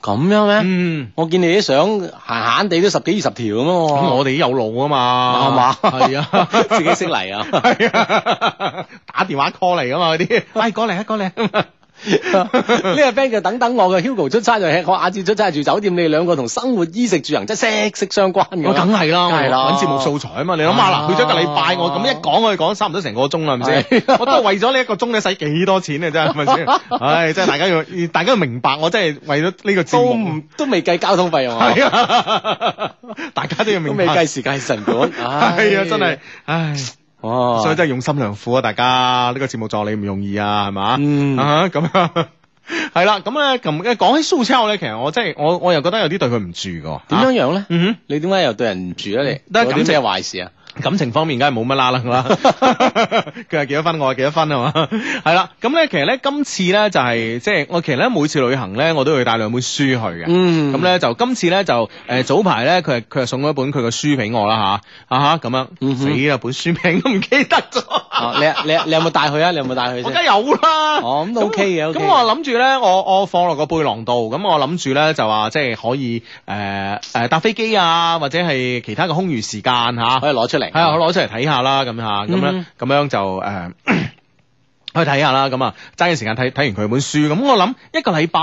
Speaker 4: 咁樣咩？
Speaker 2: 嗯，
Speaker 4: 我見你啲相閒閒地都十幾二十條咁咯
Speaker 2: 咁
Speaker 4: 喎。
Speaker 2: 我哋啲有路啊嘛，
Speaker 4: 係嘛？
Speaker 2: 係 啊，
Speaker 4: 自己識嚟哦 啊。
Speaker 2: 系啊，哎打電話 call 嚟噶嘛嗰 啲，
Speaker 4: 哎
Speaker 2: 喂，過嚟啊，過嚟啊，
Speaker 4: 呢個 friend 就等等我嘅，Hugo 出差就吃喝，阿志出差住酒店，你哋兩個同生活、衣食住行真係息息相關嘅。
Speaker 2: 我梗係啦，
Speaker 4: 梗係啦
Speaker 2: 我揾節目素材啊嘛，你諗下啦，
Speaker 4: 啊
Speaker 2: 去咗一個禮拜，我咁一講我哋講差唔多成個鐘啦，係咪先？ 我都係為咗呢一個鐘咧，使幾多錢啊，真係係 咪先？
Speaker 4: 哦
Speaker 2: 唉，真係大家要，大家要明白，我真係為咗呢個
Speaker 4: 都
Speaker 2: 節目
Speaker 4: 唔，都未計交通費用啊，
Speaker 2: 係啊， 大家都要
Speaker 4: 都
Speaker 2: 明
Speaker 4: 未
Speaker 2: 白
Speaker 4: 計，時間成 本。
Speaker 2: 係啊，真係，唉。
Speaker 4: 哦，
Speaker 2: 所以真係用心良苦啊！大家呢、個節目助理唔容易啊，係嘛？
Speaker 4: 嗯
Speaker 2: 啊咁樣 係啦，咁咧咁講起蘇超咧，其實我真係我我又覺得有啲對佢唔住噶。
Speaker 4: 點樣樣咧？
Speaker 2: 嗯
Speaker 4: 你點解又對人唔住咧？你
Speaker 2: 都係
Speaker 4: 做
Speaker 2: 感
Speaker 4: 啲
Speaker 2: 情
Speaker 4: 咩壞事啊？
Speaker 2: 感情方面梗係冇乜啦啦啦， 佢係幾多分，我係幾多分啊嘛，係啦，咁咧其實咧今次咧就係即係我其實咧每次旅行咧我都會帶兩本書去嘅，
Speaker 4: 嗯
Speaker 2: 咁咧就今次咧就誒早排咧佢係佢係送咗一本佢嘅書俾我啦吓，啊嚇咁樣
Speaker 4: 嗯
Speaker 2: 死
Speaker 4: 哼
Speaker 2: 啦本書名都唔記得咗，
Speaker 4: 哦，你你你有冇帶佢啊？你有冇帶 佢
Speaker 2: 我梗
Speaker 4: 先？
Speaker 2: 有啦。
Speaker 4: 哦，咁都 OK 嘅，OK
Speaker 2: 咁我諗住咧，我我放落個背囊度，咁我諗住咧就話即係可以誒誒、呃呃搭飛機啊，或者係其他嘅空餘時間吓，
Speaker 4: 可以攞出嚟。
Speaker 2: 係啊，我攞出嚟睇下啦，咁吓，咁樣
Speaker 4: 嗯
Speaker 2: 咁樣就誒。呃 去睇下啦，咁啊，揸緊時間睇睇完佢本書，咁我諗一個禮拜，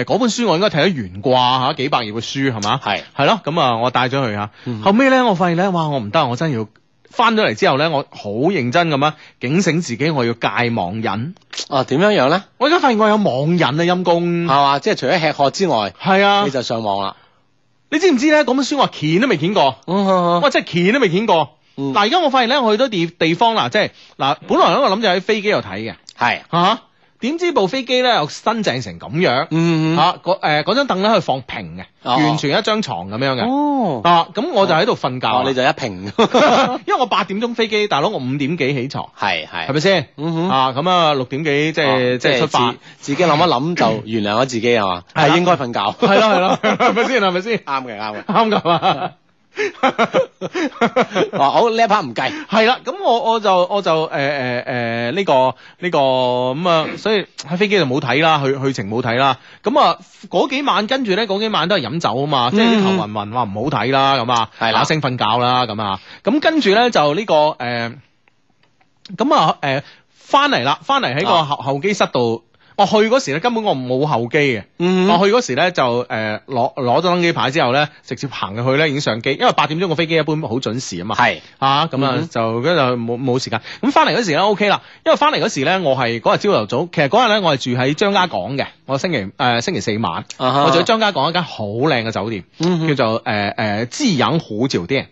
Speaker 2: 誒、嗰本書我應該睇得完啩嚇，幾百頁嘅書係嘛？
Speaker 4: 係
Speaker 2: 係咯，咁啊，我帶咗去嚇，
Speaker 4: 嗯
Speaker 2: 後尾咧我發現咧，哇，我唔得，我真係要翻咗嚟之後咧，我好認真咁樣警醒自己，我要戒網癮。
Speaker 4: 哦，點樣樣咧？
Speaker 2: 我而家發現我有網癮啊，陰公
Speaker 4: 係。嘛，即係除咗吃喝之外，
Speaker 2: 係啊
Speaker 4: 你，就上網啦。
Speaker 2: 你知唔知咧？嗰本書我係掀都未掀過，
Speaker 4: 嗯
Speaker 2: 我真係掀都未掀過。
Speaker 4: 嗯
Speaker 2: 嗱，而家我發現咧，我去到地地方啦，即係嗱，本來咧我諗住喺飛機度睇嘅，
Speaker 4: 係，
Speaker 2: 嚇，點知部飛機咧又新淨成咁樣，
Speaker 4: 嗯
Speaker 2: 嚇，嗰誒嗰張凳咧佢放平嘅，
Speaker 4: 哦
Speaker 2: 完全一張床咁樣嘅，
Speaker 4: 哦，
Speaker 2: 啊，咁我就喺度瞓覺
Speaker 4: 哦，
Speaker 2: 啦，
Speaker 4: 你就一 平，
Speaker 2: 因為我八點鐘飛機，大佬我五點幾起床，
Speaker 4: 係
Speaker 2: 係
Speaker 4: 係，
Speaker 2: 咪先？
Speaker 4: 嗯哼
Speaker 2: 啊，咁啊六點幾即係
Speaker 4: 哦
Speaker 2: 即係出發
Speaker 4: 自，自己諗一諗就原諒咗自己係嘛，
Speaker 2: 係啦
Speaker 4: 係應該瞓覺。
Speaker 2: 係咯係咯，係咪先？係咪先？
Speaker 4: 啱嘅啱嘅。
Speaker 2: 啱噶嘛？
Speaker 4: 哦，好呢一 part 唔計。
Speaker 2: 係啦，咁我我就我就誒誒誒呢個呢、個咁啊，所以喺飛機就冇睇啦，去去程冇睇啦。咁啊嗰幾晚跟住咧，嗰幾晚都係飲酒啊嘛，即係啲頭暈暈話唔好睇啦，咁啊，
Speaker 4: 嗯係啦
Speaker 2: 嗱聲瞓覺啦，咁啊，咁跟住咧就呢、個誒，咁啊誒翻嚟啦，翻嚟喺個
Speaker 4: 啊
Speaker 2: 後後機室度，我去嗰時咧根本我冇後機嘅。
Speaker 4: 嗯
Speaker 2: 我去嗰時咧就誒攞攞咗登機牌之後咧，直接行入去咧已經上機，因為八點鐘個飛機一般好準時啊嘛。
Speaker 4: 係
Speaker 2: 啊，咁啊
Speaker 4: 嗯哼
Speaker 2: 就跟住冇冇時間。咁翻嚟嗰時咧 OK 啦，因為翻嚟嗰時咧我係嗰日朝頭早，其實嗰日咧我係住喺張家港嘅，我星期誒、呃星期四晚，
Speaker 4: 啊哈
Speaker 2: 我住喺張家港一間好靚嘅酒店，
Speaker 4: 嗯哼
Speaker 2: 叫做誒誒滋養好酒店。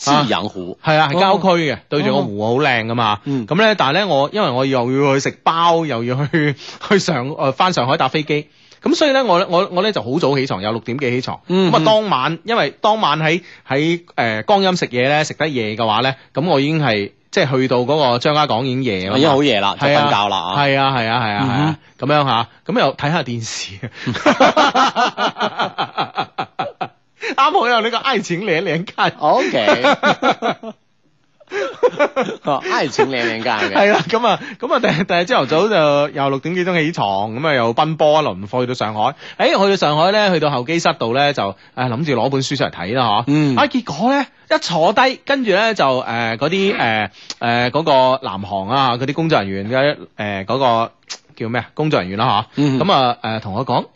Speaker 4: 滋養湖。
Speaker 2: 係啊，係郊區嘅，對住個湖好靚噶嘛。
Speaker 4: 哦嗯
Speaker 2: 咁咧，但係咧，我因為我又要去食包，又要去 去上誒翻上海搭飛機，咁所以咧，我我我咧就好早起床，有六點幾起床。
Speaker 4: 嗯
Speaker 2: 咁啊
Speaker 4: 嗯，
Speaker 2: 當晚因為當晚喺喺誒江陰食嘢咧，食得夜嘅話咧，咁我已經係即係去到嗰個張家港已經夜啦嘛。
Speaker 4: 已經哎好夜啦，就
Speaker 2: 係啊
Speaker 4: 瞓覺啦啊！
Speaker 2: 係啊係啊係啊係啊，咁樣吓，咁又睇下電視， 啱好有呢個愛情兩兩間。
Speaker 4: O K，哦，挨錢靚靚間嘅，
Speaker 2: 係啦，咁啊，咁啊，第日第日朝頭早就又六點幾鐘起床，咁啊又奔波一輪，去到上海。誒、去到上海咧，去到候機室度咧就誒諗住攞本書出嚟睇啦，嗬。
Speaker 4: 嗯
Speaker 2: 啊，結果咧一坐低，跟住咧就誒嗰啲誒誒嗰個南航啊，嗰啲工作人員嘅誒嗰個叫咩啊？工作人員啦，嗬。
Speaker 4: 嗯
Speaker 2: 咁啊誒同我講，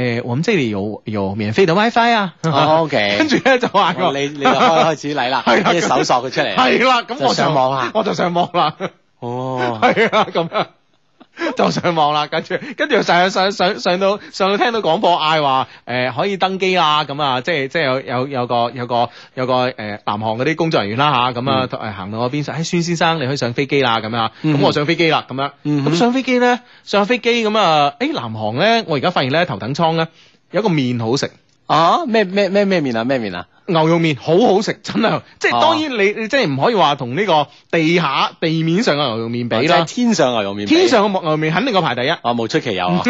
Speaker 2: 誒、誒、我們這裡有有免費的 WiFi 啊。
Speaker 4: 哦，OK
Speaker 2: 跟住咧就話我
Speaker 4: 哦你你就開開始 嚟啦，
Speaker 2: 係啦
Speaker 4: 你搜索佢出嚟，
Speaker 2: 係啦，咁
Speaker 4: 就
Speaker 2: 我就
Speaker 4: 上網啦
Speaker 2: 我就上網啦。
Speaker 4: 哦，
Speaker 2: 係啊，咁樣。就上網啦，跟住跟住上上上上到上到聽到廣播嗌話誒可以登機啦，咁啊即係即係有有有個有個有個誒、呃南航嗰啲工作人員啦吓，咁啊誒行到我邊上，誒、孫先生你可以上飛機啦咁啊，咁
Speaker 4: 嗯
Speaker 2: 我上飛機啦咁樣，咁、
Speaker 4: 嗯
Speaker 2: 上飛機咧上飛機咁啊，誒南航咧我而家發現咧頭等艙咧有一個面好食。
Speaker 4: 啊咩咩咩咩面啊咩面啊，
Speaker 2: 牛肉面好好食，真係，即係
Speaker 4: 哦
Speaker 2: 當然你你即係唔可以話同呢個地下地面上嘅牛肉面比啦
Speaker 4: 哦即係，天上牛肉面比，
Speaker 2: 天上嘅牛肉面肯定個排第 一。
Speaker 4: 哦無出其右啊，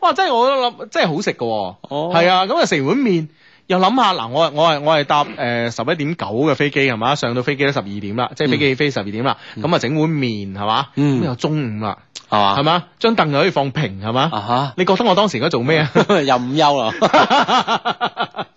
Speaker 2: 哇！真係我都諗，真係好食嘅喎。
Speaker 4: 哦
Speaker 2: 係啊，咁啊食碗面，又諗下嗱，我我係我係搭誒十一點九嘅飛機係嘛，上到飛機都十二點啦，即係飛機飛十二點啦，咁啊整碗面係嘛，
Speaker 4: 嗯
Speaker 2: 咁又中午啦，
Speaker 4: 係嘛
Speaker 2: 係嘛，張凳又可以放平係嘛，
Speaker 4: 啊
Speaker 2: 你覺得我當時應該做咩啊？
Speaker 4: 吓， 又唔啊休啦，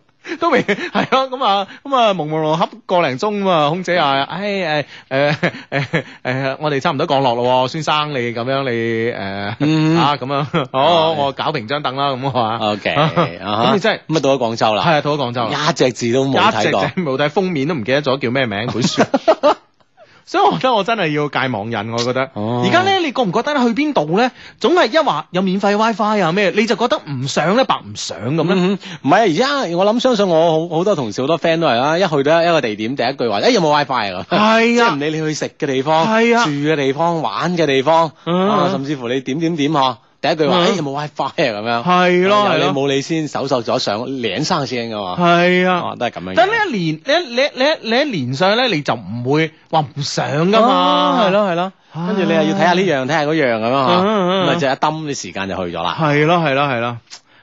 Speaker 2: 都未係咯，咁啊，咁啊，朦朦朧恰個零鐘啊，空姐話：，唉，誒誒誒誒，我哋差唔多降落咯喎，先生你咁樣你
Speaker 4: 嗯
Speaker 2: 誒啊咁樣，好，我搞平張凳啦，咁我話
Speaker 4: OK，
Speaker 2: 咁
Speaker 4: 啊咁
Speaker 2: 你真係
Speaker 4: 咁啊到咗廣州
Speaker 2: 係
Speaker 4: 啦，
Speaker 2: 啊，到咗廣州啦。
Speaker 4: 一隻字都冇
Speaker 2: 一隻
Speaker 4: 睇過，
Speaker 2: 冇睇封面都唔記得咗叫咩名本書。 所以我覺得我真係要戒網癮，我覺得。
Speaker 4: 哦
Speaker 2: 而家咧，你覺唔覺得咧去邊度咧，總係一話有免費 WiFi 啊咩，你就覺得唔上咧白唔上咁咧。
Speaker 4: 嗯唔係啊！而家我諗相信我好好多同事好多 friend 都係啊啦，一去到一個地點，第一句話：，誒、有冇 WiFi 啊？咁
Speaker 2: 係
Speaker 4: 即係
Speaker 2: 啊
Speaker 4: 唔，理你去食嘅地方、
Speaker 2: 係啊
Speaker 4: 住嘅地方、玩嘅地方，
Speaker 2: 嗯
Speaker 4: 啊甚至乎你點點點呵，第一句話
Speaker 2: 嗯
Speaker 4: 誒有冇 WiFi 啊咁樣，啊
Speaker 2: 係咯
Speaker 4: 有
Speaker 2: 係
Speaker 4: 你
Speaker 2: 咯
Speaker 4: 冇你先搜索咗上領生先噶嘛，
Speaker 2: 係
Speaker 4: 哦
Speaker 2: 啊。
Speaker 4: 都係咁樣嘅。
Speaker 2: 但係你一連你一你一你一你一連上咧，你就唔會話唔上噶嘛，
Speaker 4: 啊係，咯係咯，跟住你又要睇下呢樣睇下嗰樣咁樣
Speaker 2: 嗯嗯嗯
Speaker 4: 咁啊咪就一抌啲時間就去咗啦，
Speaker 2: 係咯係咯係咯，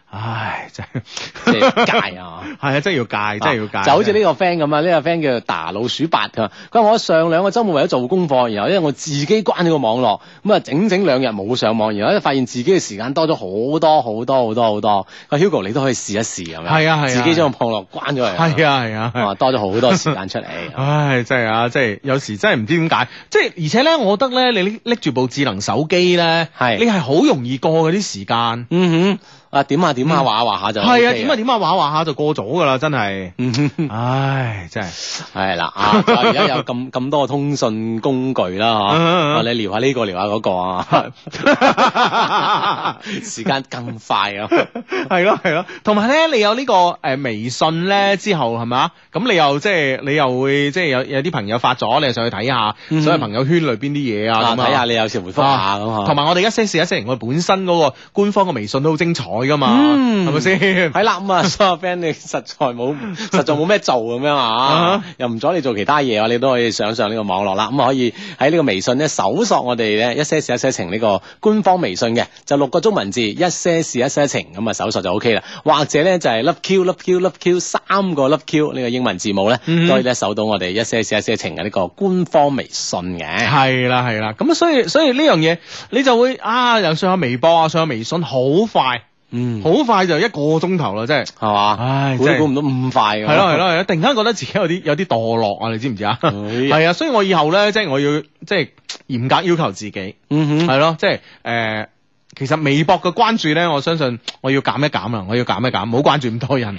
Speaker 2: 唉，真係
Speaker 4: 即係戒啊！
Speaker 2: 係啊，真係要戒，真係要戒，
Speaker 4: 就好似呢個 friend 咁啊，呢個 friend 叫打老鼠八㗎，佢話我上兩個週末為咗做功課，然後因為我自己關咗個網絡，咁啊整整兩日冇上網，然後咧發現自己嘅時間多咗好多好多好多好多。佢 Hugo 你都可以試一試咁樣，
Speaker 2: 係啊係啊
Speaker 4: 自己將個網絡關咗 嚟，
Speaker 2: 係啊係啊係啊
Speaker 4: 啊，多咗好多時 間出嚟。
Speaker 2: 唉，真係啊，真係有時真係唔知點解，即係而且咧，我覺得咧，你拎住部智能手機咧，
Speaker 4: 係
Speaker 2: 你係好容易過嗰啲時間，
Speaker 4: 嗯哼，啊點下點下
Speaker 2: 嗯
Speaker 4: 畫下畫下就
Speaker 2: 係啊，
Speaker 4: OK，
Speaker 2: 點啊點啊，玩玩下就過咗噶啦，真係
Speaker 4: 嗯哼。
Speaker 2: 唉，真係，
Speaker 4: 係啦，啊，而家有咁咁多通訊工具啦，嗬
Speaker 2: 嗯嗯嗯
Speaker 4: 啊，你聊下呢個，聊下嗰個 啊， 時間更快啊，
Speaker 2: 係咯係咯，同埋咧，你有呢個誒微信
Speaker 4: 嗯
Speaker 2: 咧之後係咪啊？咁你又即係你又會即係有有啲朋友發咗，你又上去睇下，
Speaker 4: 嗯
Speaker 2: 所有朋友圈裏邊啲嘢啊，
Speaker 4: 啊，
Speaker 2: 咁啊
Speaker 4: 睇下你有時回覆下咁啊，
Speaker 2: 同埋我哋一些事一些情，我哋本身嗰個官方嘅微信都好精彩噶嘛，
Speaker 4: 嗯
Speaker 2: 係咪先？
Speaker 4: 係啦，咁啊，所有 friend 你實在冇，實在冇咩做咁樣
Speaker 2: 啊
Speaker 4: 啊，又唔阻你做其他嘢啊，你都可以上上呢個網絡啦。咁啊可以喺呢個微信咧搜索我哋咧一些事一些情呢個官方微信嘅，就六個中文字一些事一些情咁啊搜索就 O K 啦。或者咧就係 love q love q love q 三個 love q 呢個英文字母咧，
Speaker 2: 嗯
Speaker 4: 都可以咧搜到我哋一些事一些情嘅呢個官方微信嘅。
Speaker 2: 係啦係啦，咁啊所以所以呢樣嘢你就會啊，又上下微博啊，上下微信，好快
Speaker 4: 嗯，
Speaker 2: 好快就一個鐘頭啦，真係。
Speaker 4: 係嘛
Speaker 2: 唉，
Speaker 4: 估
Speaker 2: 真
Speaker 4: 都
Speaker 2: 係
Speaker 4: 估唔到咁快
Speaker 2: 係
Speaker 4: 㗎。
Speaker 2: 咯係咯係咯，突然間覺得自己有啲有啲墮落啊！你知唔知啊？
Speaker 4: 啊哎
Speaker 2: 係啊，所以我以後咧，即係我要即係嚴格要求自己，
Speaker 4: 嗯哼。
Speaker 2: 係咯，即係誒，其實微博嘅關注咧，我相信我要減一減啦，我要減一減，唔好關注咁多人。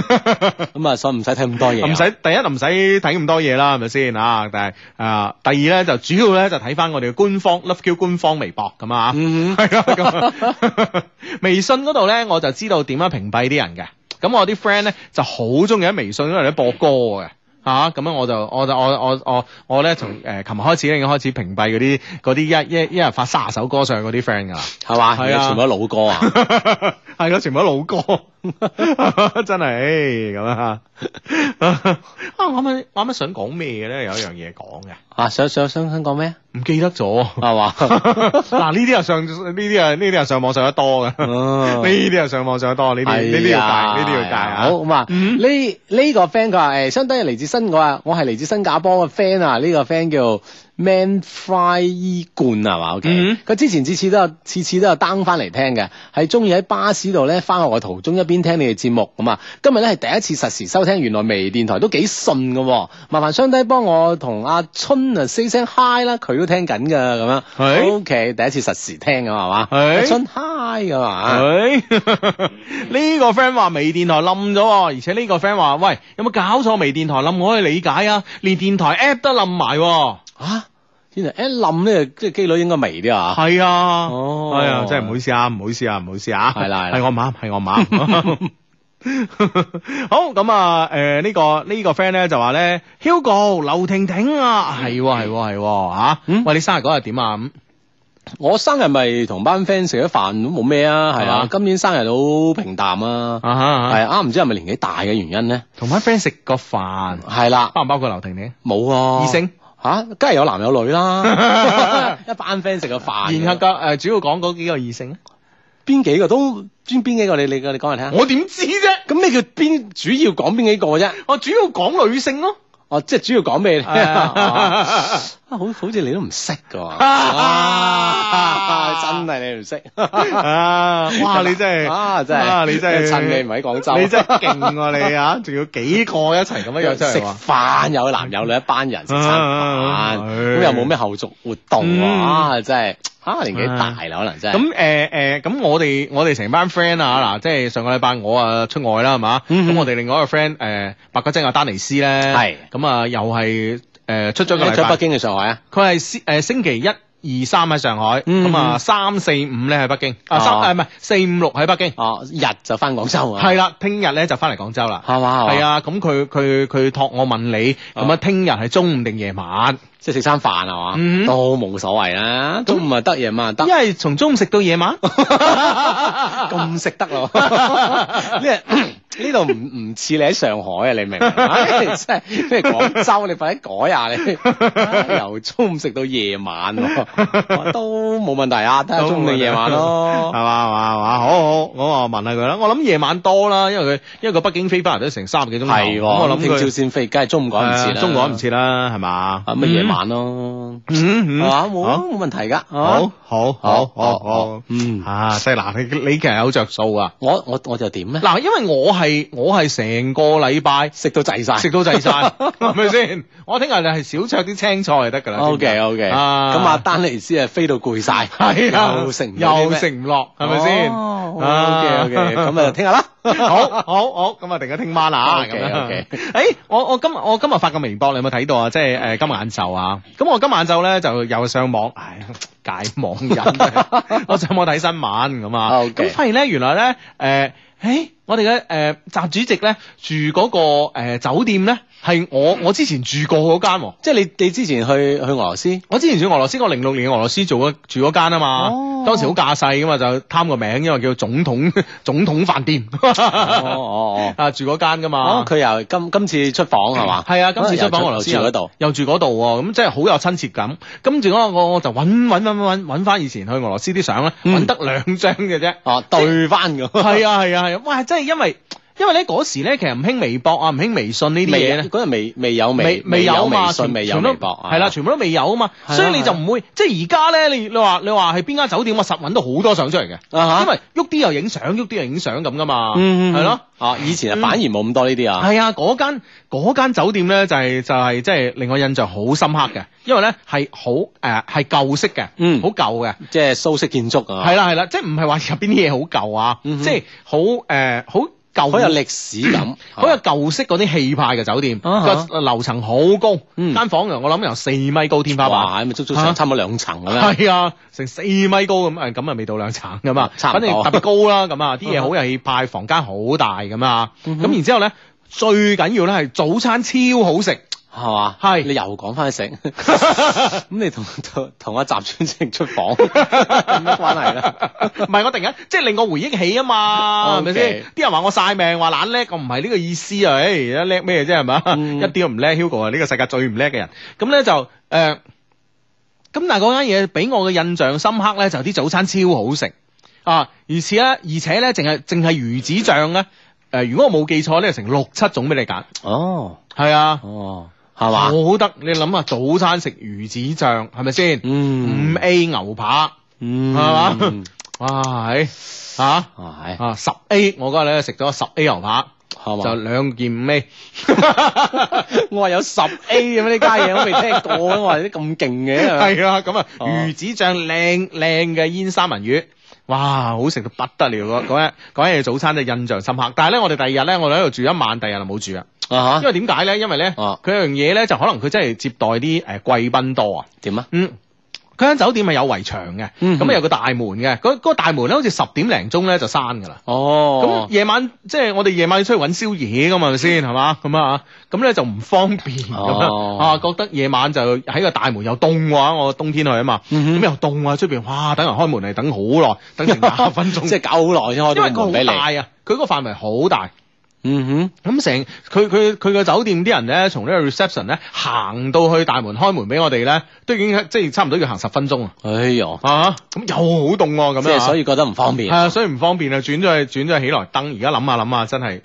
Speaker 4: 咁啊，所以唔使睇咁多嘢啊。
Speaker 2: 唔使第一唔使睇咁多嘢啦，係咪先啊？但係啊，第二咧就主要咧就睇翻我哋嘅官方 LoveQ 官方微博咁啊，
Speaker 4: 嗯
Speaker 2: 係咯咁啊。 微信嗰度咧我就知道點樣屏蔽啲人嘅。咁我啲 friend 咧就好中意喺微信嗰度咧播歌嘅。啊，咁樣我就我就我我我我咧從誒琴日開始咧已經開始屏蔽嗰啲嗰啲一一一日發卅首歌上嗰啲 friend 㗎啦。
Speaker 4: 係嘛？
Speaker 2: 係啊
Speaker 4: 全部都老歌啊！
Speaker 2: 系咯，全部都老歌， 真系咁啊！啊，我啱啱我啱啱想講咩咧？有一樣嘢講嘅，
Speaker 4: 啊，想想想想講咩？啊
Speaker 2: 唔記得 咗。
Speaker 4: 係嘛？
Speaker 2: 嗱，呢啲又上呢啲啊呢啲又上網上得多嘅，呢
Speaker 4: 哦
Speaker 2: 啲又上網上得多，呢啲呢啲要戒，呢啲要戒啊！
Speaker 4: 哎好咁啊，
Speaker 2: 嗯
Speaker 4: 呢呢個 friend 佢話誒，相當係嚟自新我啊，我係嚟自新加坡嘅 friend 啊，呢個 friend 叫 Man Fry 伊冠係嘛？OK，
Speaker 2: 嗯
Speaker 4: 佢之前次次都有次次都有 down 翻嚟聽嘅，係中意喺巴士度咧翻學嘅途中一邊聽你哋節目咁啊。今日咧係第一次實時收聽，原來微電台都幾順嘅喎，麻煩相低幫我同阿春啊 say 聲 hi 啦，佢都聽緊㗎咁樣。
Speaker 2: 係
Speaker 4: OK，第一次實時聽咁係嘛？
Speaker 2: 係
Speaker 4: 阿春 hi 咁啊。
Speaker 2: 诶，哎 呢個 friend 話微電台冧咗喎，而且呢個 friend 話喂有冇搞錯？微電台冧我可以理解啊，連電台 app 都冧埋喎。
Speaker 4: 啊，天啊！一冧咧，即係機率應該微啲啊。
Speaker 2: 係啊，
Speaker 4: 哦
Speaker 2: 係啊，真係唔好意思啊，唔好意思啊，唔好意思啊，
Speaker 4: 係啦係啦
Speaker 2: 係我唔啱，係我唔 啱。好咁啊，誒呢個呢個 friend 咧就話咧，Hugo 劉婷婷啊，係喎係喎係喎嚇
Speaker 4: 嗯，
Speaker 2: 喂你生日嗰日點啊咁？
Speaker 4: 我生日咪同班 friend 食咗飯都冇咩啊，係
Speaker 2: 啊
Speaker 4: 啊，今年生日好平淡啊，
Speaker 2: 啊哈
Speaker 4: 係啊，唔知係咪年紀大嘅原因咧？
Speaker 2: 同班 friend 食個飯，
Speaker 4: 係啦，
Speaker 2: 包唔包括劉婷婷？
Speaker 4: 冇啊，
Speaker 2: 異性
Speaker 4: 吓，梗係有男有女 啦，一班 friend 食個飯，
Speaker 2: 然後個誒主要講嗰幾個異性，啊
Speaker 4: 邊幾個都專邊幾個？你你你講嚟聽下。
Speaker 2: 我點知啫？
Speaker 4: 咁咩叫邊主要講邊幾個 啫？
Speaker 2: 我主要講女性 咯。
Speaker 4: 哦，即係主要 講咩咧？ 啊，好好似你都唔識㗎 喎，啊真係你唔識。
Speaker 2: 啊！哇！你真係
Speaker 4: 啊真係
Speaker 2: 啊！你真係
Speaker 4: 趁你唔喺廣州
Speaker 2: 你真係勁喎你啊！仲要幾個一齊咁樣約出
Speaker 4: 食
Speaker 2: 嚟話，
Speaker 4: 飯有男有女一班人食餐
Speaker 2: 啊
Speaker 4: 飯，
Speaker 2: 係
Speaker 4: 咁又冇咩後續活動喎，
Speaker 2: 嗯
Speaker 4: 啊真係啊年紀大啦，可能真係
Speaker 2: 咁誒誒，咁我哋我哋成班 friend 啊，嗱，即係上個禮拜我啊出外啦，係嘛？
Speaker 4: 嗯
Speaker 2: 咁我哋另外一個 friend 誒白骨精啊阿丹尼斯咧，
Speaker 4: 係
Speaker 2: 咁啊，又係誒出咗個
Speaker 4: 你
Speaker 2: 禮
Speaker 4: 喺北
Speaker 2: 拜，
Speaker 4: 京定上海啊？
Speaker 2: 佢係星誒星期一、二、三喺上海，
Speaker 4: 嗯
Speaker 2: 咁啊三四五咧喺北京，啊
Speaker 4: 哦
Speaker 2: 三誒唔係四五六喺北京，
Speaker 4: 哦，日就翻廣州啊，
Speaker 2: 係啦，聽日咧就翻嚟廣州啦。
Speaker 4: 哦係嘛，係嘛哦
Speaker 2: 係，啊，咁佢佢佢託我問你，咁啊，聽日係中午定夜晚？
Speaker 4: 即係食餐飯係
Speaker 2: 嗯
Speaker 4: 嘛，都冇所謂啦。中午啊得，夜晚啊得
Speaker 2: 因，為從中午食到夜晚，
Speaker 4: 咁食得咯。 呢 呢度唔唔似你喺上海啊，你明唔明啊？ 真係即係廣州，你快啲改下 你，由中午食到夜晚喎，都冇問題啊，睇下中午定夜晚
Speaker 2: 係
Speaker 4: 咯。
Speaker 2: 嘛係嘛係嘛，好好，我我問下佢啦。我諗夜晚多啦，因為佢因為佢北京飛翻嚟都成三十幾鐘頭，
Speaker 4: 係喎，
Speaker 2: 咁我
Speaker 4: 我
Speaker 2: 諗
Speaker 4: 諗聽朝
Speaker 2: 佢
Speaker 4: 先飛，梗係中午趕唔切
Speaker 2: 係啊
Speaker 4: 啦，
Speaker 2: 中午趕唔切啦，係嘛？
Speaker 4: 啊，咪夜晚咯，係
Speaker 2: 嗯？嗯嗯，
Speaker 4: 嘛，冇啊
Speaker 2: 好
Speaker 4: 冇問題㗎，
Speaker 2: 好好好好好
Speaker 4: 好，嗯
Speaker 2: 啊！即係嗱，你你其實有着數 啊！
Speaker 4: 我我我就點咧？
Speaker 2: 嗱，因為我係我係成個禮拜
Speaker 4: 食到滯晒。
Speaker 2: 食到 滯晒，係咪先？我聽日你係少着啲青菜就得㗎啦。
Speaker 4: O K O K，咁
Speaker 2: 啊
Speaker 4: 阿丹尼斯啊飛到攰晒，
Speaker 2: 係啊，
Speaker 4: 又食唔到啲
Speaker 2: 又
Speaker 4: 咩
Speaker 2: 食唔落，係咪先？
Speaker 4: ？O
Speaker 2: 啊
Speaker 4: K O K，咁啊聽下啦，
Speaker 2: 好 好好，咁啊，定咗聽晚啦，咁
Speaker 4: OK，
Speaker 2: 樣
Speaker 4: OK。
Speaker 2: 誒，我我今我今日發個微博，你有冇睇到啊？即係誒今日晏晝啊，咁我今晚晏晝咧就又上網，唉，解網 癮，我上網睇新聞咁啊，
Speaker 4: OK
Speaker 2: 咁發現咧原來咧誒。誒，我哋嘅誒習主席咧住嗰、個、誒酒店咧，係我我之前住過嗰間喎。
Speaker 4: 即係你你之前去去俄羅斯，
Speaker 2: 我之前住俄羅斯，我零六年去俄羅斯做嗰住嗰間啊嘛，
Speaker 4: 哦
Speaker 2: 當時好架勢噶嘛，就貪個名，因為叫總統 總統飯店，
Speaker 4: 哦 哦
Speaker 2: 啊住嗰間噶
Speaker 4: 哦，
Speaker 2: 嘛
Speaker 4: 哦。佢又今今次出訪係嘛？ 哦
Speaker 2: 係啊，今次出訪俄羅斯
Speaker 4: 又住嗰度，
Speaker 2: 又住嗰度喎，咁真係好有親切感。跟住我我我就揾揾揾揾揾翻以前去俄羅斯啲相咧，
Speaker 4: 嗯
Speaker 2: 揾得兩張嘅啫。
Speaker 4: 哦對翻咁，
Speaker 2: 係啊係啊係啊，哇！真係因為因為咧嗰時咧其實唔興微博啊，唔興微信呢啲嘢
Speaker 4: 未
Speaker 2: 咧。
Speaker 4: 嗰日未未有
Speaker 2: 未
Speaker 4: 微
Speaker 2: 未有
Speaker 4: 微
Speaker 2: 嘛，
Speaker 4: 信，未有
Speaker 2: 全部都
Speaker 4: 微博，
Speaker 2: 係啦，全部都未有啊嘛，
Speaker 4: 係啊
Speaker 2: 所以你就唔會即係而家咧，你你話你話係邊間酒店，我實揾到好多相出嚟嘅，
Speaker 4: 啊
Speaker 2: 因
Speaker 4: 嚇，
Speaker 2: 為喐啲又影相，喐啲又影相咁噶嘛，
Speaker 4: 嗯嗯
Speaker 2: 係咯。
Speaker 4: 啊以前啊反而冇咁多呢啲啊，
Speaker 2: 嗯係啊，嗰間嗰間酒店咧就係就係即係令我印象好深刻嘅，因為咧係好誒係舊式嘅，
Speaker 4: 嗯
Speaker 2: 好舊嘅，
Speaker 4: 即係蘇式建築啊，
Speaker 2: 係啦係啦，即係唔係話入邊啲嘢好舊啊，
Speaker 4: 嗯哼
Speaker 2: 即係好誒好舊，
Speaker 4: 好有歷史感，
Speaker 2: 好有舊式嗰啲氣派嘅酒店，
Speaker 4: 啊哈
Speaker 2: 個樓層好高，
Speaker 4: 嗯
Speaker 2: 間房我諗由四米高天花板。
Speaker 4: 哇咁咪足足
Speaker 2: 啊
Speaker 4: 上差唔多兩層咁樣。
Speaker 2: 係啊，成四米高咁，誒咁啊未到兩層咁啊，
Speaker 4: 差唔
Speaker 2: 反
Speaker 4: 多
Speaker 2: 正特別高啦咁啊，啲嘢好有氣派，房間好大咁啊，
Speaker 4: 嗯
Speaker 2: 咁
Speaker 4: 哼
Speaker 2: 然之後咧，最緊要咧係早餐超好食，
Speaker 4: 係嘛？
Speaker 2: 係
Speaker 4: 你又講翻食， 咁你同同同阿習主席出房 有乜關係啦？
Speaker 2: 唔係我突然間即係令我回憶起啊嘛，係咪
Speaker 4: 哦 OK
Speaker 2: 先？啲人話我晒命，話懶叻，我唔係呢個意思啊！誒，而家叻咩啫係嘛？
Speaker 4: 嗯
Speaker 2: 一啲都唔叻，Hugo 啊係呢個世界最唔叻嘅人。咁咧就呃誒，咁、但係嗰間嘢俾我嘅印象深刻咧，就係啲早餐超好食啊！而且咧，而且咧，淨係淨係魚子醬咧，誒、如果我冇記錯咧，成六七種俾你揀，
Speaker 4: 哦
Speaker 2: 係啊，
Speaker 4: 哦，係嘛？
Speaker 2: 好得你諗下早餐食魚子醬係咪先？
Speaker 4: 嗯
Speaker 2: 五 A 牛扒，
Speaker 4: 嗯哦
Speaker 2: 係嘛？哇，係嚇。啊
Speaker 4: 係
Speaker 2: 啊，十 A，我嗰日咧食咗十 A 牛扒，
Speaker 4: 係嘛？
Speaker 2: 就兩件五 A，
Speaker 4: 我話有十 A 咁啊呢家嘢，我未聽過啊！我話啲咁勁嘅係咪，
Speaker 2: 係啊，咁啊，
Speaker 4: 哦
Speaker 2: 魚子醬靚靚嘅煙三文魚。哇，好食到不得了！嗰嗰日嗰日早餐就印象深刻。但係咧，我哋第二日咧，我哋喺度住一晚，第二日就冇住啊。
Speaker 4: 啊
Speaker 2: 因
Speaker 4: 嚇
Speaker 2: 為點解咧？因為咧，
Speaker 4: 哦
Speaker 2: 佢有樣嘢咧，就可能佢真係接待啲誒貴賓多啊。
Speaker 4: 點啊？
Speaker 2: 嗯，佢間酒店係有圍牆嘅，
Speaker 4: 嗯
Speaker 2: 咁啊有個大門嘅。嗰嗰個大門咧，好似十點零鐘咧就閂㗎啦。咁
Speaker 4: 哦，
Speaker 2: 夜晚即係我哋夜晚要出去揾宵夜噶嘛，係咪先係嘛？咁啊，咁咧就唔方便咁樣
Speaker 4: 哦
Speaker 2: 啊，覺得夜晚就喺個大門又凍嘅話，我冬天去啊嘛，咁
Speaker 4: 嗯哼
Speaker 2: 又凍啊，出邊哇等人開門嚟等好耐，等 成廿分鐘，
Speaker 4: 即係搞好耐先開
Speaker 2: 因為
Speaker 4: 到
Speaker 2: 佢
Speaker 4: 個門
Speaker 2: 好
Speaker 4: 俾你。
Speaker 2: 大啊，佢個範圍好大。
Speaker 4: 嗯
Speaker 2: 咁成佢佢佢個酒店啲人咧，從呢個 reception 咧行到去大門開門俾我哋咧，都已經即係差唔多要行十分鐘啊！
Speaker 4: 哼，哎呦，
Speaker 2: 啊，咁又好凍喎，咁樣
Speaker 4: 即係
Speaker 2: 啊
Speaker 4: 所以覺得唔方便
Speaker 2: 係，啊，所以唔方便啊，轉咗去轉咗去喜來登，而家諗下諗下，真係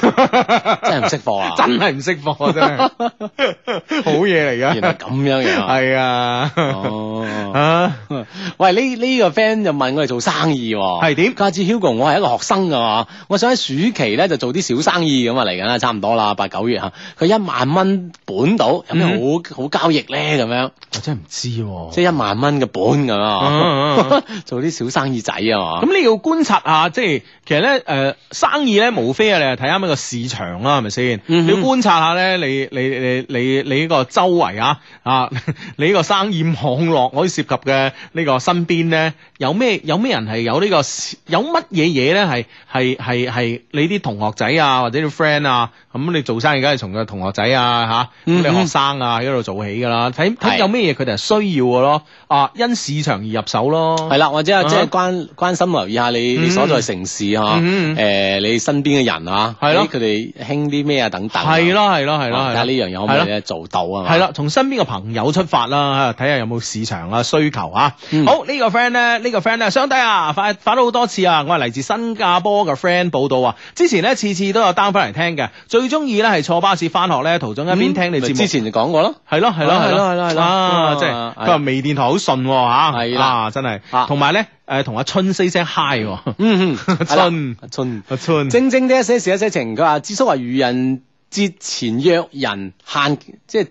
Speaker 4: 真係唔識貨 啊！
Speaker 2: 真係唔識貨啊，真 係好嘢嚟
Speaker 4: 原來
Speaker 2: 噶，
Speaker 4: 咁樣樣啊。
Speaker 2: 係啊，
Speaker 4: 哦。
Speaker 2: 啊
Speaker 4: 喂，呢呢、個 friend 就問我哋做生意喎、
Speaker 2: 係點
Speaker 4: 家知 Hugo，我係一個學生㗎嘛，我想喺暑期咧就做啲小生意咁啊，嚟緊啦，差唔多啦，八九月嚇，佢一萬蚊本到，有咩好、
Speaker 2: 嗯
Speaker 4: 好交易咧？咁樣
Speaker 2: 我真係唔知喎，
Speaker 4: 即係一萬蚊嘅本咁
Speaker 2: 嗯
Speaker 4: 啊， 做啲小生意仔啊嘛。
Speaker 2: 咁你要觀察下，即係其實咧誒、呃生意咧，無非啊，你係睇啱一個市市場啦，係咪先？
Speaker 4: 嗯哼
Speaker 2: 你要觀察下咧，你你你你你呢個周圍啊啊， 你呢個生意網絡可以涉及嘅呢個身邊咧，有咩有咩人係有呢、個有乜嘢嘢咧？係係係係你啲同學仔啊，或者啲 friend 啊，咁你做生意梗係從個同學仔啊嚇，咁、
Speaker 4: 嗯
Speaker 2: 你
Speaker 4: 哼
Speaker 2: 學生啊喺度做起㗎啦，睇睇
Speaker 4: 係
Speaker 2: 有咩嘢佢哋係需要嘅咯，啊因市場而入手咯，
Speaker 4: 係啦，或者係即係
Speaker 2: 啊嗯
Speaker 4: 關關心留意下你你所在城市嚇，
Speaker 2: 嗯嗯
Speaker 4: 誒你身邊嘅人啊，
Speaker 2: 係咯
Speaker 4: 咦佢哋興啲咩啊等等啊，
Speaker 2: 係咯係咯係咯，係
Speaker 4: 啊
Speaker 2: 咯
Speaker 4: 睇下呢樣嘢可唔
Speaker 2: 係
Speaker 4: 可
Speaker 2: 咯
Speaker 4: 以咧做到啊？
Speaker 2: 系，啦，從身邊嘅朋友出發啦，睇下有冇市場啊需求啊。
Speaker 4: 嗯
Speaker 2: 好呢、個 friend 咧，呢、個 friend 咧，相低啊，發發咗好多次啊，我係嚟自新加坡嘅 friend 報道啊，之前咧次次都有 down 翻嚟聽嘅，最中意咧係坐巴士翻學咧途中一邊聽你
Speaker 4: 嗯咪
Speaker 2: 節目。
Speaker 4: 之前就講過咯，
Speaker 2: 係咯係咯
Speaker 4: 啊
Speaker 2: 係咯
Speaker 4: 係咯係咯
Speaker 2: 啊！
Speaker 4: 啊
Speaker 2: 即係
Speaker 4: 係
Speaker 2: 佢話微電台好順喎嚇，
Speaker 4: 係啦
Speaker 2: 啊真係，
Speaker 4: 啊
Speaker 2: 同埋咧誒同阿春 say 聲 hi 喎，
Speaker 4: 嗯嗯，係啦
Speaker 2: 春嗯
Speaker 4: 阿春。
Speaker 2: 阿 春
Speaker 4: 正正的一些事一些情，佢話智叔話愚人節前約人限，即係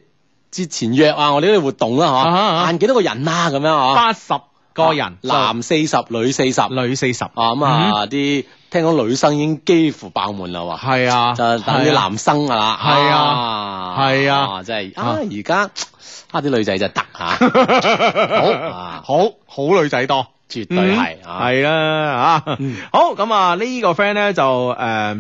Speaker 4: 節前約啊！我哋呢啲活動啦，
Speaker 2: 啊啊啊
Speaker 4: 嗬，限幾多個人啊？咁樣啊，
Speaker 2: 八十個人，嗯
Speaker 4: 男四十，女四十，啊
Speaker 2: 女四十，
Speaker 4: 咁啊啲聽講女生已經幾乎爆滿啦喎，
Speaker 2: 係啊，
Speaker 4: 就等啲
Speaker 2: 係啊
Speaker 4: 男生噶啦，
Speaker 2: 係啊係啊
Speaker 4: 真係
Speaker 2: 啊
Speaker 4: 啊！而家啊啲女仔真係得 嚇，啊
Speaker 2: 好好女仔多，
Speaker 4: 絕對係啊
Speaker 2: 系啦吓
Speaker 4: 嗯，
Speaker 2: 好咁啊呢個 friend 咧就诶。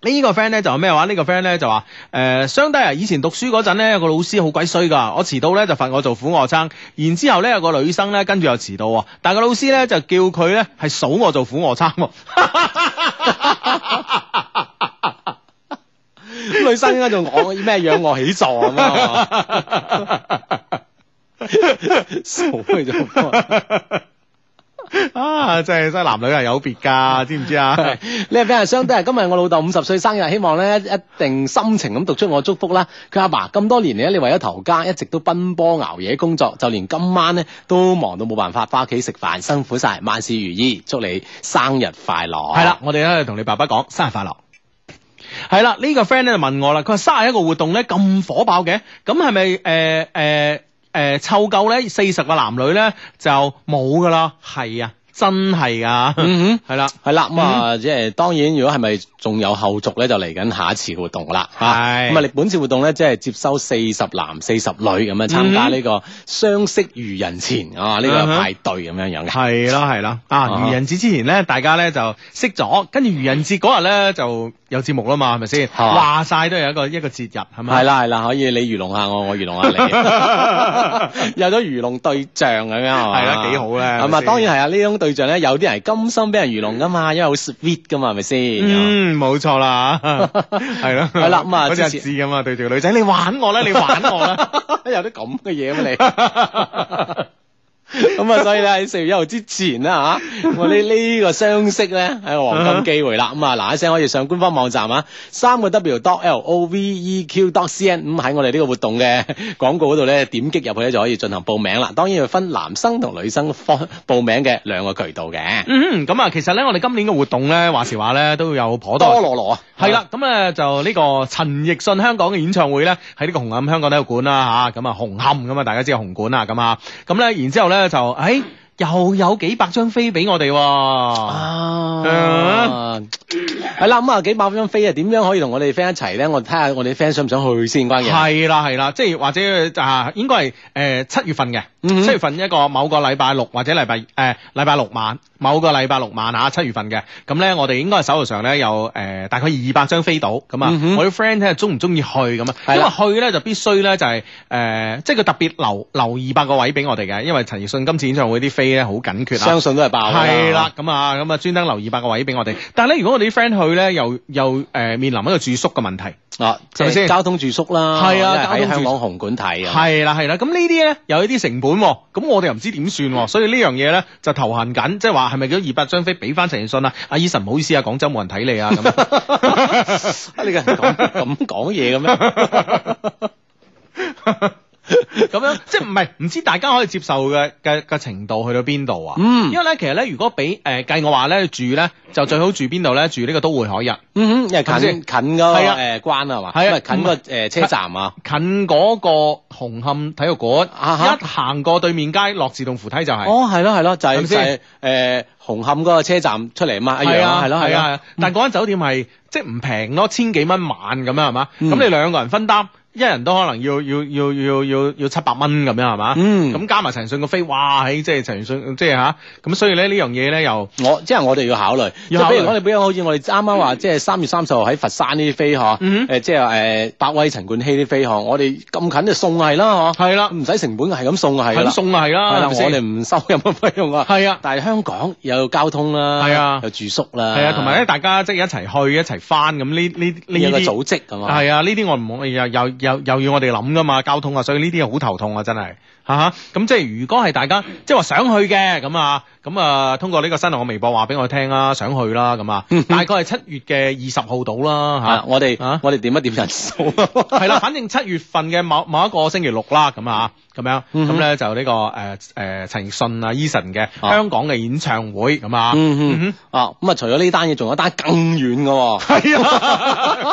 Speaker 2: 呢個 friend 咧就咩話？呢、個 friend 咧就話誒，相低啊！以前讀書嗰陣咧，有個老師好鬼衰噶，我遲到咧就罰我做苦我撐，然之後咧有個女生咧跟住又遲到喎，但係個老師咧就叫佢咧係數我做苦我撐 喎。
Speaker 4: 女生應該仲講咩仰卧起坐咁啊，傻嘅啫。
Speaker 2: 啊！真係真係男女係有別㗎，知唔知啊？
Speaker 4: 你係俾人相低啊！今日我老豆五十歲生日，希望咧一定深情咁讀出我祝福啦。佢阿爸咁多年嚟咧，你為咗頭家一直都奔波熬夜工作，就連今晚咧都忙到冇辦法翻屋企食飯，辛苦晒，萬事如意，祝你生日快樂。
Speaker 2: 係啦，，我哋咧同你爸爸講生日快樂。係啦，呢、個 friend 咧就問我啦，佢話三十一個活動咧咁火爆嘅，咁係咪誒誒誒湊夠咧四十個男女咧就冇㗎啦？係啊，真係啊，
Speaker 4: 嗯
Speaker 2: 係啦。
Speaker 4: 哼，係啦，咁啊，
Speaker 2: 嗯
Speaker 4: 即係當然，如果係咪仲有後續咧，就嚟緊下一次活動啦。嚇
Speaker 2: 係
Speaker 4: 咁啊，你本次活動咧，即係接收四十男四十女咁樣參加呢個相識愚人前啊，呢
Speaker 2: 嗯哼
Speaker 4: 個派對咁樣樣嘅。
Speaker 2: 係啦係啦，
Speaker 4: 啊
Speaker 2: 啊愚人節之前咧，大家咧就識咗，跟住愚人節嗰日咧就有節目啦嘛，係咪先？
Speaker 4: 嘛
Speaker 2: 話晒都有一個一個節日，係咪？
Speaker 4: 系啊啦系啦，可以你 愚弄 下我，我愚弄下你，有咗愚弄對象咁樣係嘛
Speaker 2: 係啦幾好咧係
Speaker 4: 咁
Speaker 2: 咪
Speaker 4: 啊，
Speaker 2: 先
Speaker 4: 當然係啊，呢種對象咧，有啲人係甘心俾人愚弄噶嘛，因為好 sweet 噶嘛，係咪先？
Speaker 2: 嗯，冇錯 啦，係咯，
Speaker 4: 係啦咁啊
Speaker 2: 好似阿
Speaker 4: 之前
Speaker 2: 志咁啊，對住個女仔，你玩我啦，你玩我啦。
Speaker 4: 有啲咁嘅嘢咩你？ 咁啊，所以咧喺四月一號之前啦吓，我啊呢呢個相識咧係個黃金機會啦。咁啊，嗱一聲可以上官方網站啊，三個 W dot L O V E Q dot C N，咁喺我哋呢個活動嘅 廣告嗰度咧點擊入去咧就可以進行報名啦。當然要分男生同女生方報名嘅兩個渠道嘅。
Speaker 2: 嗯，咁啊，其實咧，我哋今年嘅活動咧，話時話咧，都有頗
Speaker 4: 多
Speaker 2: 多。
Speaker 4: 羅羅啊，
Speaker 2: 係啦，咁咧就呢個陳奕迅香港嘅演唱會咧，喺呢個紅磡香港體育館啦吓，咁啊紅磡咁啊，大家知係紅館啊咁啊，咁咧然之後咧就誒、哎又有幾百張飛俾我哋喎，
Speaker 4: 啊，係啦，咁啊幾百張飛啊，點樣可以同我哋 friend 一齊咧？我睇下我哋 friend 想唔想去先關鍵。
Speaker 2: 係啦係啦，即係或者啊應該係誒七月份嘅，七、
Speaker 4: 嗯哼
Speaker 2: 月份一個某個禮拜六或者禮拜誒禮拜六晚，某個禮拜六晚啊七月份嘅，咁咧我哋應該係手頭上咧有誒、呃大概二百張飛到，咁啊、
Speaker 4: 嗯哼
Speaker 2: 我啲 friend 睇下中唔中意去咁啊，
Speaker 4: 係啦
Speaker 2: 因為去咧就必須咧就係、呃即係佢特別留留二百個位俾我哋嘅，因為陳奕迅今次演唱會啲飛咧好緊缺啊
Speaker 4: 相。信都係爆㗎
Speaker 2: 係啦，，咁啊，咁啊，專登留二百個位俾我哋。但係咧，如果我哋啲 friend 去咧，又又誒、呃面臨一個住宿嘅問題。
Speaker 4: 啊，
Speaker 2: 係
Speaker 4: 即
Speaker 2: 咪先
Speaker 4: 係交通住宿啦，
Speaker 2: 係啊
Speaker 4: 因為喺
Speaker 2: 交通住宿
Speaker 4: 香港紅館睇啊，
Speaker 2: 係啦係啦，咁呢啲咧有一啲成本喎，咁我哋又唔知點算喎，所以呢樣嘢咧就頭痕緊，即係話係咪嗰二百張飛俾翻陳奕迅啊？阿 Eason 唔好意思啊，廣州冇人睇你啊咁。
Speaker 4: 啊 你個人咁咁講嘢嘅咩？
Speaker 2: 咁樣即係唔係唔知大家可以接受嘅嘅嘅程度去到邊度啊？
Speaker 4: 嗯
Speaker 2: 因為咧，其實咧，如果俾誒計我話咧住咧，就最好住邊度咧？住呢個都會海逸。
Speaker 4: 嗯哼，因為
Speaker 2: 係咪
Speaker 4: 近
Speaker 2: 先
Speaker 4: 近嗰個
Speaker 2: 係啊
Speaker 4: 誒關係嘛，
Speaker 2: 係啊
Speaker 4: 唔係近個誒車站啊，
Speaker 2: 近嗰個紅磡體育館，
Speaker 4: 啊哈
Speaker 2: 一行過對面街落自動扶梯就係、
Speaker 4: 哦係咯係咯，就
Speaker 2: 係
Speaker 4: 係
Speaker 2: 咪
Speaker 4: 就係
Speaker 2: 先
Speaker 4: 誒紅磡嗰個車站出嚟啊嘛，一
Speaker 2: 係
Speaker 4: 樣
Speaker 2: 啊，
Speaker 4: 係咯係
Speaker 2: 係
Speaker 4: 咯，
Speaker 2: 啊，但嗰間酒店係即係唔平咯，千幾蚊晚咁樣係嘛？
Speaker 4: 嗯
Speaker 2: 咁你兩個人分擔，一人都可能要要要要要要七百蚊咁樣係嘛？
Speaker 4: 嗯
Speaker 2: 咁加埋陳奕迅個飛，哇！喺即係陳奕迅即係吓，咁所以咧呢樣嘢咧又
Speaker 4: 我即係我哋要考慮，即
Speaker 2: 要
Speaker 4: 係
Speaker 2: 考慮
Speaker 4: 比如講你比如好似我哋啱啱話，即係三月三十號喺佛山呢啲飛嗬，
Speaker 2: 嗯
Speaker 4: 誒即係誒百威陳冠希啲飛嗬，我哋咁近就送係啦嗬，
Speaker 2: 係啦，
Speaker 4: 唔使成本係咁送係
Speaker 2: 係
Speaker 4: 啦
Speaker 2: 咁，送啊係啦，係
Speaker 4: 係啦，
Speaker 2: 咪
Speaker 4: 我
Speaker 2: 先
Speaker 4: 哋唔收任何費用 啊，
Speaker 2: 係啊。
Speaker 4: 但係香港有交通啦，
Speaker 2: 係啊
Speaker 4: 有住宿啦，
Speaker 2: 係啊，同埋咧，大家即係一齊去一齊翻咁呢呢呢
Speaker 4: 有個
Speaker 2: 啲
Speaker 4: 組織咁嘛，
Speaker 2: 係啊，呢啲我唔又又又又要我哋諗噶嘛，交通啊，所以呢啲好頭痛啊，真係嚇嚇。咁、即係如果係大家即係話想去嘅咁啊，咁啊通過呢個新浪嘅微博話俾我聽啦，想去啦咁啊，大概係七月嘅二十號到啦
Speaker 4: 嗯啊，
Speaker 2: 嚇。
Speaker 4: 我哋
Speaker 2: 啊
Speaker 4: 我哋點一點人數。 啊
Speaker 2: 係啦，反正七月份嘅某某一個星期六啦，咁啊，咁樣，
Speaker 4: 嗯哼
Speaker 2: 咁咧就呢個誒誒陳奕迅啊、Eason 嘅
Speaker 4: 啊
Speaker 2: 香港嘅演唱會咁啊，
Speaker 4: 嗯嗯啊，咁啊，除咗呢單嘢，仲有一單更遠嘅
Speaker 2: 哼， 係啊。
Speaker 4: 喎，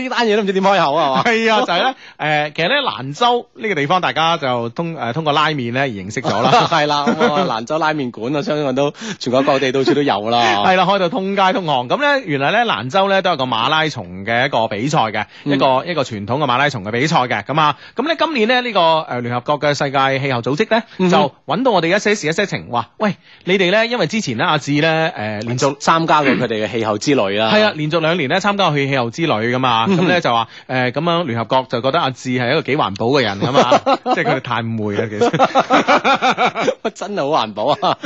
Speaker 4: 呢單嘢都唔知點開口啊嘛。
Speaker 2: 係啊，就係咧，誒，其實咧蘭州呢個地方，大家就通誒通過拉麵咧而認識咗啦。
Speaker 4: 係啦，咁啊蘭州拉麵館啊，相信都全國各地到處都有啦。
Speaker 2: 係啦，開到通街通巷。咁咧，原來咧蘭州咧都有個馬拉松嘅一個比賽嘅，
Speaker 4: 嗯
Speaker 2: 一個一個傳統嘅馬拉松嘅比賽嘅。咁啊，咁咧今年咧呢個誒聯合國嘅世界氣候組織咧，
Speaker 4: 嗯哼
Speaker 2: 就揾到我哋一些事一些情，話喂，你哋咧因為之前咧阿志咧誒連續。
Speaker 4: 參加過佢哋嘅氣候之旅啦。
Speaker 2: 嗯係啊，連續兩年咧參加去氣候之旅噶嘛，
Speaker 4: 嗯
Speaker 2: 咁咧就話誒咁樣聯合國就覺得阿志係一個幾環保嘅人噶嘛， 即係佢哋太誤會啦，其實。
Speaker 4: 啊， 真係好環保 啊，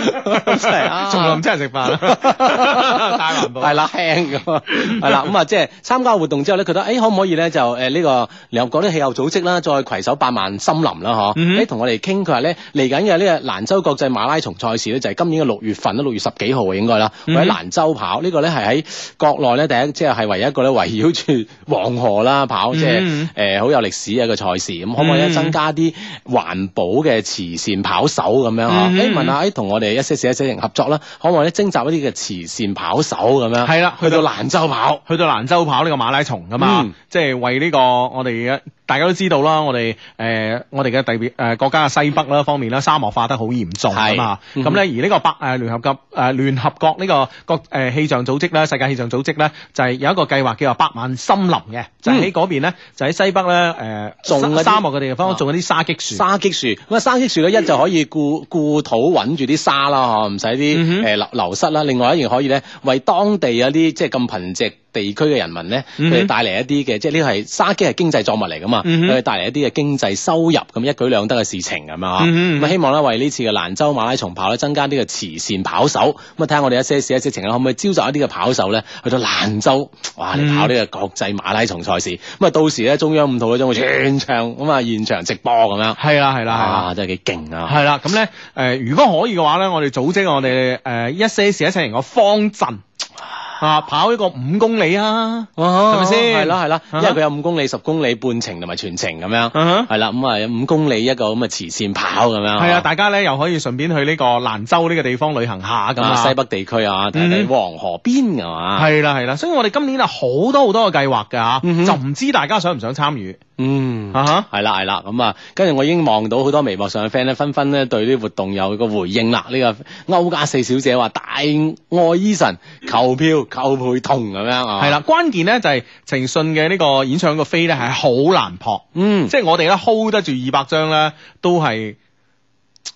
Speaker 4: 真係啊，
Speaker 2: 從來唔請人食飯， 太環保。
Speaker 4: 係啦，輕咁啊，係啦，咁啊，即係參加活動之後咧，覺得哎誒可唔可以咧就誒呢個聯合國啲氣候組織啦，再攜手百萬森林啦，嗬，
Speaker 2: 嗯
Speaker 4: 誒同我哋傾，佢話咧嚟緊嘅呢個蘭州國際馬拉松賽事咧，就係今年嘅六月份啦，六月十幾號啊應該啦，會
Speaker 2: 嗯
Speaker 4: 喺蘭州跑，呢個咧係喺國內咧第一，即係係唯一一個咧圍繞住黃河啦跑，即係
Speaker 2: 嗯
Speaker 4: 誒好有歷史嘅一個賽事，咁可唔可以咧
Speaker 2: 嗯
Speaker 4: 增加啲環保嘅慈善跑手咁樣啊？
Speaker 2: 嗯
Speaker 4: 誒問下誒同我哋一些事一些情合作啦，可唔可以咧徵集一啲嘅慈善跑手咁樣？
Speaker 2: 係啦
Speaker 4: 去
Speaker 2: 去
Speaker 4: 到
Speaker 2: 到
Speaker 4: 蘭州跑。
Speaker 2: 去到蘭州跑呢個馬拉松噶嘛，
Speaker 4: 嗯
Speaker 2: 即係為呢個我哋嘅大家都知道啦，我哋誒、呃我哋嘅特別誒國家嘅西北啦方面啦，沙漠化得好嚴重啊嘛，
Speaker 4: 係嗯
Speaker 2: 咁咧、而呢個北誒聯合國誒、呃、聯合國呢、個國誒、呃、氣象組織咧，世界氣象組織咧就係、有一個計劃叫做百萬森林嘅，就喺嗰邊咧就喺西北咧誒、呃
Speaker 4: 嗯種嗰啲
Speaker 2: 沙沙漠嘅地
Speaker 4: 啊
Speaker 2: 方種嗰啲沙棘樹。
Speaker 4: 沙棘樹咁啊，沙棘樹咧一就可以固固土穩住啲沙啦，嗬，唔使啲
Speaker 2: 嗯哼
Speaker 4: 誒流流失啦。另外一樣可以咧，為當地一啲即係咁貧瘠地區嘅人民咧，佢
Speaker 2: 嗯哼
Speaker 4: 哋帶嚟一啲嘅，即係呢個係沙棘係經濟作物嚟噶嘛，
Speaker 2: 嗯
Speaker 4: 佢
Speaker 2: 哼
Speaker 4: 哋帶嚟一啲嘅經濟收入，咁一舉兩得嘅事情咁啊。
Speaker 2: 嗯哼嗯
Speaker 4: 咁
Speaker 2: 哼
Speaker 4: 啊，希望咧為呢次嘅蘭州馬拉松跑咧增加呢個慈善跑手，咁啊睇下我哋一些事一些情啦，可唔可以招集一啲嘅跑手咧去到蘭州，哇嚟跑呢個國際馬拉松賽事，咁啊到時咧中央五套咧將會全場咁啊現場直播咁樣。
Speaker 2: 係啦係啦係啦。
Speaker 4: 啊，真係幾勁啊！
Speaker 2: 係啦，咁咧誒，如果可以嘅話咧，我哋組織我哋誒、呃一些事一些情個方陣啊，跑一個五公里啊，
Speaker 4: 係
Speaker 2: 係咪先
Speaker 4: 係啦係啦，因
Speaker 2: 啊哈
Speaker 4: 為佢有五公里、十公里半程同埋全程咁樣，
Speaker 2: 嗯哼
Speaker 4: 係啦，咁啊有五公里一個咁嘅慈善跑咁樣，
Speaker 2: 係啊，大家咧又可以順便去呢個蘭州呢個地方旅行下咁
Speaker 4: 咁啊
Speaker 2: 啊，
Speaker 4: 西北地區啊，睇睇
Speaker 2: 嗯
Speaker 4: 黃河邊啊嘛，
Speaker 2: 係啦係啦，所以我哋今年啊好多好多嘅計劃㗎嚇，
Speaker 4: 嗯哼
Speaker 2: 就唔知大家想唔想參與
Speaker 4: 嗯。
Speaker 2: 啊哈？
Speaker 4: 係啦係啦，咁啊，跟住我已經望到好多微博上嘅 friend 咧，紛紛咧對呢個活動有個回應啦。呢、個歐家四小姐話大愛 Eason 求票求陪同咁樣啊，
Speaker 2: 係啦，，關鍵咧就係陳奕迅嘅呢個演唱個飛咧係好難撲，
Speaker 4: 嗯，
Speaker 2: 即係我哋咧 hold 得住二百張咧都係。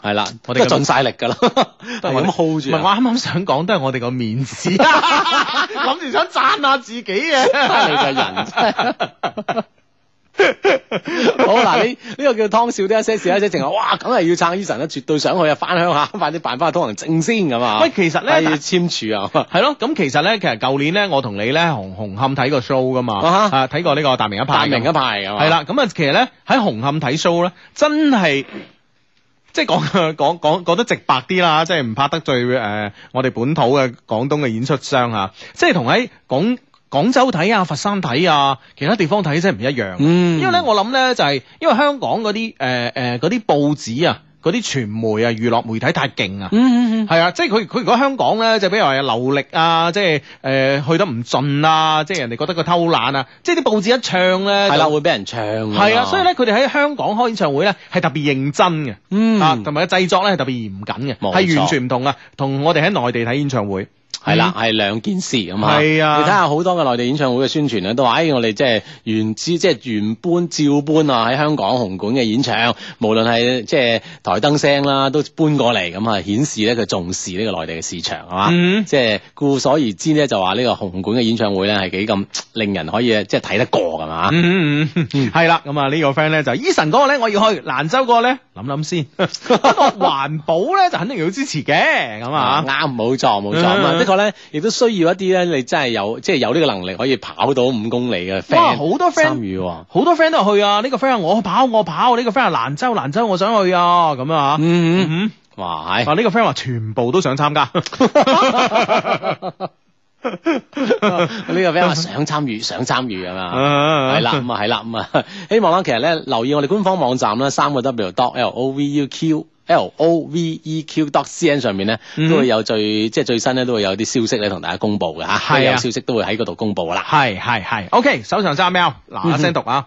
Speaker 4: 係啦，我
Speaker 2: 我
Speaker 4: 哋
Speaker 2: 哋
Speaker 4: 盡晒力㗎啦，都係
Speaker 2: 我
Speaker 4: 咁
Speaker 2: 哋
Speaker 4: hold 住
Speaker 2: 唔係我
Speaker 4: 啊。
Speaker 2: 啱啱想講都係我哋個面 子，諗住想讚下自己嘅。
Speaker 4: 你個人真係 好嗱，呢呢個叫湯少啲一些事一些情啊，哇，梗係要撐 Eason 啦，絕對想去啊，翻鄉下， 快啲辦翻通行證先咁啊！
Speaker 2: 喂其實呢
Speaker 4: 係要簽署啊，
Speaker 2: 係咯，咁其實咧，其實舊年咧，我同你咧紅紅磡睇過 show 噶嘛，
Speaker 4: 啊哈
Speaker 2: 啊睇過呢個大明一派，
Speaker 4: 大明一派㗎嘛，
Speaker 2: 係，啦，咁啊，其實咧喺紅磡睇 show 咧，真係。即係講 講講講得直白啲啦，即係唔怕得罪誒、呃我哋本土嘅廣東嘅演出商啊！即係同喺廣廣州睇啊、佛山睇啊、其他地方睇真係唔一樣。啊
Speaker 4: 嗯
Speaker 2: 因為咧，我諗咧就係、因為香港嗰啲誒誒嗰啲報紙啊、嗰啲傳媒啊、娛樂媒體太勁啊。
Speaker 4: 嗯嗯
Speaker 2: 係啊，即係佢佢如果香港咧，就比如話流力啊，即係誒、去得唔盡啊，即係人哋覺得佢偷懶啊，即係啲報紙一唱咧，
Speaker 4: 嗯，係啦，
Speaker 2: 就
Speaker 4: 會俾人唱㗎
Speaker 2: 係啊，
Speaker 4: 嘛
Speaker 2: 所以咧，佢哋喺香港開演唱會咧係特別認真嘅，
Speaker 4: 嗯
Speaker 2: 啊，同埋嘅製作咧係特別嚴謹嘅，
Speaker 4: 冇
Speaker 2: 係完
Speaker 4: 錯
Speaker 2: 全唔同啊，同我哋喺內地睇演唱會
Speaker 4: 係啦，係兩件事咁嘛。
Speaker 2: 嗯係啊
Speaker 4: 你睇下好多嘅內地演唱會嘅宣傳咧，都話：，哎，我哋即係原之，即係原搬照搬啊！喺香港紅館嘅演唱，無論係即係台燈聲啦，都搬過嚟咁啊，顯示咧佢重視呢個內地嘅市場，係 嘛？
Speaker 2: 嗯
Speaker 4: 即係故所而知咧，就話呢個紅館嘅演唱會咧係幾咁令人可以即係睇得過㗎嘛？
Speaker 2: 嗯嗯嗯， 係啦，咁啊呢個 friend 咧就 Eason 嗰個咧我要去，蘭州嗰個咧諗諗 先，不過環保咧就肯定要支持嘅，咁啊。
Speaker 4: 啱，冇錯冇錯咁啊！
Speaker 2: 嗯
Speaker 4: 的確咧，亦都需要一啲咧，你真係有即係有呢個能力可以跑到五公里嘅 friend，
Speaker 2: 哇好多 friend
Speaker 4: 參與喎。
Speaker 2: 好多 friend 都係去啊！呢、個 friend 話我跑我跑，呢、個 friend 話蘭州蘭州我想去啊！咁啊，
Speaker 4: 嗯嗯，
Speaker 2: 嗯
Speaker 4: 哇！係
Speaker 2: 啊呢、個 friend 話全部都想參加，
Speaker 4: 呢個 friend 話想參與，想參與咁啊。係
Speaker 2: 係
Speaker 4: 啦，咁啊，係啦，咁啊，希望啦，其實咧留意我哋官方網站啦，三個 W dot L O V U Q L O V E Q dot C N 上面咧，
Speaker 2: 嗯
Speaker 4: 都會有最即係最新咧，都會有啲消息咧同大家公布嘅
Speaker 2: 係
Speaker 4: 吓，
Speaker 2: 啊
Speaker 4: 都有消息都會喺嗰度公布㗎啦。
Speaker 2: 係係係，OK，手上揸 mail，嗱一聲讀啊！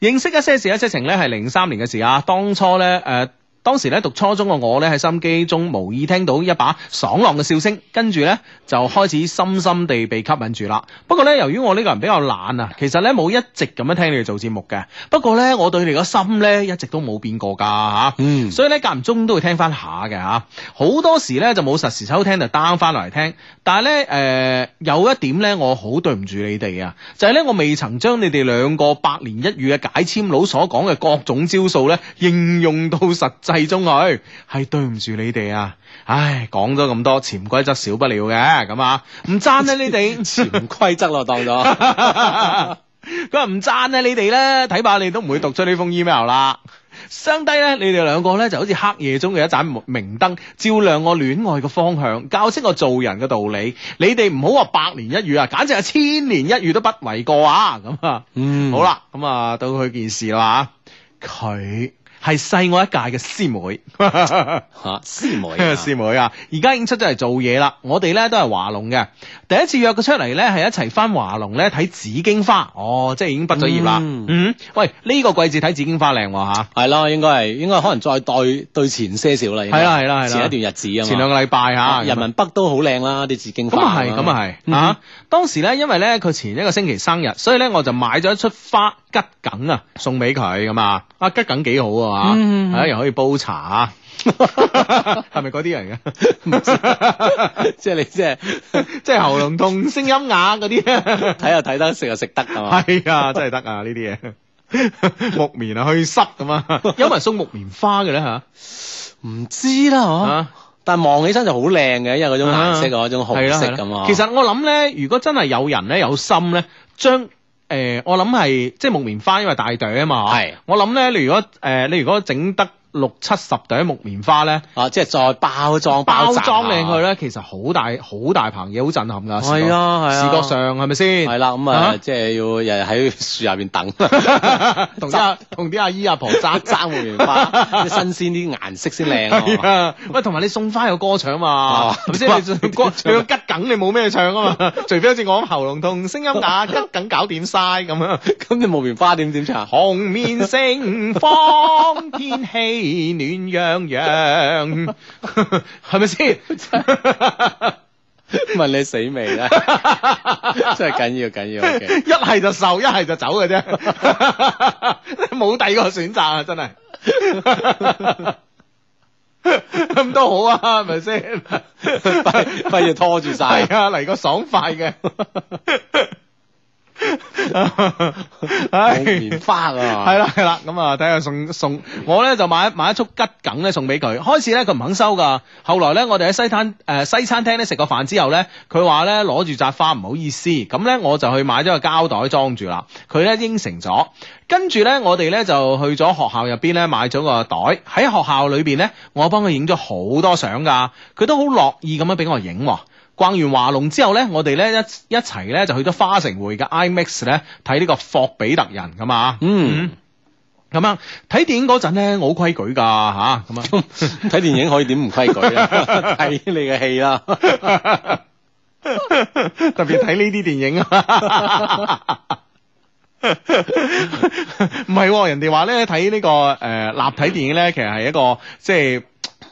Speaker 2: 認識一些事一些情咧係零三年嘅事啊，當初咧誒。呃當時咧讀初中嘅我咧喺心機中無意聽到一把爽朗嘅笑聲，跟住咧就開始深深地被吸引住啦。不過咧，由於我呢個人比較懶啊，其實咧冇一直咁樣聽你哋做節目嘅。不過咧，我對你哋個心咧一直都冇變過㗎嚇。
Speaker 4: 嗯
Speaker 2: 所以咧間唔中都會聽翻下嘅嚇。好多時咧就冇實時收聽，就 down 翻落嚟聽。但係咧誒有一點咧，我好對唔住你哋啊，就係、咧我未曾將你哋兩個百年一遇嘅解簽佬所講嘅各種招數咧應用到實際中去，係對唔住你哋啊！唉，講咗咁多，潛規則少不了嘅咁啊，唔爭咧你哋。
Speaker 4: 潛規則咯，當 咗。
Speaker 2: 佢話唔讚啊咧，你哋咧睇怕你都唔會讀出呢封 email 啦。相低咧，你哋兩個咧就好似黑夜中嘅一盞明燈，照亮我戀愛嘅方向，教識我做人嘅道理。你哋唔好話百年一遇啊，簡直係千年一遇都不為過啊！咁啊，
Speaker 4: 嗯
Speaker 2: 好，啦，咁啊到佢件事啦嚇，佢係細我一屆嘅師妹。
Speaker 4: 吓師妹啊，
Speaker 2: 師妹啊，而家已經出咗嚟做嘢啦。我哋咧都係華農嘅，第一次約佢出嚟咧係一齊翻華農咧睇紫荊花。哦，即係已經畢咗業啦。
Speaker 4: 嗯
Speaker 2: 嗯喂，呢、個季節睇紫荊花靚喎嚇。
Speaker 4: 係咯，應該係應該可能再對對前些少啦，應該
Speaker 2: 係啦係啦係啦
Speaker 4: 前一段日子啊嘛，
Speaker 2: 前兩個禮拜嚇，
Speaker 4: 人民北都好靚啦，啲紫荊
Speaker 2: 咁啊
Speaker 4: 花
Speaker 2: 係，咁啊係
Speaker 4: 嗯
Speaker 2: 啊！當時咧，因為咧佢前一個星期生日，所以咧我就買咗一束花桔梗啊，送俾佢咁啊！啊桔梗幾好啊嘛，
Speaker 4: 嗯
Speaker 2: 係啊，又可以煲茶啊， 係咪嗰啲人嘅？
Speaker 4: 即係你即係
Speaker 2: 即係喉嚨痛、聲音啞嗰啲。
Speaker 4: 睇又睇得，食又食得係嘛，
Speaker 2: 係啊，真係得啊呢啲嘢。 木棉啊，去濕咁啊，有冇人送木棉花嘅咧吓？
Speaker 4: 唔知啦嗬。
Speaker 2: 啊，
Speaker 4: 但望起身就好靚嘅，因為嗰種顏色啊，嗰種紅色
Speaker 2: 係啦係
Speaker 4: 咁
Speaker 2: 啦
Speaker 4: 啊。
Speaker 2: 其實我諗咧，如果真係有人咧有心咧，將誒、我諗係即係木棉花，因為大朵啊嘛。
Speaker 4: 係
Speaker 2: 我諗咧，你如果誒、你如果整得六七十朵木棉花咧，
Speaker 4: 啊，即係再包啊裝
Speaker 2: 包
Speaker 4: 裝
Speaker 2: 裝靚佢咧，其實好大好大棚嘢，好震撼㗎。視覺
Speaker 4: 係啊係啊
Speaker 2: 視覺上係咪先？
Speaker 4: 係啦，咁
Speaker 2: 啊
Speaker 4: 啊，即係要日日喺樹下邊等，
Speaker 2: 同啲阿同啲阿姨阿婆爭爭
Speaker 4: 生木棉花，啲新鮮啲顏色先靚啊
Speaker 2: 係
Speaker 4: 嘛。
Speaker 2: 啊，喂，同埋你送花有歌唱嘛，
Speaker 4: 啊
Speaker 2: 係咪先？你歌你個吉梗你冇咩唱啊嘛，除非好似我咁喉嚨痛，聲音啞，吉梗搞掂晒咁啊。
Speaker 4: 咁你木棉花點點唱啊？
Speaker 2: 紅面盛放，天氣暖洋洋，係咪先？
Speaker 4: 問你死未咧？ 真係緊要緊 要。OK
Speaker 2: 一係就受，一係就走嘅啫，冇第二個選擇啊！真係。咁都好啊，係咪先？
Speaker 4: 不不如拖住晒
Speaker 2: 係啊，嚟個爽快嘅。唉
Speaker 4: 木棉花啊，
Speaker 2: 係啦係啦，咁啊睇下送送，我咧就買買一束桔梗咧送俾佢。開始咧佢唔肯收噶，後來咧我哋喺西灘誒、呃西餐廳咧食過飯之後咧，佢話咧攞住扎花唔好意思，咁咧我就去買咗個膠袋裝住啦。佢咧應承咗，跟住咧我哋咧就去咗學校入邊咧買咗個袋，喺學校裏邊咧我幫佢影咗好多相噶，佢都好樂意咁樣俾我影喎。逛完華龍之後咧，我哋咧一一齊咧就去咗花城匯嘅 IMAX 咧睇呢個霍比特人咁啊。
Speaker 4: 嗯，
Speaker 2: 咁樣睇電影嗰陣咧，我好規矩㗎吓，咁啊。
Speaker 4: 睇電影可以點唔規矩啊？ 睇你嘅戲啦，
Speaker 2: 特別睇呢啲電影啊。 唔係喎，人哋話咧睇呢個誒、呃立體電影咧，其實係一個即係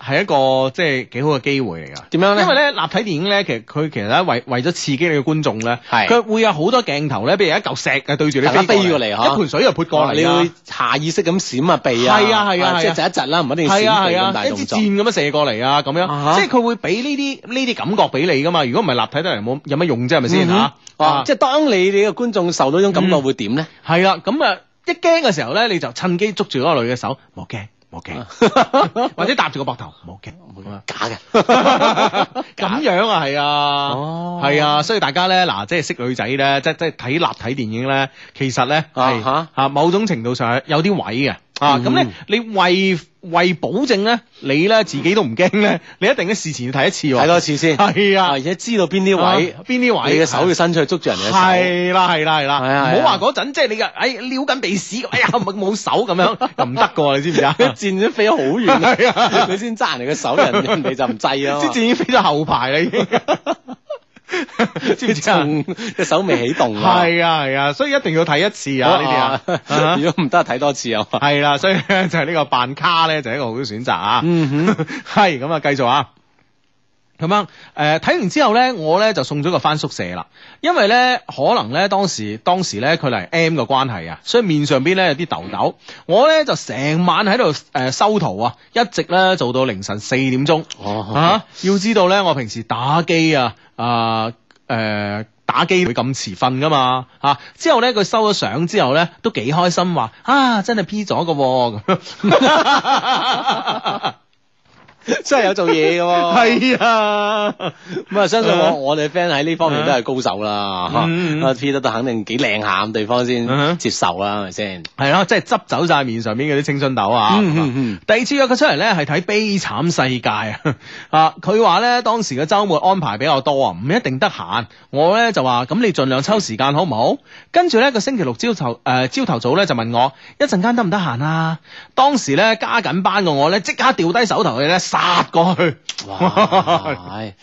Speaker 2: 係一個即係幾好嘅機會嚟㗎。
Speaker 4: 點樣咧？
Speaker 2: 因為咧立體電影咧，其實佢其實咧為為咗刺激你嘅觀眾咧，
Speaker 4: 係
Speaker 2: 佢會有好多鏡頭咧，譬如一嚿石啊對住你
Speaker 4: 突然間
Speaker 2: 過
Speaker 4: 飛過嚟
Speaker 2: 一
Speaker 4: 嚇
Speaker 2: 盆水又潑過嚟
Speaker 4: 哦
Speaker 2: 啊，
Speaker 4: 你會下意識咁閃啊避啊，
Speaker 2: 係啊係啊係啊
Speaker 4: 即係窒一窒啦，唔一定要
Speaker 2: 係啊
Speaker 4: 閃避
Speaker 2: 係
Speaker 4: 咁
Speaker 2: 啊，
Speaker 4: 大
Speaker 2: 一
Speaker 4: 動
Speaker 2: 支
Speaker 4: 作
Speaker 2: 箭。咁樣射過嚟啊，咁樣，
Speaker 4: 啊哈
Speaker 2: 即係佢會俾呢啲呢啲感覺俾你噶嘛。如果唔係立體得嚟冇有乜用啫，係咪先
Speaker 4: 嗯
Speaker 2: 嚇？
Speaker 4: 哼
Speaker 2: 啊
Speaker 4: 哦，即係當你哋嘅觀眾受到呢種感覺
Speaker 2: 嗯
Speaker 4: 會點咧？
Speaker 2: 係啦，咁啊一驚嘅時候咧，你就趁機捉住嗰個女嘅手，冇驚冇
Speaker 4: 啊
Speaker 2: 驚， 或者搭住個膊頭，冇驚。
Speaker 4: 假嘅，
Speaker 2: 咁樣啊，係啊，
Speaker 4: 哦
Speaker 2: 係啊，所以大家咧，嗱，即係識女仔咧，即係即係睇立體電影咧，其實咧係
Speaker 4: 啊哈
Speaker 2: 啊，某種程度上係有啲位嘅啊，
Speaker 4: 嗯
Speaker 2: 咁咧，你為為保證咧，你咧自己都唔驚咧， 你一定咧事前要睇一次喎，
Speaker 4: 睇多 次先。
Speaker 2: 係
Speaker 4: 啊
Speaker 2: 啊
Speaker 4: 而，且知道邊啲位
Speaker 2: 啊，邊啲位，
Speaker 4: 你嘅手要伸出去捉住人哋嘅手。
Speaker 2: 係啦係啦係
Speaker 4: 係啊
Speaker 2: 啦，
Speaker 4: 係
Speaker 2: 唔
Speaker 4: 啊
Speaker 2: 好話嗰陣即係你嘅，哎撩緊鼻屎， 哎呀冇冇手咁樣又唔得噶，你知唔知啊？
Speaker 4: 一箭都飛咗 好
Speaker 2: 係啊
Speaker 4: 遠，你先揸人哋嘅手，人人哋就唔制 啊
Speaker 2: 即
Speaker 4: 嘛。
Speaker 2: 自已經飛咗後排啦已經，知唔知啊？
Speaker 4: 仲隻手未起動 啊。。
Speaker 2: 係啊係啊，所以一定要睇一次啊呢啲啊
Speaker 4: 如果唔得睇多次 啊。
Speaker 2: 系啦，所以咧就係呢個辦卡咧就係一個好嘅選擇啊。
Speaker 4: 嗯哼，
Speaker 2: 係咁啊，繼續啊。咁樣，誒、睇完之後咧，我咧就送咗個翻宿舍啦，因為咧可能咧當時當時咧佢嚟 M 嘅關係啊，所以面上邊咧有啲痘痘，我咧就成晚喺度誒修圖啊，一直咧做到凌晨四點鐘。
Speaker 4: 哦，
Speaker 2: 啊！要知道咧，我平時打機啊，啊、呃打機會咁遲瞓噶嘛嚇、啊之後咧，佢收咗相之後咧，都幾開心話啊，真係 P 咗個喎咁樣。
Speaker 4: 真係有做嘢嘅喎。
Speaker 2: 係啊，
Speaker 4: 咁啊，相信我
Speaker 2: 啊
Speaker 4: 我哋 friend 喺呢方面都係高手啦。嚇
Speaker 2: 嗯嗯
Speaker 4: 啊，P 得都肯定幾靚下，咁對方
Speaker 2: 嗯
Speaker 4: 先
Speaker 2: 哼
Speaker 4: 接受啦，係 咪先？
Speaker 2: 係咯、即係執走晒面上面嗰啲青春痘啊。
Speaker 4: 嗯嗯嗯
Speaker 2: 第二次約佢出嚟咧，係睇《悲慘世界》啊！ 啊，佢話咧當時嘅週末安排比較多啊，唔一定得閒。我咧就話咁，你盡量抽時間好唔好？跟住咧，佢星期六朝頭誒朝頭早咧就問我一陣間得唔得閒啊？當時咧加緊班嘅我咧，即刻掉低手頭去咧殺過去。
Speaker 4: 哇，唉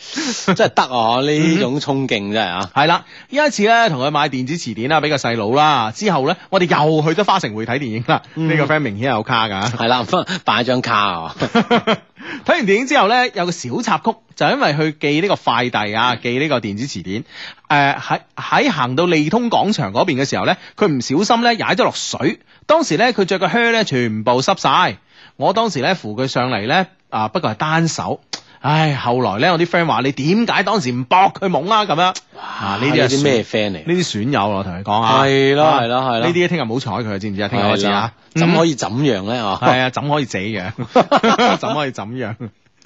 Speaker 4: 真係得啊！呢種衝勁真係啊！
Speaker 2: 係啦，呢一次咧同佢買電子詞典啦，啊俾個細佬啦。之後咧，我哋又去咗花城匯睇電影啦。
Speaker 4: 嗯
Speaker 2: 呢、個 friend 明顯有卡㗎。
Speaker 4: 係啦， 擺張卡啊！
Speaker 2: 睇完電影之後咧，有個小插曲，就因為去寄呢個快遞
Speaker 4: 嗯
Speaker 2: 啊，寄呢個電子詞典。誒喺喺行到利通廣場嗰邊嘅時候咧，佢唔小心咧踩咗落水。當時咧佢着個靴咧全部濕晒。我當時咧扶佢上嚟咧，啊不過係單手。唉，後來咧我啲 friend 話你點解當時唔搏佢懵啊咁樣？啊
Speaker 4: 呢
Speaker 2: 係
Speaker 4: 啲
Speaker 2: 損
Speaker 4: 咩 friend 嚟？
Speaker 2: 呢啲損友我同你講啊。
Speaker 4: 係咯
Speaker 2: 啊
Speaker 4: 係咯係咯
Speaker 2: 呢啲聽日唔好睬佢，知唔知啊？聽日開始啊
Speaker 4: 係啦， 怎可
Speaker 2: 以？
Speaker 4: 以怎樣咧？啊，
Speaker 2: 係啊，怎可以這 樣？ 怎可以怎樣？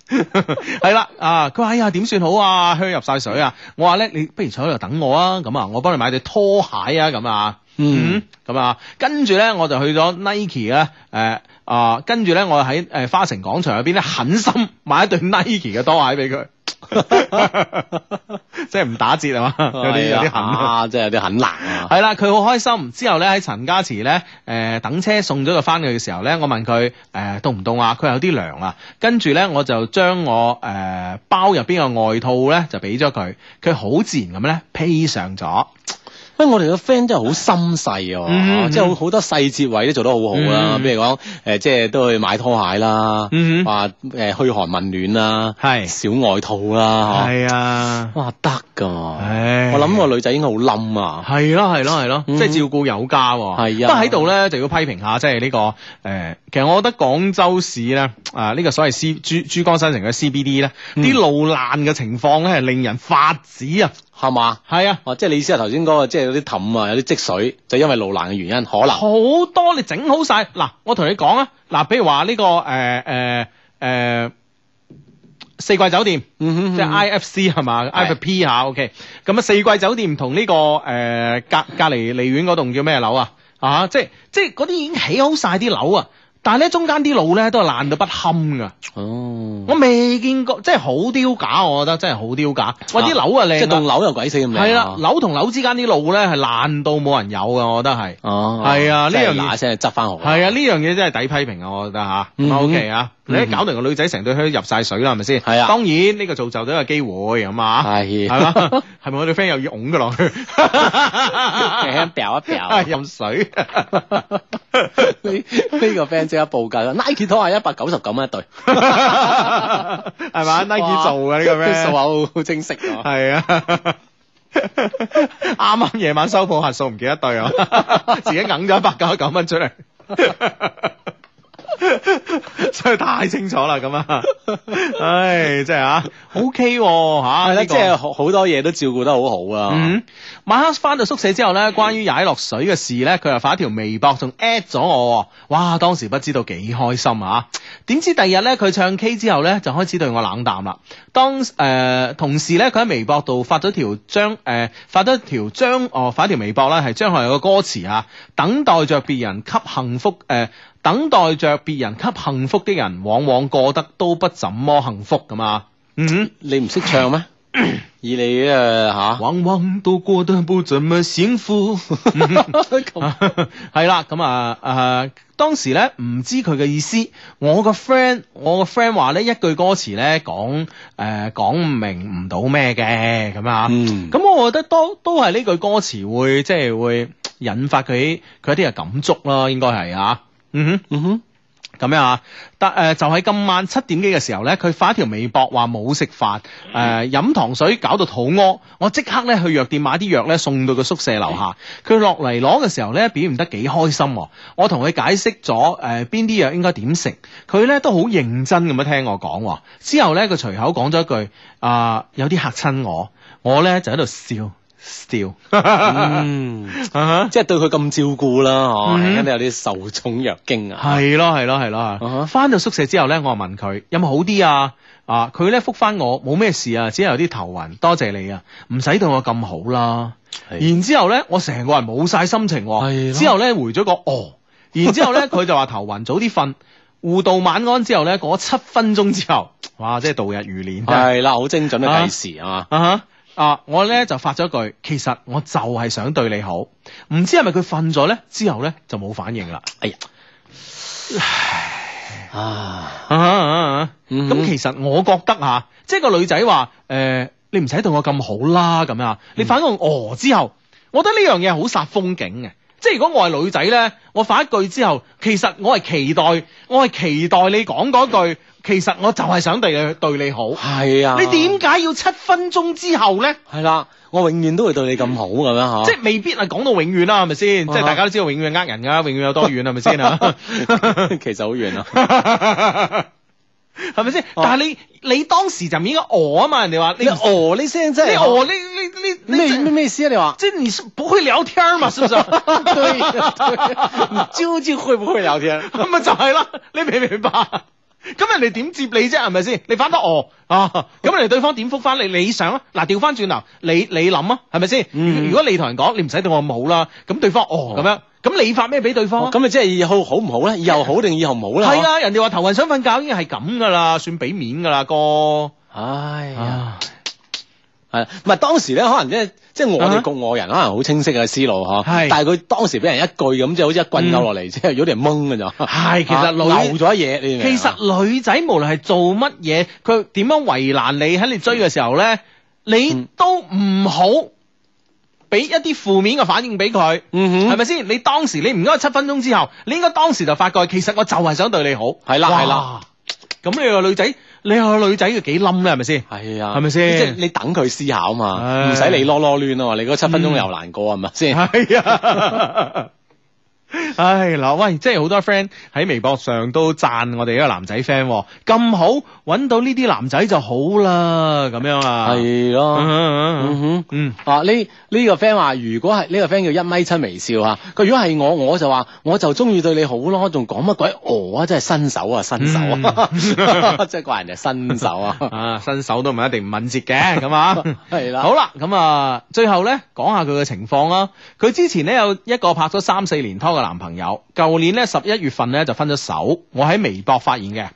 Speaker 2: 係啦，啊，佢話哎呀點算好啊？靴入晒水啊！我話咧，你不如坐喺度等我啊，咁啊，我幫你買對拖鞋啊，咁啊，
Speaker 4: 嗯，
Speaker 2: 咁啊，跟住咧我就去咗 Nike 啊，誒啊，跟住咧我喺誒花城廣場入邊咧狠心買一對 Nike 嘅拖鞋俾佢， 即係唔打折啊嘛， 有啲有啲狠啊。
Speaker 4: 啊，真係有啲狠辣啊！
Speaker 2: 係啦，佢好開心。之後咧喺陳家祠咧，誒、等車送咗佢翻去嘅時候咧，我問佢誒凍唔凍啊？佢話有啲涼啊。跟住咧我就將我誒、呃包入邊嘅外套咧就俾咗佢，佢好自然咁咧披上咗。
Speaker 4: 喂，我哋個 friend 真係好心細
Speaker 2: 嗯
Speaker 4: 啊，
Speaker 2: 嗯
Speaker 4: 即係好好多細節位都做得好好啦。
Speaker 2: 嗯
Speaker 4: 譬如講，誒，即係都去買拖鞋啦，
Speaker 2: 嗯
Speaker 4: 話誒噓寒問暖啊啦，
Speaker 2: 係
Speaker 4: 小外套啦，
Speaker 2: 係啊
Speaker 4: 嚇，，哇，得㗎！
Speaker 2: 唉
Speaker 4: 我諗個女仔應該好冧啊，
Speaker 2: 係咯係咯係咯，
Speaker 4: 嗯
Speaker 2: 即係照顧有加喎。
Speaker 4: 係啊
Speaker 2: 不過喺度咧就要批評下，即係呢個誒、其實我覺得廣州市咧啊呢個所謂 C 珠珠江新城嘅 CBD 咧，
Speaker 4: 嗯
Speaker 2: 啲路爛嘅情況咧係令人發指啊！
Speaker 4: 係嘛？
Speaker 2: 係啊。
Speaker 4: 哦，即係你意思係頭先嗰個，即係有啲氹啊，有啲積水，就因為路難嘅原因，可能
Speaker 2: 好多你整好晒嗱，我同你講啊，嗱，比如話呢、個誒誒誒四季酒店，
Speaker 4: 嗯哼
Speaker 2: 即係 IFC 係嘛，IFP 嚇，OK，咁啊四季酒店同呢、個呃誒、隔隔離離院嗰棟叫咩樓啊？啊，即係即係嗰啲已經起好晒啲樓啊，但係咧中間啲路咧都係爛到不堪噶。
Speaker 4: 哦，
Speaker 2: 我未見過，真係好丟架，我覺得真係好丟架。喂，啲樓啊
Speaker 4: 即
Speaker 2: 靚
Speaker 4: 係
Speaker 2: 啊
Speaker 4: 棟樓又鬼死咁靚啊。
Speaker 2: 係啦，樓同樓之間啲路咧係爛到冇人有噶，我覺得係。
Speaker 4: 哦，
Speaker 2: 係啊呢
Speaker 4: 即係
Speaker 2: 樣嘢
Speaker 4: 嗱聲執翻好。
Speaker 2: 係啊，呢樣嘢真係抵批評啊！我覺得吓
Speaker 4: 嗯
Speaker 2: ，O K 啊，你一
Speaker 4: 嗯
Speaker 2: 搞到個女仔成對靴入晒水啦，係咪先？
Speaker 4: 係啊
Speaker 2: 當然呢個造就到一個機會咁啊，
Speaker 4: 係
Speaker 2: 係嘛？ 係咪我哋 friend 又要拱佢落 去？
Speaker 4: 輕掉一掉。
Speaker 2: 入水，
Speaker 4: 呢呢個 friend 即刻報價啦，Nike 拖鞋一百九十九蚊一對，
Speaker 2: 係嘛？Nike 做嘅呢個
Speaker 4: 啲
Speaker 2: friend
Speaker 4: 數。口好清晰啊！
Speaker 2: 係啊。啱啱夜晚收鋪核數唔記得對啊， 自己揞咗一百九十九蚊出嚟， 所以太清楚啦咁啊，唉，真係啊，OK 喎
Speaker 4: 係
Speaker 2: 吓，
Speaker 4: 啦，
Speaker 2: 呢
Speaker 4: 即
Speaker 2: 個
Speaker 4: 係好好多嘢都照顧得好好啊。
Speaker 2: 嗯，晚黑翻到宿舍之後咧，關於踩落水嘅事咧，佢又發一條微博，仲 at 咗我喎。哇，當時不知道幾開心啊！點知第二日咧，佢唱 K 之後咧，就開始對我冷淡啦。當誒、呃同時咧，佢喺微博度發咗條張誒、呃、發咗條張哦發一條微博啦，係張學友嘅歌詞啊，等待着別人給幸福誒。呃等待着別人給幸福的人，往往過得都不怎麼幸福噶嘛。嗯哼。
Speaker 4: 你唔識 唱咩？以你呃誒嚇
Speaker 2: 往往都過得不怎麼幸福。 係啦，咁啊誒，當時咧唔知佢嘅意思，我個 friend 我個 friend 話咧一句歌詞咧講誒講唔明唔到咩嘅咁啊，
Speaker 4: 嗯
Speaker 2: 咁我覺得都都係呢句歌詞會即係會引發佢佢一啲嘅感觸咯，應該係啊，嗯哼。
Speaker 4: 嗯哼。
Speaker 2: 咁樣啊，但誒、呃就喺今晚七點幾嘅時候咧，佢發一條微博話冇食飯，誒、呃飲糖水搞到肚屙，我即刻咧去藥店買啲藥咧送到佢宿舍樓下。佢落嚟攞嘅時候咧，表現得幾開心喎。我同佢解釋咗誒邊啲藥應該點食，佢咧都好認真咁樣聽我講喎。之後咧，佢隨口講咗一句啊、有啲嚇親我，我咧就喺度笑笑。
Speaker 4: 嗯，
Speaker 2: 啊哈
Speaker 4: 即係對佢咁照顧啦，哦，
Speaker 2: 嗯
Speaker 4: 輕輕都有啲受寵若驚啊。
Speaker 2: 係咯係咯係咯，
Speaker 4: 哈
Speaker 2: 翻到宿舍之後咧，我就問佢有冇好啲啊？啊，佢咧覆翻我冇咩事啊，只係有啲頭暈，多謝你啊，唔使對我咁好啦。
Speaker 4: 係
Speaker 2: 然之後咧，我成個人冇晒心情喎，
Speaker 4: 係咯
Speaker 2: 之後咧回咗個哦，然之後咧佢就話頭暈，早啲瞓。互道晚安之後咧，過咗七分鐘之後，哇！即係度日如年真係
Speaker 4: 係啦，好精準嘅計時啊
Speaker 2: 啊哈啊！我咧就發咗句，其實我就係想對你好，唔知係咪佢瞓咗咧，之後咧就冇反應啦。
Speaker 4: 哎呀，啊，
Speaker 2: 啊啊
Speaker 4: 嗯
Speaker 2: 咁、其實我覺得啊，即係個女仔話誒，你唔使對我咁好啦，咁啊，你反個哦之後，我覺得呢樣嘢好殺風景嘅。即係如果我係女仔咧，我發一句之後，其實我係期待，我係期待你講嗰句，其實我就係想對你對你好。
Speaker 4: 係啊，
Speaker 2: 你點解要七分鐘之後咧？
Speaker 4: 係啦？我永遠都會對你咁好咁樣嗬。
Speaker 2: 即係未必係講到永遠啦，係咪先？
Speaker 4: 啊
Speaker 2: 即係大家都知道永遠呃人噶，永遠有多遠係咪先 啊？
Speaker 4: 其實好遠啊。
Speaker 2: 係咪先？但係你你當時就唔應該餓啊嘛，人哋 話你
Speaker 4: 你哦呢聲真係
Speaker 2: 你餓你你你
Speaker 4: 咩
Speaker 2: 你
Speaker 4: 咩咩意思啊？你話
Speaker 2: 即係你是不會聊天嘛，是不是？
Speaker 4: 對啊，對究竟會唔會聊天？
Speaker 2: 咁咪就係啦，你明唔明白？咁人哋點接你啫？係咪先？你反得餓啊？咁人哋對方點覆翻你？你想啊？嗱，調翻轉頭，你你諗啊？係咪先？
Speaker 4: 嗯
Speaker 2: 如果你同人講你唔使對我咁好啦，咁對方哦咁樣，咁你發咩俾對方啊
Speaker 4: 哦？咁咪即係以後好唔好咧？以後好定以後唔好啦？
Speaker 2: 係啊，人哋話頭暈想瞓覺已經係咁噶啦，算俾面噶啦，哥。
Speaker 4: 唉呀。
Speaker 2: 啊，
Speaker 4: 係啦，唔係當時咧，可能即係即係我
Speaker 2: 啊哈
Speaker 4: 哋局外人，可能好清晰嘅思路嗬。
Speaker 2: 係
Speaker 4: 但係佢當時俾人一句咁，即係好似一棍勾落嚟，即係有啲人懵 嘅咋。
Speaker 2: 係嗯其實
Speaker 4: 啊
Speaker 2: 女
Speaker 4: 漏咗嘢，你明唔明
Speaker 2: 其
Speaker 4: 啊
Speaker 2: 實女仔無論係做乜嘢，佢點樣為難你喺你追嘅時候咧，你
Speaker 4: 嗯
Speaker 2: 都唔好俾一啲負面嘅反應俾佢。
Speaker 4: 嗯
Speaker 2: 係
Speaker 4: 哼，
Speaker 2: 咪先？你當時你唔應該七分鐘之後，你應該當時就發覺，其實我就係想對你好。
Speaker 4: 係啦
Speaker 2: 哇
Speaker 4: 係啦。
Speaker 2: 咁你個女仔，你個女仔要幾冧咧？係咪 先？
Speaker 4: 係啊，
Speaker 2: 係咪先
Speaker 4: 即係你等佢思考嘛，
Speaker 2: 唉嗯
Speaker 4: 唔使你囉囉攣啊嘛，你嗰七分鐘又難過係咪先？
Speaker 2: 係啊。唉嗱，喂，即係好多 friend 喺微博上都讚我哋呢個男仔 friend 喎咁好，揾到呢啲男仔就好啦，咁樣啊。
Speaker 4: 係
Speaker 2: 嗯，
Speaker 4: 咯，嗯
Speaker 2: 嗯
Speaker 4: 哼
Speaker 2: 嗯。嗯
Speaker 4: 啊！呢呢、個 friend 話，如果係呢個 friend 叫一米七微笑啊，佢如果係我，我就話我就中意對你好咯，仲講乜鬼我啊？真係新手啊，新手啊， 即係怪人哋新手 啊，，
Speaker 2: 啊，新手都唔係一定唔敏捷嘅，咁啊
Speaker 4: 係啦
Speaker 2: 好啊啦，咁啊，最後咧講下佢嘅情況啦。佢之前咧有一個拍咗三四年拖嘅嘅男朋友，舊年咧十一月份咧就分咗手，我喺微博發現嘅。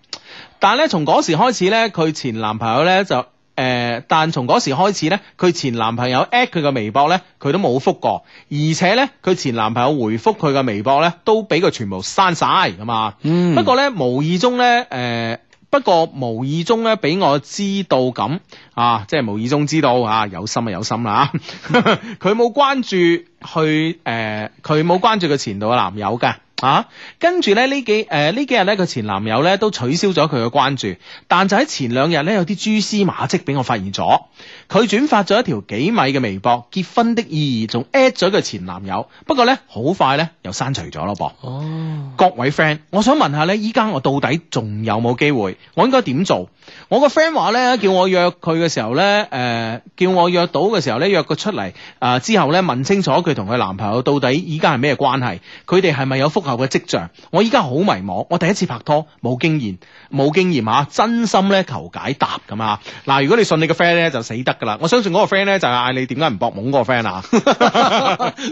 Speaker 2: 但咧從嗰時開始咧，佢前男朋友咧就誒、呃但從嗰時開始咧，佢前男朋友 at 佢嘅微博咧，佢都冇覆過，而且咧佢前男朋友回覆佢嘅微博咧，都俾佢全部刪晒咁啊。
Speaker 4: 嗯
Speaker 2: 不過咧無意中咧誒。呃不過無意中咧，俾我知道咁啊，即係無意中知道啊，有心啊有心啦、 啊，佢冇關注去誒，佢冇關注佢前度嘅男友㗎。啊，跟住咧呢幾誒、呃呢幾日咧，佢前男友咧都取消咗佢嘅關注，但就喺前兩日咧有啲蛛絲馬跡俾我發現咗，佢轉發咗一條幾米嘅微博，結婚的意義仲 at 咗佢前男友，不過咧好快咧又刪除咗咯噃。
Speaker 4: 哦，
Speaker 2: 各位 friend，我想問下咧，依家我到底仲有冇機會？我應該點做？我個 friend 話咧，叫我約佢嘅時候咧，誒、叫我約到嘅時候咧，約佢出嚟，啊、之後咧問清楚佢同佢男朋友到底依家係咩關係，佢哋係咪有復合嘅跡象？我依家好迷茫，我第一次拍拖，冇經驗，冇經驗啊，真心咧求解答咁啊！嗱，如果你信你個 friend 咧，就死得噶啦！我相信嗰個 friend 咧就係嗌你點解唔搏懵嗰個 friend 啊！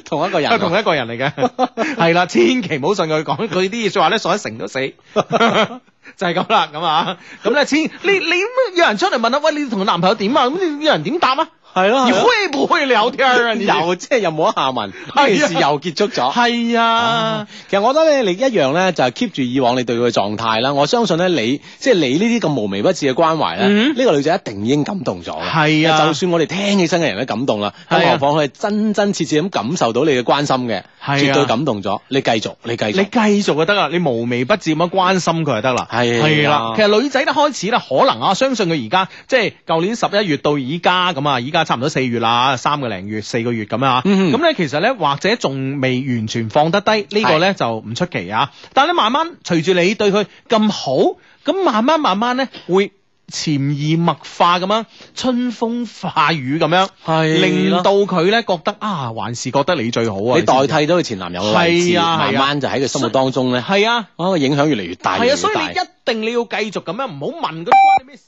Speaker 4: 同一個人
Speaker 2: 都
Speaker 4: 啊，
Speaker 2: 係同一個人嚟 嘅，係啦，千祈唔好信佢講佢啲説話咧，信一成都死，就係咁啦，咁啊，咁咧，千你你咁有人出嚟問啊，喂，你同男朋友點啊？咁你有人點答啊？
Speaker 4: 係咯
Speaker 2: 你
Speaker 4: 係咯，
Speaker 2: 會唔會聊天啊？你
Speaker 4: 又即係又冇咗下文，
Speaker 2: 係啊
Speaker 4: 呢件事又結束咗。
Speaker 2: 係啊，
Speaker 4: 其實我覺得咧，你一樣咧就係 keep 住以往你對佢嘅狀態啦。我相信咧，你即係你呢啲咁無微不至嘅關懷咧，
Speaker 2: 嗯
Speaker 4: 呢個女仔一定已經感動咗嘅。
Speaker 2: 係啊
Speaker 4: 就算我哋聽起身嘅人都感動啦，更
Speaker 2: 係啊
Speaker 4: 何況佢係真真切切咁感受到你嘅關心嘅，
Speaker 2: 係啊
Speaker 4: 絕對感動咗。你繼續，你繼
Speaker 2: 你
Speaker 4: 續。
Speaker 2: 繼續就得啦，你無微不至咁樣關心佢就得啦。
Speaker 4: 係啊
Speaker 2: 係啦，其實女仔咧開始咧，可能啊，相信佢而家即係舊年十一月到而家咁啊，依家差唔多四月啦，三個零月、四個月咁啊。
Speaker 4: 嗯
Speaker 2: 咁咧其實咧，或者仲未完全放得低，呢個咧就唔出奇啊。但係咧慢慢隨住你對佢咁好，咁慢慢慢慢咧會。潛移默化咁樣，春風化雨咁樣，
Speaker 4: 係
Speaker 2: 令
Speaker 4: 咯
Speaker 2: 到佢咧覺得啊，還是覺得你最好啊！
Speaker 4: 你代
Speaker 2: 知唔知
Speaker 4: 替咗佢前男友嘅位置，
Speaker 2: 係啊係啊
Speaker 4: 慢慢就喺佢心目當中咧，
Speaker 2: 係啊。
Speaker 4: 啊個影響越嚟越大。
Speaker 2: 係
Speaker 4: 越
Speaker 2: 啊，
Speaker 4: 嚟
Speaker 2: 所以
Speaker 4: 越
Speaker 2: 你一
Speaker 4: 大
Speaker 2: 定你要繼續咁樣，唔好問佢關你咩事。